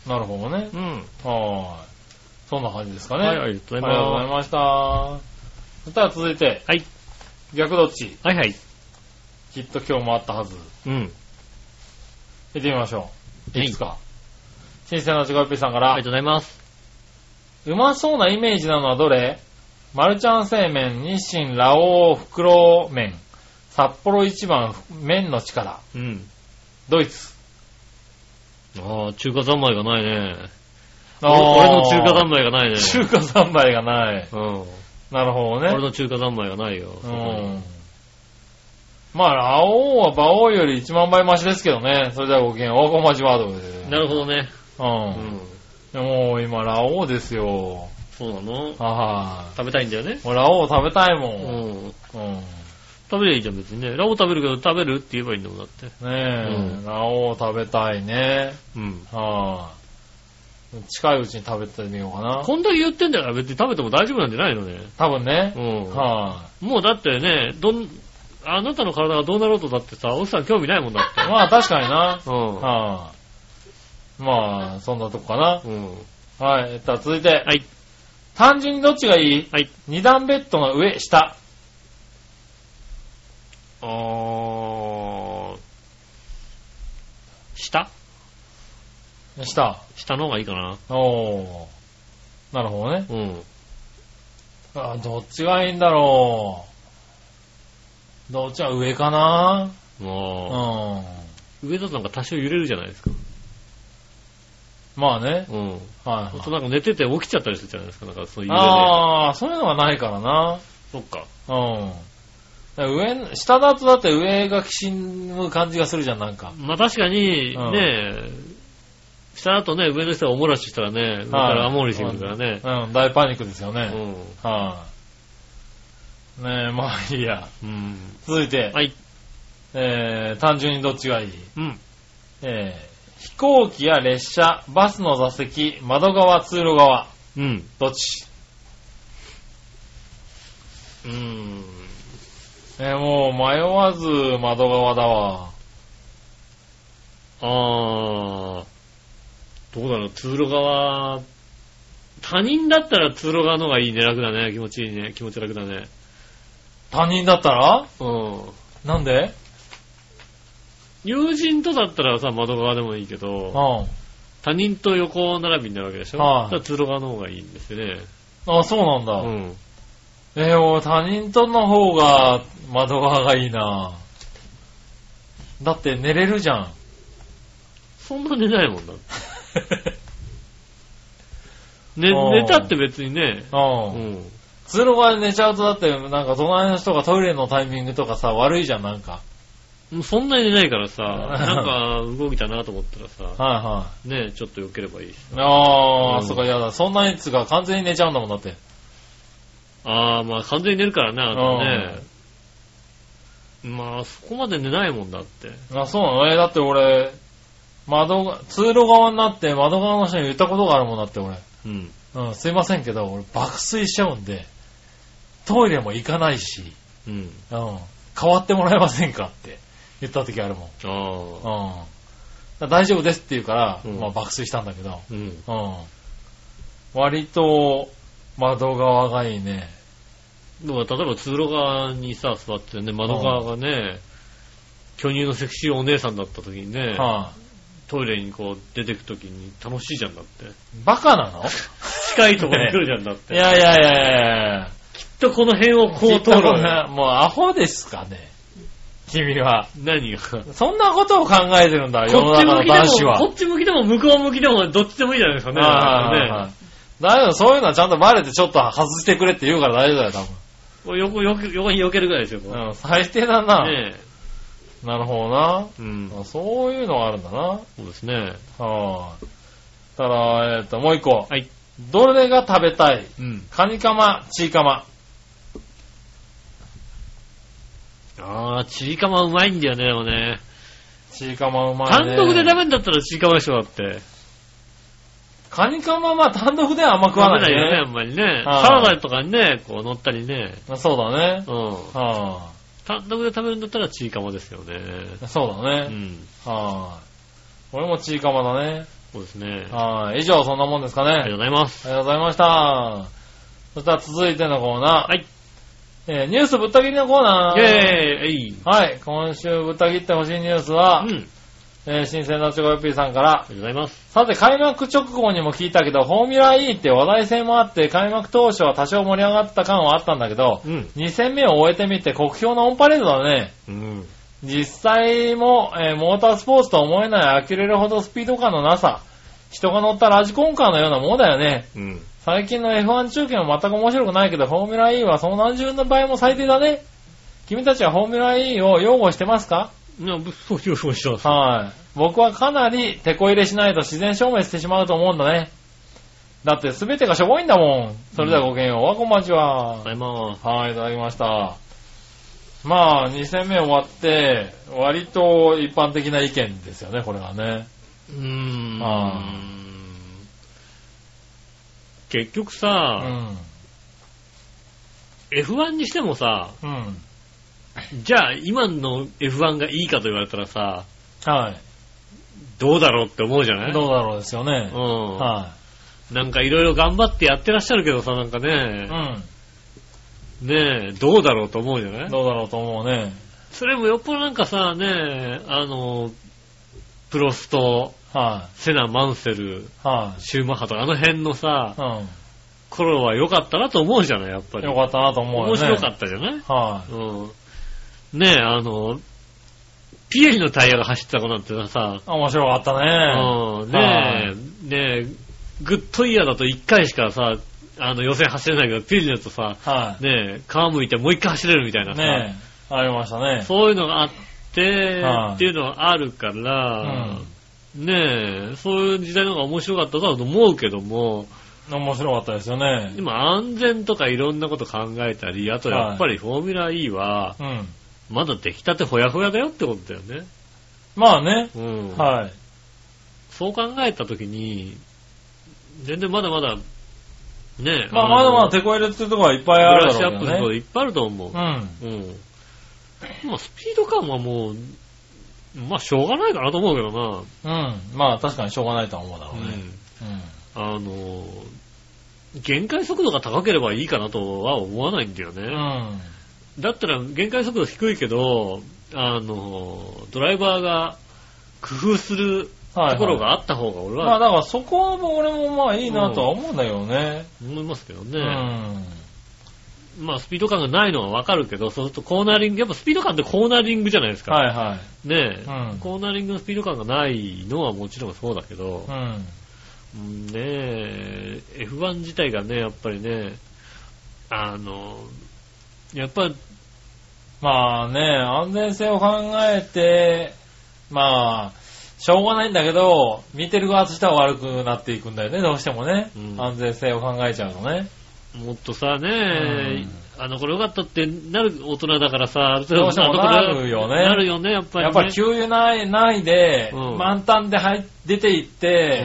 Speaker 3: なるほどね。
Speaker 2: うん。
Speaker 3: はーい。そんな感じですかね。
Speaker 2: はい、ありがと
Speaker 3: あ
Speaker 2: う
Speaker 3: り
Speaker 2: ご
Speaker 3: が
Speaker 2: ざい
Speaker 3: とうご
Speaker 2: ま
Speaker 3: ざいました。そしたら続いて、
Speaker 2: はい。
Speaker 3: 逆どっち
Speaker 2: す。はいはい。
Speaker 3: きっと今日もあったはず。
Speaker 2: うん。
Speaker 3: 行ってみましょう。
Speaker 2: はい
Speaker 3: いくつか。新鮮なちごいっぺいさんか
Speaker 2: あ
Speaker 3: ら
Speaker 2: りが、とうございます。
Speaker 3: うまそうなイメージなのはどれマルちゃん製麺、日清、ラオウ、袋麺、札幌一番、麺の力、
Speaker 2: うん。
Speaker 3: ドイツ。
Speaker 2: ああ、中華三昧がないね。俺の中華三昧がないね。
Speaker 3: 中華三昧がない。
Speaker 2: うん。
Speaker 3: なるほど
Speaker 2: 俺
Speaker 3: ね。
Speaker 2: の中華三昧がないよ。
Speaker 3: うん。まあ、青は馬王より1万倍マシですけどね。それではごきげん、大小町ワードで。
Speaker 2: なるほどね。う
Speaker 3: うん。
Speaker 2: ん。
Speaker 3: でもう今、ラオウですよ。
Speaker 2: そうなの
Speaker 3: は
Speaker 2: 食べたいんだよね。
Speaker 3: い。もうラオウ食べたいうもん。
Speaker 2: ん。
Speaker 3: うん。
Speaker 2: 食べりゃいいじゃん、別にね。ラオ食べるけど食べるって言えばいいんだもんだって。
Speaker 3: ね
Speaker 2: う
Speaker 3: え、ラオウ食べたいね。
Speaker 2: うん。
Speaker 3: はい。近いうちに食べてみようかな。
Speaker 2: こんだけ言ってんだから別に食べても大丈夫なんじゃないのね。
Speaker 3: 多分ね。
Speaker 2: うん。
Speaker 3: は
Speaker 2: もうだってね、どん、あなたの体がどうなろうとだってさ、奥さん興味ないもんだ
Speaker 3: い。 [laughs] まあ、確かにな。
Speaker 2: って。うん。
Speaker 3: はい。まあ、そんなとこかな。
Speaker 2: うん。
Speaker 3: はい。えっと、続いて。
Speaker 2: はい。
Speaker 3: 単純にどっちがいい
Speaker 2: はい。
Speaker 3: 二段ベッドの上、下。
Speaker 2: あー。下
Speaker 3: 下。
Speaker 2: 下の方がいいかな。
Speaker 3: おー。なるほどね。
Speaker 2: うん。
Speaker 3: あどっちがいいんだろう。どっちが上かなう
Speaker 2: も
Speaker 3: ん。
Speaker 2: う、上だとなんか多少揺れるじゃないですか。
Speaker 3: まあね。
Speaker 2: うん。
Speaker 3: はい、
Speaker 2: あ
Speaker 3: は
Speaker 2: と
Speaker 3: い。
Speaker 2: なんか寝てて起きちゃったりするじゃないですか。なんかそういう揺れで。
Speaker 3: あー、そういうのがないからな。
Speaker 2: そっか。
Speaker 3: うん。だから上、下だとだって上がきしむ感じがするじゃん、なんか。
Speaker 2: まあ確かに、
Speaker 3: うん
Speaker 2: ねえ、下だとね、上の人がおもらししたらね、上から雨漏りしてくるからね。
Speaker 3: うん、大パニックですよ
Speaker 2: う
Speaker 3: ね。
Speaker 2: ん。
Speaker 3: はい、ねえ、まあいいや。
Speaker 2: うん。
Speaker 3: 続いて、
Speaker 2: はい。
Speaker 3: えー、単純にどっちがいい
Speaker 2: うん。
Speaker 3: えー、飛行機や列車、バスの座席、窓側、通路側、
Speaker 2: うん。
Speaker 3: どっち
Speaker 2: うん。
Speaker 3: えー、もう迷わず窓側だわ。
Speaker 2: あー、どうだろう、通路側、他人だったら通路側の方がいいね、楽だね、気持ちいいね、気持ち楽だね。
Speaker 3: 他人だったら
Speaker 2: うん。
Speaker 3: なんで
Speaker 2: 友人とだったらさ、窓側でもいいけ
Speaker 3: う
Speaker 2: ど、
Speaker 3: ん。
Speaker 2: 他人と横並びになるわけでしょ
Speaker 3: は
Speaker 2: だ
Speaker 3: い
Speaker 2: から通路側の方がいいんですよね。
Speaker 3: あ、そうなんだ。
Speaker 2: うん。
Speaker 3: えー、俺他人との方が窓側がいいなだって寝れるじ [laughs] ゃん。
Speaker 2: そんな寝ないもんだって。ね、
Speaker 3: あー
Speaker 2: 寝たって別にね、う
Speaker 3: うん。
Speaker 2: ん。
Speaker 3: 通路側で寝ちゃうとだってなんか隣の人がトイレのタイミングとかさ悪いじゃんなんか。
Speaker 2: もうそんなに寝ないから [laughs] さ、なんか動いたなと思ったらさ、
Speaker 3: はいは
Speaker 2: ね、ちょっと避ければいいし。
Speaker 3: い。あー、
Speaker 2: うん
Speaker 3: そっかやだ。そんなにつうか完全に寝ちゃうんだもんだって。
Speaker 2: ああ、まあ完全に寝るからね、あとね。まあ、そこまで寝ないもんだって。
Speaker 3: あ、そうなのえーだって俺、窓が、通路側になって窓側の人に言ったことがあるもんだって俺。
Speaker 2: うん。
Speaker 3: うん、すいませんけど、俺爆睡しちゃうんで、トイレも行かないし。
Speaker 2: うん。
Speaker 3: うん。変わってもらえませんかって言った時あるもん。うん。
Speaker 2: ああ。
Speaker 3: だから大丈夫ですって言うから、
Speaker 2: うん
Speaker 3: まあ爆睡したんだけど、
Speaker 2: うん。
Speaker 3: うん。割と、窓側がいいね。
Speaker 2: でも、例えば通路側にさ、座ってね、窓側がね、巨乳のセクシーお姉さんだった時にね、
Speaker 3: はあ、
Speaker 2: トイレにこう出てく時に楽しいじゃんだって。
Speaker 3: [laughs] バカなの
Speaker 2: [laughs] 近いところに来るじゃんだっ
Speaker 3: い
Speaker 2: て。
Speaker 3: やいやいやいやいや
Speaker 2: とこの辺をこう
Speaker 3: ちっ
Speaker 2: 通る
Speaker 3: とも
Speaker 2: のよ。
Speaker 3: なもうアホですかね。君は。
Speaker 2: 何が。こ
Speaker 3: そんなことを考えてるんだ、世の
Speaker 2: っち
Speaker 3: 中
Speaker 2: 向
Speaker 3: の
Speaker 2: きで
Speaker 3: 男子
Speaker 2: も、
Speaker 3: は。
Speaker 2: こっち向きでも、向こう向きでも、どっちでもいいじゃないですかね。
Speaker 3: はいはいはいはいだけどそういうのはちゃんとバレてちょっと外してくれって言うから大丈夫だよ、
Speaker 2: こう横、横、横に避けるぐらいですよ、こ
Speaker 3: 多
Speaker 2: う
Speaker 3: 分。うん、最低だな。
Speaker 2: ねえ。
Speaker 3: なるほどな。
Speaker 2: うん。
Speaker 3: あそういうのがあるんだな。
Speaker 2: そうですね。
Speaker 3: はい。たら、えっ、と、もう一個。
Speaker 2: はい。
Speaker 3: どれが食べたい
Speaker 2: うん。
Speaker 3: カニカマ、チーカマ。
Speaker 2: あー、ちりかまうまいんだよね、でもね。
Speaker 3: チーカマうまい、ね。
Speaker 2: 単独で食べんだったらちりかまでしょ、だって。
Speaker 3: カニカマはまあ単独ではあんま食わ
Speaker 2: 食べ
Speaker 3: な
Speaker 2: ない
Speaker 3: いね。
Speaker 2: よね、あんまりね。
Speaker 3: はい
Speaker 2: サラダとかにね、こう乗ったりね。
Speaker 3: あそうだね。
Speaker 2: うん。
Speaker 3: は
Speaker 2: 単独で食べるんだったらちりかまですよね。
Speaker 3: あ、そう
Speaker 2: う
Speaker 3: だね。
Speaker 2: ん。
Speaker 3: はい、俺もチーカマだね。
Speaker 2: そうですね。あ
Speaker 3: はい、以上そんなもんですかね。
Speaker 2: りがとうございます。
Speaker 3: ありがとうございました。そしたら続いてのコーナー。
Speaker 2: はい。
Speaker 3: えーニュースぶった切りのコーナ
Speaker 2: イェ
Speaker 3: ー。
Speaker 2: ーイえい
Speaker 3: はい。今週ぶった切ってほしいニュースは、
Speaker 2: うん。あり
Speaker 3: えー新鮮なチョコヨッピーさんから
Speaker 2: が、とうございます。
Speaker 3: さて開幕直後にも聞いたけど、フォーミュラ E って話題性もあって、開幕当初は多少盛り上がった感はあったんだけど、
Speaker 2: うん。
Speaker 3: 2戦目を終えてみて国評のオンパレードだね。
Speaker 2: うん。
Speaker 3: 実際も、えーモータースポーツとは思えない呆れるほどスピード感のなさ。人が乗ったラジコンカーのようなものだよね。
Speaker 2: うん。
Speaker 3: 最近の F1 中継も全く面白くないけど、フォーミュラ E はその何十倍も最低だね。君たちはフォーミュラ E を擁護してますか
Speaker 2: いや、そうそうそうそう。
Speaker 3: はい。僕はかなり手こ入れしないと自然消滅してしまうと思うんだね。だって全てがしょぼいんだもん。それではごきげんよう。わこまちは。
Speaker 2: ありがとうございます。
Speaker 3: はい、いただきました。まあ、2戦目終わって、割と一般的な意見ですよね、これはね。
Speaker 2: うーん
Speaker 3: あ
Speaker 2: 結局
Speaker 3: う
Speaker 2: さ、
Speaker 3: ん。
Speaker 2: F1 にしてもさ、
Speaker 3: うん。
Speaker 2: じゃあ今の F1 がいいかと言われたらさ、
Speaker 3: は。
Speaker 2: どうだろうって思うじゃないい
Speaker 3: どうだろうですよね
Speaker 2: う。ん。
Speaker 3: は
Speaker 2: なんかいろいろ頑張ってやってらっしゃるけどさ、なんか
Speaker 3: い。
Speaker 2: ね
Speaker 3: う、ん。
Speaker 2: ねえ、どうだろうと思うじゃない
Speaker 3: どうだろうと思うね。
Speaker 2: それもよっぽどなんかさ、ねえ、あの、プロスト、
Speaker 3: は
Speaker 2: セナ、マンセル、
Speaker 3: い。は
Speaker 2: シューマッハとかあの辺のさ、
Speaker 3: い。
Speaker 2: 頃は良かったなと思うじゃない、やっぱ
Speaker 3: うん。
Speaker 2: り。
Speaker 3: よかったなと思うよね。
Speaker 2: 面白かったじゃない
Speaker 3: た。は
Speaker 2: うん。ねえ、あの、ピエリのタイヤが走ってた子なんてさ、
Speaker 3: い。面白かったね。
Speaker 2: うん、ねえ、ねえ、グッドイヤーだと1回しかさ、あの予選走れないけど、ピエリだとさ、
Speaker 3: はい。
Speaker 2: ねえ、皮むいてもう一回走れるみたいなさ、
Speaker 3: ねえ。ありましたね。
Speaker 2: そういうのがあって、
Speaker 3: はい
Speaker 2: っていうのがあるから、ねえ、そういう時代の方が面白かったとは思うけども、
Speaker 3: 面白かったですよね。
Speaker 2: 今安全とかいろんなこと考えたり、あとやっぱりフォーミュラ E は、
Speaker 3: うん。
Speaker 2: まだ出来たてほやほやだよってことだよね。
Speaker 3: まあね。
Speaker 2: うん。
Speaker 3: はい。
Speaker 2: そう考えたときに、全然まだまだ、ね
Speaker 3: まあ、まだまだ
Speaker 2: 手
Speaker 3: 手こ入れっていうところはいっぱい
Speaker 2: ブ
Speaker 3: あ
Speaker 2: ラッ
Speaker 3: る
Speaker 2: シュ
Speaker 3: だ
Speaker 2: ア
Speaker 3: ろ
Speaker 2: ッ
Speaker 3: う
Speaker 2: プ
Speaker 3: け
Speaker 2: す
Speaker 3: ど
Speaker 2: ること
Speaker 3: ね。
Speaker 2: いっぱいあると思う
Speaker 3: う。ん。
Speaker 2: うん。まあ、スピード感はもう、まあ、しょうがないかなと思うけどな。
Speaker 3: うん。まあ確かにしょうがないとは思うだろう
Speaker 2: う
Speaker 3: ね。
Speaker 2: ん
Speaker 3: うん。
Speaker 2: あの、限界速度が高ければいいかなとは思わないんだよ
Speaker 3: う
Speaker 2: ね。
Speaker 3: ん。
Speaker 2: だったら限界速度低いけど、あの、ドライバーが工夫する
Speaker 3: はい。
Speaker 2: ところ。があった方が俺
Speaker 3: まあ
Speaker 2: は
Speaker 3: だからそこも俺もまあいいなとは思うんだけどね。
Speaker 2: 思いますけど
Speaker 3: う
Speaker 2: ね。
Speaker 3: ん。
Speaker 2: まあスピード感がないのはわかるけど、そうするとコーナリング、やっぱスピード感ってコーナリングじゃないですか。
Speaker 3: はいはい。
Speaker 2: ねえ、
Speaker 3: うん
Speaker 2: コーナリングのスピード感がないのはもちろんそうだけど、
Speaker 3: うん。
Speaker 2: うんねえ、F1 自体がね、やっぱりね、あの、やっぱり、
Speaker 3: まあね、安全性を考えて、まあ、しょうがないんだけど、見てる側としては悪くなっていくんだよね、どうしてもね。
Speaker 2: うん
Speaker 3: 安全性を考えちゃうとね。
Speaker 2: もっとさ、ねえ、あの頃良かったってなる大人だからさ、ある程
Speaker 3: どうしてもなるよね
Speaker 2: なるよね、やっぱり、ね。
Speaker 3: やっぱり給油ない、ないで、
Speaker 2: うん
Speaker 3: 満タンで入っ出ていって、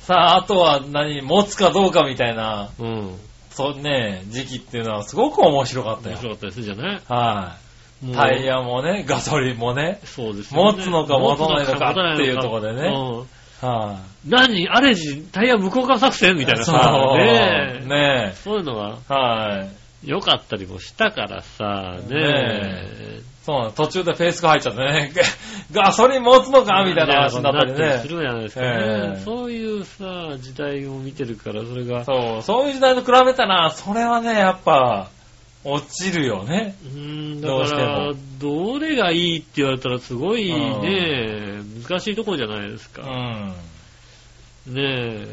Speaker 3: さあ、あとは何、持つかどうかみたいな、
Speaker 2: うん。うん。
Speaker 3: そうね、時期っていうのはすごく面白かった
Speaker 2: 面
Speaker 3: よ。
Speaker 2: 白かったでするじゃない
Speaker 3: は
Speaker 2: も
Speaker 3: い。
Speaker 2: う
Speaker 3: タイヤもね、ガソリンもね。
Speaker 2: そうですよね
Speaker 3: 持つのか持たないのか
Speaker 2: 持つ
Speaker 3: っていうとこでね
Speaker 2: うん
Speaker 3: は
Speaker 2: 何アレジ、タイヤ無効化作戦
Speaker 3: い。
Speaker 2: みたいな
Speaker 3: そう
Speaker 2: さ、ねえ
Speaker 3: ね
Speaker 2: そういうのが
Speaker 3: え。はい。
Speaker 2: 良かったりもしたからさ、ね
Speaker 3: ねそうなの、途中でフェイスが入っちゃってね、 [laughs] ガソリン持つのかみたいな話になったり
Speaker 2: す
Speaker 3: ね。
Speaker 2: るじゃないですか
Speaker 3: え
Speaker 2: ね
Speaker 3: え。
Speaker 2: そういうさ、時代を見てるから、それが、
Speaker 3: そう、そういう時代と比べたら、それはね、やっぱ、落ちるよね。
Speaker 2: うーん、だ
Speaker 3: どうし
Speaker 2: か
Speaker 3: て
Speaker 2: ら
Speaker 3: も、
Speaker 2: どれがいいって言われたらすごいね、難しいところじゃないです
Speaker 3: う
Speaker 2: か。
Speaker 3: ん。
Speaker 2: ねえ、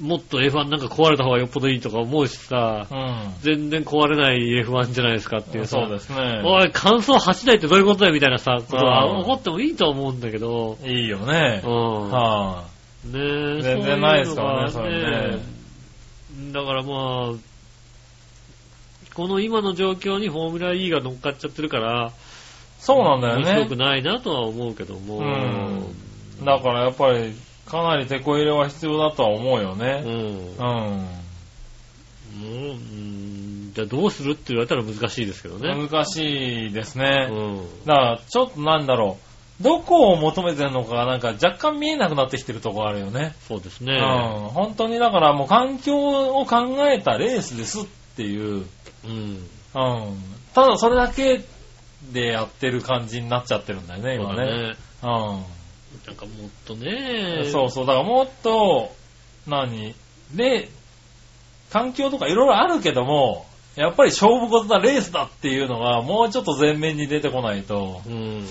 Speaker 2: もっと F1 なんか壊れた方がよっぽどいいとか思うしさ、
Speaker 3: うん。
Speaker 2: 全然壊れない F1 じゃないですかっていうさ
Speaker 3: そうですね。
Speaker 2: おい、感想走ないってどういうことだよみたいなさ、ことは
Speaker 3: うん
Speaker 2: 怒ってもいいと思うんだけど、
Speaker 3: いいよね
Speaker 2: う。ん。
Speaker 3: は
Speaker 2: ねえ、
Speaker 3: 全然ないですからね
Speaker 2: そういう
Speaker 3: そ
Speaker 2: の
Speaker 3: れ
Speaker 2: が
Speaker 3: ね
Speaker 2: だからまあ、この今の状況にフォーミュラ E が乗っかっちゃってるから、
Speaker 3: い。そうなんだよ
Speaker 2: 面白
Speaker 3: ね
Speaker 2: く。ないなとは思うけども、
Speaker 3: うんだからやっぱり、かなり手こ入れは必要だとは思うよ
Speaker 2: う
Speaker 3: ね。
Speaker 2: ん
Speaker 3: うん。
Speaker 2: もううんじゃあどうするって言われたら難しいですけどね。
Speaker 3: 難しいです
Speaker 2: う
Speaker 3: ね。
Speaker 2: ん
Speaker 3: だから、ちょっとなんだろう。どこを求めてるのかがなんか若干見えなくなってきてるとこあるよね。
Speaker 2: そうです
Speaker 3: う
Speaker 2: ね
Speaker 3: ん。。本当にだからもう環境を考えたレースですっていう。
Speaker 2: うん。
Speaker 3: うん。ただそれだけでやってる感じになっちゃってるんだよね、
Speaker 2: そう
Speaker 3: 今
Speaker 2: だ
Speaker 3: ね。
Speaker 2: ね。なんかもっと
Speaker 3: うん。
Speaker 2: ね、
Speaker 3: そうそう。だからもっと、何で、環境とかいろいろあるけども、やっぱり勝負事だ、レースだっていうのがもうちょっと前面に出てこないと。
Speaker 2: うん。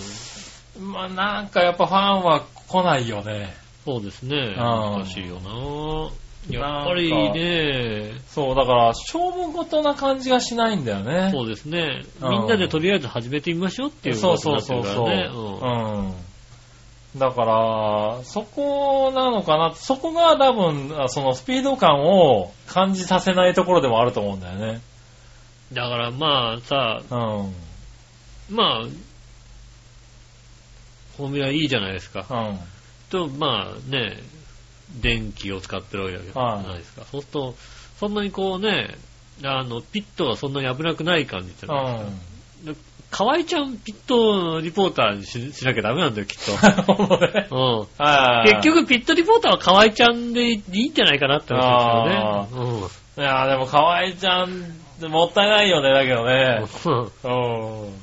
Speaker 3: まあなんかやっぱファンは来ないよね。
Speaker 2: そうですね。
Speaker 3: うん
Speaker 2: 難しいよな。やっぱりね、
Speaker 3: そう、だから勝負事な感じがしないんだよね。
Speaker 2: そうですね。
Speaker 3: うん
Speaker 2: みんなでとりあえず始めてみましょうっていう
Speaker 3: そ
Speaker 2: こ
Speaker 3: う
Speaker 2: とに
Speaker 3: そ
Speaker 2: な
Speaker 3: う
Speaker 2: ってる
Speaker 3: そう
Speaker 2: から
Speaker 3: そう。
Speaker 2: ね。
Speaker 3: うん。だから、そこなのかな。そこが多分、あそのスピード感を感じさせないところでもあると思うんだよね。
Speaker 2: うんだからまあさ、
Speaker 3: うん。うん。
Speaker 2: まあ、フォーミュラいいじゃないですか。と、まあね、電気を使ってるわけじゃないですか。そうすると、そんなにこうね、あの、ピットがそんなに危なくない感じじゃ
Speaker 3: う
Speaker 2: ないですか。
Speaker 3: ん。
Speaker 2: 河合ちゃんピットリポーターにししなきゃダメなんだよ、きっ
Speaker 3: なるほどね。
Speaker 2: と。うん。
Speaker 3: [laughs] はい
Speaker 2: 結、局、ピットリポーターは河合ちゃんでいいんじゃないかなって話ですよね。
Speaker 3: いやーでも河合ちゃん、もったいないよね、だけどね。
Speaker 2: うん。
Speaker 3: うん。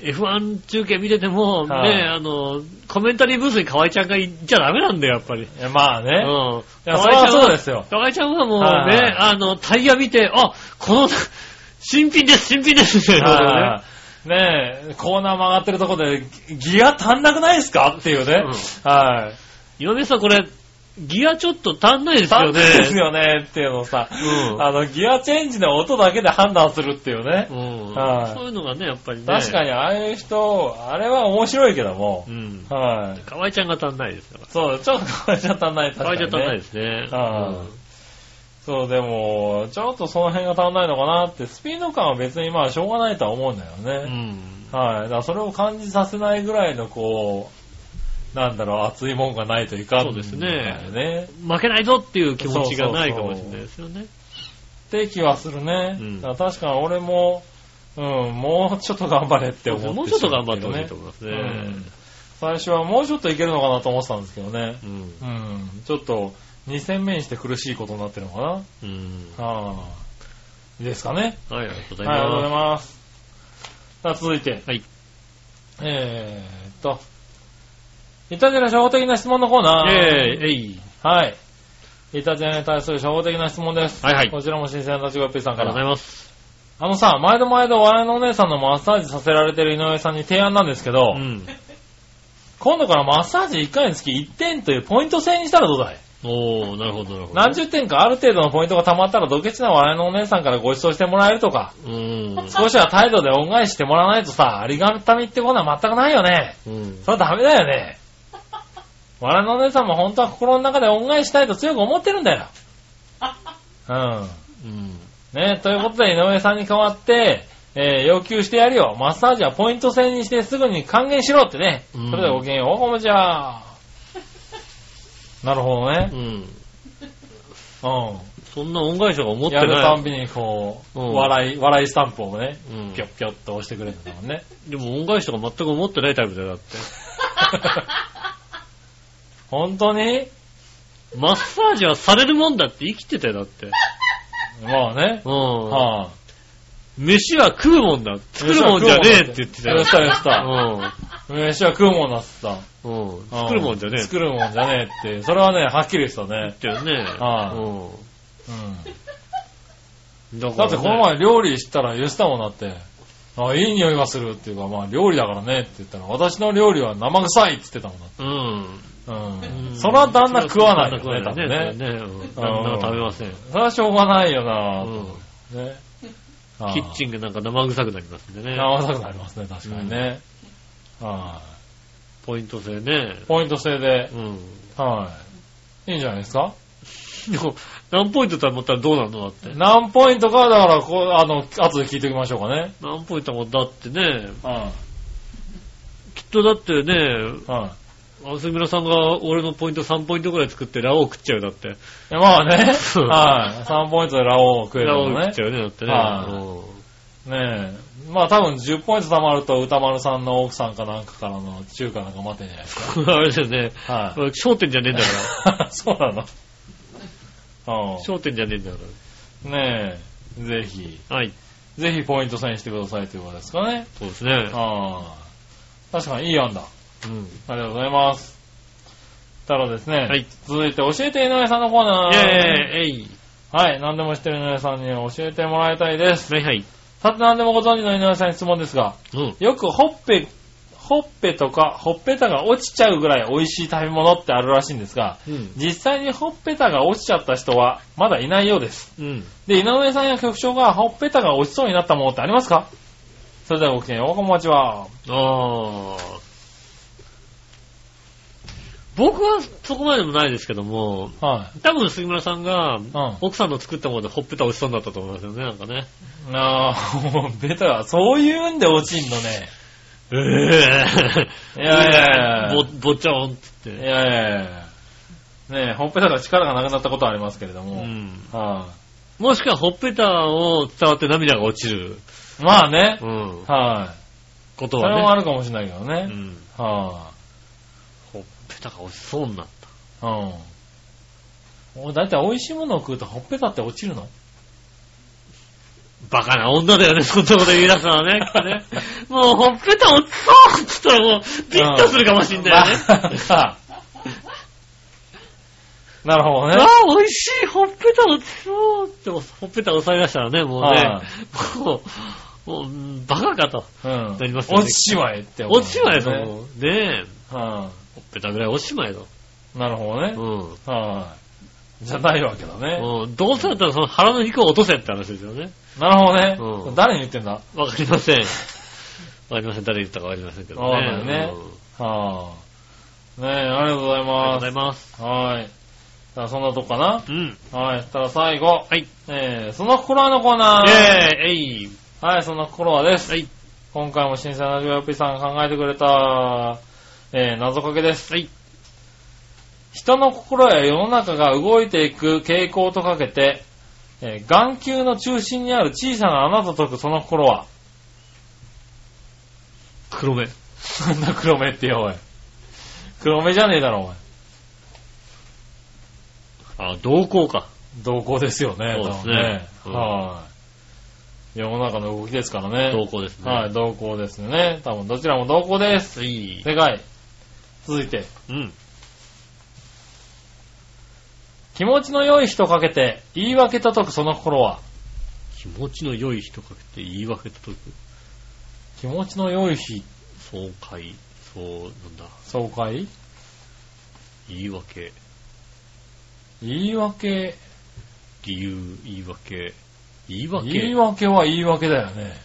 Speaker 2: F1 中継見てても、ね、
Speaker 3: はい
Speaker 2: あの、コメンタリーブースに河合ちゃんがいっちゃダメなんだよ、やっぱり。
Speaker 3: いやまあね。
Speaker 2: う
Speaker 3: い
Speaker 2: ん。。
Speaker 3: や、それはそうですすよ。
Speaker 2: 河合ちゃんはもうね、
Speaker 3: はいはい
Speaker 2: あの、タイヤ見て、あ、この、新品です、新品です、みたいな
Speaker 3: あーねえ、コーナー曲がってるとこでギギア足んなくないですかっていうね。
Speaker 2: う
Speaker 3: はい。
Speaker 2: 今ねさん、これ、ギアちょっと足んないですよね。
Speaker 3: 足んないですよねっていうのをさ、
Speaker 2: うん
Speaker 3: あの、ギアチェンジの音だけで判断するっていうね
Speaker 2: う。ん。
Speaker 3: はい
Speaker 2: そういうのがね、やっぱりね。
Speaker 3: 確かにああいう人、あれは面白いけども
Speaker 2: う、ん。
Speaker 3: はい。
Speaker 2: 河合ちゃんが足んないですから。
Speaker 3: そう、ちょっと変えちゃったんない、確
Speaker 2: 河
Speaker 3: か
Speaker 2: 合
Speaker 3: に、
Speaker 2: ちゃ
Speaker 3: ね。
Speaker 2: ん足んないですね。
Speaker 3: はい
Speaker 2: うん
Speaker 3: そう、でも、ちょっとその辺が足んないのかなって、スピード感は別にまあしょうがないとは思うんだよね。
Speaker 2: うん。
Speaker 3: はい。だからそれを感じさせないぐらいの、こう、なんだろう、熱いもんがないといかん
Speaker 2: そうですね
Speaker 3: だよね。
Speaker 2: 負けないぞっていう気持ちがないかもしれないですよね。
Speaker 3: って気はするね。
Speaker 2: うん
Speaker 3: だから確かに俺も、うん、もうちょっと頑張れって思って
Speaker 2: もうちょっと頑張って
Speaker 3: し
Speaker 2: ほ
Speaker 3: ま
Speaker 2: し
Speaker 3: う
Speaker 2: い
Speaker 3: け
Speaker 2: と
Speaker 3: ど
Speaker 2: 思います
Speaker 3: う
Speaker 2: ね
Speaker 3: ん。最初はもうちょっといけるのかなと思ってたんですけどね。
Speaker 2: うん。
Speaker 3: うん、ちょっと2戦目にして苦しいことになってるのかな。は
Speaker 2: うん。
Speaker 3: あ、いいですかね。
Speaker 2: はい、ありがとうござい
Speaker 3: はい、ありがとうござい
Speaker 2: ま
Speaker 3: ます。さあ、続いて。
Speaker 2: はい。
Speaker 3: えーっと、いたじら初歩的な質問のコーナー。
Speaker 2: す。えー、えい。
Speaker 3: はい。イタジェラに対する初歩的な質問です。
Speaker 2: はいはい
Speaker 3: こちらも新鮮な立ちごっぺさ
Speaker 2: あ
Speaker 3: ん
Speaker 2: り
Speaker 3: か
Speaker 2: がとうござい
Speaker 3: ら。
Speaker 2: ます。
Speaker 3: あのさ、毎度毎度笑いのお姉さんのマッサージさせられてる井上さんに提案なんですけど、
Speaker 2: うん。
Speaker 3: 今度からマッサージ1回につき1点というポイント制にしたらどうだい
Speaker 2: おー、なるほど、なるほど。
Speaker 3: 何十点かある程度のポイントが溜まったらドケチな笑いのお姉さんからご馳走してもらえるとか、
Speaker 2: うん。
Speaker 3: 少しは態度で恩返ししてもらわないとさ、ありがたみってことは全くないよね。
Speaker 2: うん。
Speaker 3: それはダメだよね。笑いのお姉さんも本当は心の中で恩返ししたいと強く思ってるんだよ。う
Speaker 2: う
Speaker 3: ん。
Speaker 2: ん。
Speaker 3: ね、ということで井上さんに代わって、えー要求してやるよ。マッサージはポイント制にしてすぐに還元しろってね。
Speaker 2: うん
Speaker 3: それではごきげんよう、こんにちは。なるほどね
Speaker 2: う。ん。
Speaker 3: う
Speaker 2: そんな恩返しが思っ
Speaker 3: ん。
Speaker 2: て
Speaker 3: やるた
Speaker 2: なんい。
Speaker 3: びにこう、
Speaker 2: うん
Speaker 3: 笑い、笑いスタンプをね、
Speaker 2: うん
Speaker 3: ぴょっぴょっと押してくれるんだもんね。 [laughs]
Speaker 2: でも恩返しとか全く思ってないタイプだよ、だって。
Speaker 3: 本当に
Speaker 2: マッサージはされるもんだって生きてたよ、だって。
Speaker 3: まあね。
Speaker 2: うん。
Speaker 3: は
Speaker 2: 飯は食うもんだ。作るもんじゃねえって言ってた
Speaker 3: よ。
Speaker 2: よ
Speaker 3: 言っ。た言った。
Speaker 2: う
Speaker 3: 飯は食うもんだっつった。
Speaker 2: ん。うん。作るもんじゃねえって
Speaker 3: 作るもんじゃねえって。それはね、はっきり言ってたね。
Speaker 2: 言ってるね。
Speaker 3: ああ
Speaker 2: う。
Speaker 3: うん
Speaker 2: だ
Speaker 3: ん。
Speaker 2: から
Speaker 3: だっ
Speaker 2: ね
Speaker 3: てこの前料理したら言ってたもんだって。あ、いい匂いがするっていうか、まあ料理だからねって言ったら、私の料理は生臭いって言ってたもんだって。
Speaker 2: うん。
Speaker 3: う
Speaker 2: うん
Speaker 3: ん。それは旦那食わない
Speaker 2: 旦那食
Speaker 3: よね、
Speaker 2: わ
Speaker 3: 多
Speaker 2: ない
Speaker 3: 分
Speaker 2: よね。ね
Speaker 3: ね。
Speaker 2: うん旦那は食べません。
Speaker 3: それはしょうがないよな
Speaker 2: うん
Speaker 3: ぁ。ね。
Speaker 2: キッチンがなんか生臭くなりますんで
Speaker 3: ン
Speaker 2: ね。
Speaker 3: 生臭くなりますね、確かにね。は
Speaker 2: ポイント制ね。
Speaker 3: い。ポイント制で
Speaker 2: う、ん。
Speaker 3: はい。いいんじゃないですか
Speaker 2: [laughs] でも、何ポイントだと思ったらどうなのだって。
Speaker 3: 何ポイントか、だから、こう、あの、後で聞いておきましょうかね。
Speaker 2: 何ポイントもだってね、
Speaker 3: は
Speaker 2: きっとだってね、
Speaker 3: い。はい。
Speaker 2: あすみらさんが俺のポイント3ポイントぐらい作ってラオウ食っちゃうよだって。
Speaker 3: いやまあね、
Speaker 2: そう
Speaker 3: はい。3ポイントでラオウを食える
Speaker 2: ラオウ
Speaker 3: の
Speaker 2: 食
Speaker 3: ね
Speaker 2: っ。ちゃうよね、だってね。
Speaker 3: はねえ。まあ多分10ポイント貯まると歌丸さんの奥さんかなんかからの中華なんか待てんじゃないですか。
Speaker 2: うん [laughs] あれだよね。
Speaker 3: は
Speaker 2: 焦点じゃねえんだから。
Speaker 3: い。 [laughs] そうなの。う
Speaker 2: 焦点じゃねえんだか
Speaker 3: ん。ねえ。ぜひ、
Speaker 2: ら。はい。
Speaker 3: ぜひポイント制にしてくださいということですかね。
Speaker 2: そうですね。
Speaker 3: ああ。確かにいい案だ。
Speaker 2: うん。
Speaker 3: ありがとうございます。たらですね、
Speaker 2: はい
Speaker 3: 続いて教えて井上さんのコーナー。
Speaker 2: イェーイえい
Speaker 3: はい、何でも知ってる井上さんに教えてもらいたいです。
Speaker 2: はいはい。
Speaker 3: さて何でもご存知の井上さんに質問ですが、
Speaker 2: うん。
Speaker 3: よくほっぺ、ほっぺとかほっぺたが落ちちゃうぐらい美味しい食べ物ってあるらしいんですが、
Speaker 2: うん。
Speaker 3: 実際にほっぺたが落ちちゃった人はまだいないようです。
Speaker 2: うん。
Speaker 3: で、井上さんや局長がほっぺたが落ちそうになったものってありますかそれではごきげんよう、こんばんちは。
Speaker 2: あー。僕はそこまでもないですけども、
Speaker 3: は
Speaker 2: 多分杉村さんが
Speaker 3: い。うん。
Speaker 2: 奥さんの作ったものでほっぺた落ちそうになったと思いますよね、なんかね。
Speaker 3: なあ、ほっぺたが、そういうんで落ちんのね。
Speaker 2: ええ
Speaker 3: いやいやいや
Speaker 2: ぼ、ぼちょんって
Speaker 3: い。やいやいやねえ、ほっぺたが力がなくなったことはありますけれど
Speaker 2: う
Speaker 3: も。
Speaker 2: ん。
Speaker 3: は
Speaker 2: もしくはほっぺたを伝わって涙が落ちる、
Speaker 3: い。まあね。
Speaker 2: うん、
Speaker 3: はい。
Speaker 2: こと
Speaker 3: それも
Speaker 2: は
Speaker 3: あ
Speaker 2: ね。
Speaker 3: るかもしれないけど
Speaker 2: う
Speaker 3: ね。
Speaker 2: ん。
Speaker 3: は
Speaker 2: ほっぺたが落ちそうになっ
Speaker 3: い。うん。おだいたい美味しいものを食うとほっぺたって落ちるの
Speaker 2: た。バカな女だよね、そんなこと言い出すのはね。きっと [laughs] ねもうほっぺた落ちそうって言ったらもう、ビッとするかもしんないよね。
Speaker 3: まあさあ [laughs] なるほど
Speaker 2: あ
Speaker 3: ね。
Speaker 2: あ、美味しい、ほっぺた落ちそうって、ほっぺた押さえ出したらね、もうね
Speaker 3: は、
Speaker 2: もう、もううん、バカかと。
Speaker 3: うん。
Speaker 2: なりますよね
Speaker 3: 落ちちまえって思う
Speaker 2: 落ちちまえと、
Speaker 3: ね
Speaker 2: もう。ねえ、
Speaker 3: は
Speaker 2: ほっぺたぐらい落ちちまえと。
Speaker 3: い。なるほどね
Speaker 2: う。ん。
Speaker 3: はい。じゃないわけだね。
Speaker 2: うんどうせだったらその腹の肉を落とせって話ですよね。
Speaker 3: なるほど
Speaker 2: う
Speaker 3: ね。
Speaker 2: ん
Speaker 3: 誰に言ってんだ
Speaker 2: わかりません。わかりません。誰言ったかわかりませんけどね。
Speaker 3: わかんないね
Speaker 2: うん
Speaker 3: はあ。ねえ、ありがとうござい
Speaker 2: ありがとう
Speaker 3: ま
Speaker 2: ございます。
Speaker 3: す。はい。じゃあ、そんなとこかな
Speaker 2: うん。
Speaker 3: はい。そしたら最後。
Speaker 2: はい。
Speaker 3: えー、その心はのコーナー。
Speaker 2: えー、えい。
Speaker 3: はい、その心はです。
Speaker 2: はい。
Speaker 3: 今回も新鮮なジオヨッピーさんが考えてくれた、えー、謎かけです。
Speaker 2: はい。
Speaker 3: 人の心や世の中が動いていく傾向とかけて、えー眼球の中心にある小さな穴と解くその心は、
Speaker 2: 黒目。
Speaker 3: そんな黒目ってよ、おい。黒目じゃねえだろ、お前。
Speaker 2: あ、瞳孔か。
Speaker 3: 同行ですよね、
Speaker 2: そうですね
Speaker 3: 多分ねはい。世の中の動きですからね。
Speaker 2: 瞳孔ですね。
Speaker 3: はい、同行ですね。多分どちらも同行です。
Speaker 2: い。い。
Speaker 3: でかい。続いて、
Speaker 2: うん。
Speaker 3: 気持ちの良い人かけて、言い訳と解くその心は、
Speaker 2: 気持ちの良い人かけて言い訳と解く。
Speaker 3: 気持ちの良い日、
Speaker 2: 爽快。そう、なんだ。
Speaker 3: 爽快
Speaker 2: 言い訳。
Speaker 3: 言い訳、
Speaker 2: 理由、言い訳。言い訳
Speaker 3: 言い訳は言い訳だよね。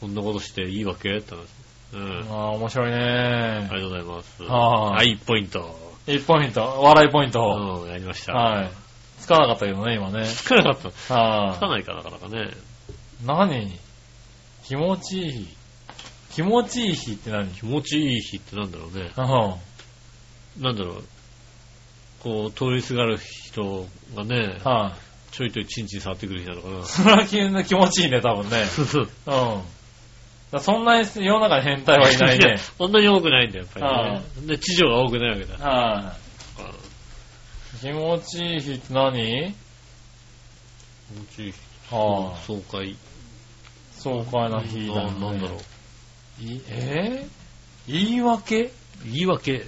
Speaker 2: そんなことして言い訳って話。うん。
Speaker 3: ああ、面白い
Speaker 2: あり
Speaker 3: ね。
Speaker 2: がとうございます。
Speaker 3: はい
Speaker 2: はい、ポイント。
Speaker 3: 1ポイント、笑いポイント。
Speaker 2: うん、やりました。
Speaker 3: はい。つかなかったけどね、今ね。
Speaker 2: つかなかった。つか
Speaker 3: は
Speaker 2: ないかなかなかね。
Speaker 3: い。何気持ちいい日。気持ちいい日って何
Speaker 2: 気持ちいい日ってなんだろうね。
Speaker 3: うん。
Speaker 2: なんだろう。こう、通りすがる人がね、
Speaker 3: はい。
Speaker 2: ちょいちょいチンチン触ってくる日なのか
Speaker 3: [laughs]
Speaker 2: な。
Speaker 3: それは気気持ちいいね、多分ね。うん。だからそんなに世の中に変態はいないね。
Speaker 2: そんなに多くないんだよ、やっぱりね。で、地上が多くないわけだ。
Speaker 3: はい。気持ちいい日って何
Speaker 2: 気持ちいい日。
Speaker 3: は
Speaker 2: 爽快。
Speaker 3: い。爽快な日だ、
Speaker 2: な
Speaker 3: ね。
Speaker 2: なんだろう。
Speaker 3: う。えー言い訳
Speaker 2: 言い訳。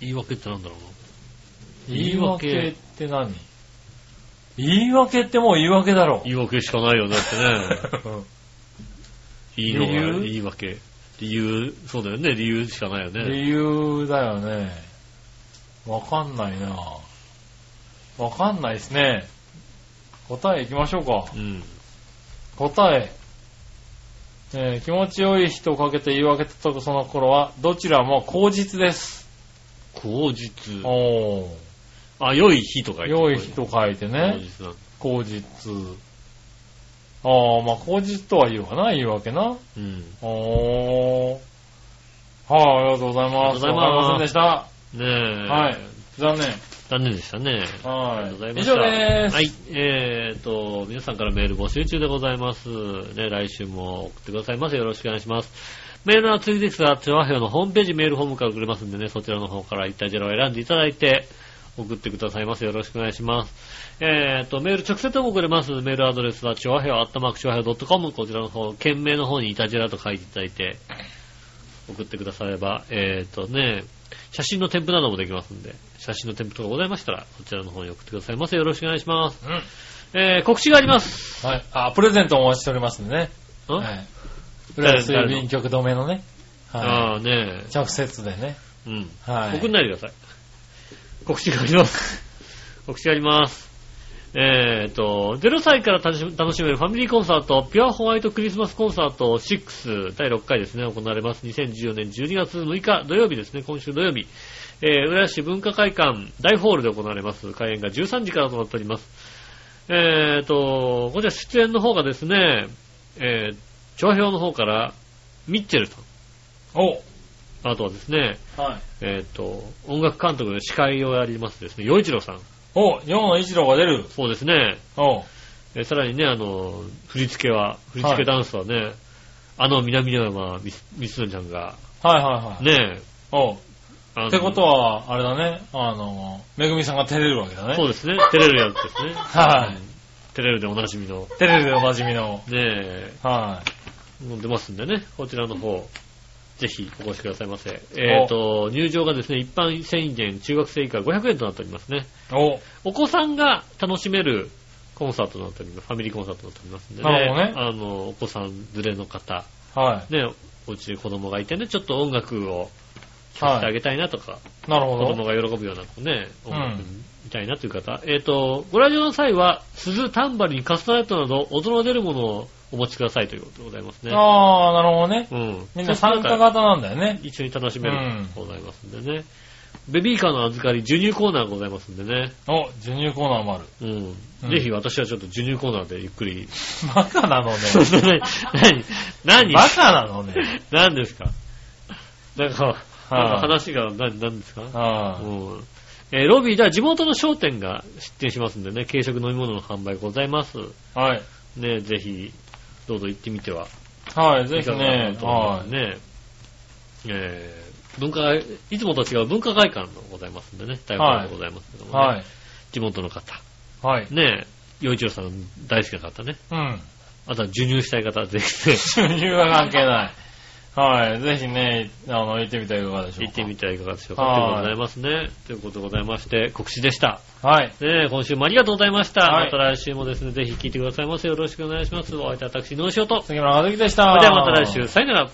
Speaker 2: 言い訳ってなんだろうな。
Speaker 3: 言い訳って何言い訳ってもう言い訳だろ。
Speaker 2: 言い訳しかないよね、だってね。 [laughs] いいの
Speaker 3: 理
Speaker 2: が
Speaker 3: 由
Speaker 2: 言い訳。理由、そうだよね、理由しかないよね。
Speaker 3: [laughs] 理由だよね。わかんないなわかんないですね。答え行きましょうか。
Speaker 2: うん。
Speaker 3: 答え。えー気持ちよい人をかけて言い訳と解くその頃は、どちらも口実です。
Speaker 2: 口実。
Speaker 3: おー。
Speaker 2: あ、良い日とか
Speaker 3: 良い日と書いて
Speaker 2: ね。口
Speaker 3: ね。
Speaker 2: 実なんだ
Speaker 3: 口実。ああ、まあ口実とは言うかな、言い訳な。
Speaker 2: うん。
Speaker 3: おー。はい、ありがとうございま
Speaker 2: ありがとうござい
Speaker 3: す。
Speaker 2: ます
Speaker 3: わかりませんでした。
Speaker 2: ねえ。
Speaker 3: はい。残念。
Speaker 2: 残念でしたね。あり
Speaker 3: は
Speaker 2: がとうござい
Speaker 3: い。
Speaker 2: ま
Speaker 3: 以
Speaker 2: した。
Speaker 3: 上です。
Speaker 2: はい。えーと、皆さんからメール募集中でございます。ね、来週も送ってくださいませ。よろしくお願いします。メールは次ですが、チョアヘオのホームページメールフォームから送れますんでね、そちらの方からイタジェラを選んでいただいて、送ってくださいませ。よろしくお願いします。えーと、メール直接も送れます。メールアドレスは、チョアヘオ、アットマークチョアヘオ .com、こちらの方、件名の方にイタジェラと書いていただいて、送ってくだされば、えーとね、写真の添付などもできますんで、写真の添付とかございましたら、そちらの方に送ってくださいませ。よろしくお願いします。
Speaker 3: うん
Speaker 2: えー、告知があります。
Speaker 3: はい。あ、プレゼントお待ちしておりますんでね。
Speaker 2: ん、
Speaker 3: はい。浦安郵便局止めのね。は
Speaker 2: ああね
Speaker 3: い。直接でね。
Speaker 2: え。うん。
Speaker 3: はい。
Speaker 2: 送んないでください。告知があります。告知があります。えーと、0歳から楽し楽しめるファミリーコンサート、ピュアホワイトクリスマスコンサート6、第6回ですね、行われます。2014年12月6日土曜日ですね、今週土曜日、えー、浦安市文化会館大ホールで行われます。開演が13時からとなっております。えーと、こちら出演の方がですね、えー、長編の方から、ミッチェルさん、
Speaker 3: お
Speaker 2: あとはですね、
Speaker 3: はい。
Speaker 2: えっ、と、音楽監督の司会をやりますですね、洋一郎さん。
Speaker 3: お四の一郎が出る。
Speaker 2: そうですね。
Speaker 3: お
Speaker 2: えーさらにね、あの、振り付けは、振り付けダンスはね、あの南の山みみつのちゃんが、
Speaker 3: はいはいはい。
Speaker 2: ね、
Speaker 3: お
Speaker 2: あの
Speaker 3: ってことは、あれだね。あの、めぐみさんが照れるわけだね。
Speaker 2: そうですね、テレルやつですね。
Speaker 3: はい
Speaker 2: うん。テレルでおなじみの、
Speaker 3: 照れるでおなじみの。
Speaker 2: ねえ、
Speaker 3: はい。
Speaker 2: 飲んでますんでね、こちらの方、ぜひお越しくださいませ。えっ、と、入場がですね、一般1000円、中学生以下500円となっておりますね。
Speaker 3: お
Speaker 2: お子さんが楽しめるコンサートとなっております。ファミリーコンサートとなっておりますんでね。
Speaker 3: なるほどね
Speaker 2: あの、お子さん連れの方、
Speaker 3: は
Speaker 2: ね、お家に子供がいてね、ちょっと音楽を
Speaker 3: い。
Speaker 2: 聴いてあ
Speaker 3: は
Speaker 2: げたいなとか、
Speaker 3: い。なる
Speaker 2: 子
Speaker 3: ほ
Speaker 2: 供
Speaker 3: ど。
Speaker 2: が喜ぶようなね、
Speaker 3: ん
Speaker 2: 音楽見たいなという方。えっ、と、ご来場の際は、鈴、タンバリン、カスタネットなど、音の出るものをお持ちくださいということでございますね。
Speaker 3: ああ、なるほどね。
Speaker 2: うん。
Speaker 3: みんな参加型なんだよね。
Speaker 2: 一緒に楽しめるとございますんでね。ベビーカーの預かり、授乳コーナーございますんでね。
Speaker 3: お授乳コーナーもある。
Speaker 2: うん。
Speaker 3: うん
Speaker 2: ぜひ私はちょっと授乳コーナーでゆっくり。
Speaker 3: [laughs] バカなのね。
Speaker 2: [laughs] 何何
Speaker 3: バカなのね。
Speaker 2: 何ですかなんか、 [laughs] なんか話が何何ですか
Speaker 3: は
Speaker 2: う
Speaker 3: い。
Speaker 2: ん。えーロビーでは地元の商店が出店しますんでね、軽食飲み物の販売ございます。
Speaker 3: はい。
Speaker 2: ね、ぜひ、どうぞ行ってみては。
Speaker 3: はい、ぜ
Speaker 2: い
Speaker 3: ひ
Speaker 2: かがか
Speaker 3: ね
Speaker 2: な。と思いま
Speaker 3: は
Speaker 2: す
Speaker 3: い。
Speaker 2: ね。えー文化会、いつもと違う文化会館のございますんでね、台湾でございますけどもね、
Speaker 3: はい。
Speaker 2: 地元の方、
Speaker 3: はい。
Speaker 2: ね、洋一郎さん大好きな方ね、
Speaker 3: うん。 [laughs]
Speaker 2: あとは授乳したい方はぜひね、
Speaker 3: 収入は関係ない。はい。ぜひね、あの、行ってみてはいかがでしょうか。
Speaker 2: 行ってみてはいかがでしょうか。ということ
Speaker 3: は
Speaker 2: でござ
Speaker 3: い
Speaker 2: いますね。ということでございまして、告知でした。
Speaker 3: はい。
Speaker 2: ねえ今週もありがとうございました。
Speaker 3: はい
Speaker 2: また来週もですね、ぜひ聞いてくださいませ。よろしくお願いします。お相手は私、井上翔と。そ
Speaker 3: 杉村和樹でした。
Speaker 2: れではまた来週、さよなら。